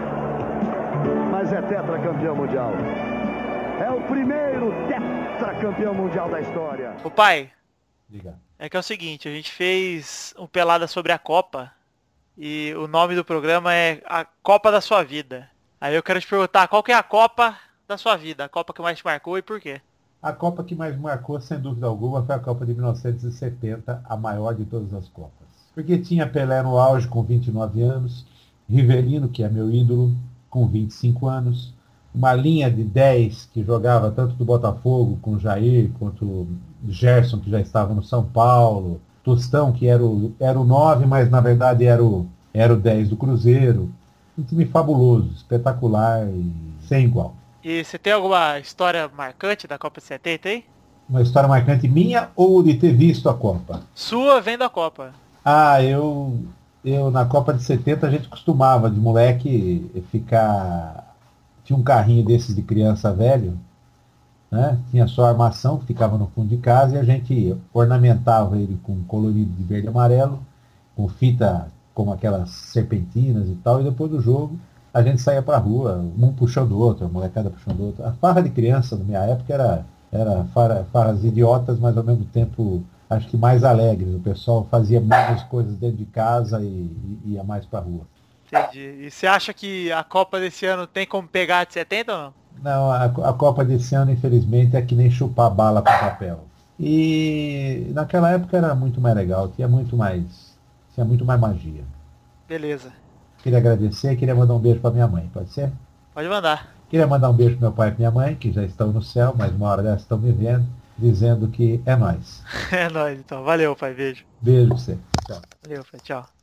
Mas é tetracampeão mundial. É o primeiro tetracampeão mundial da história. Ô pai, é que é o seguinte, a gente fez um pelada sobre a Copa e o nome do programa é A Copa da Sua Vida. Aí eu quero te perguntar qual que é a Copa da sua vida, a Copa que mais te marcou e por quê? A Copa que mais marcou, sem dúvida alguma, foi a Copa de 1970, a maior de todas as Copas. Porque tinha Pelé no auge com 29 anos, Rivelino, que é meu ídolo, com 25 anos, uma linha de 10 que jogava tanto do Botafogo com Jair quanto Gerson, que já estava no São Paulo, Tostão, que era o, era o 9, mas na verdade era o, era o 10 do Cruzeiro. Um time fabuloso, espetacular e sem igual. E você tem alguma história marcante da Copa de 70 aí? Uma história marcante minha ou de ter visto a Copa? Sua vendo a Copa. Ah, eu, eu na Copa de 70 a gente costumava de moleque ficar. Tinha um carrinho desses de criança velho, né? Tinha só a armação que ficava no fundo de casa e a gente ornamentava ele com colorido de verde e amarelo, com fita como aquelas serpentinas e tal, e depois do jogo a gente saía pra rua, um puxando o outro, a molecada puxando o outro. A farra de criança na minha época era, era farra- farras idiotas, mas ao mesmo tempo acho que mais alegres. O pessoal fazia menos coisas dentro de casa e, e ia mais pra rua. Entendi. E você acha que a Copa desse ano tem como pegar a de 70 ou não? Não, a, a Copa desse ano, infelizmente, é que nem chupar bala com papel. E naquela época era muito mais legal, tinha muito mais, tinha muito mais magia. Beleza. Queria agradecer, queria mandar um beijo para minha mãe, pode ser? Pode mandar. Queria mandar um beijo pro meu pai e pra minha mãe, que já estão no céu, mas uma hora dessas estão me vendo, dizendo que é nós. É nóis, então. Valeu, pai. Beijo. Beijo pra você. Valeu, pai. Tchau.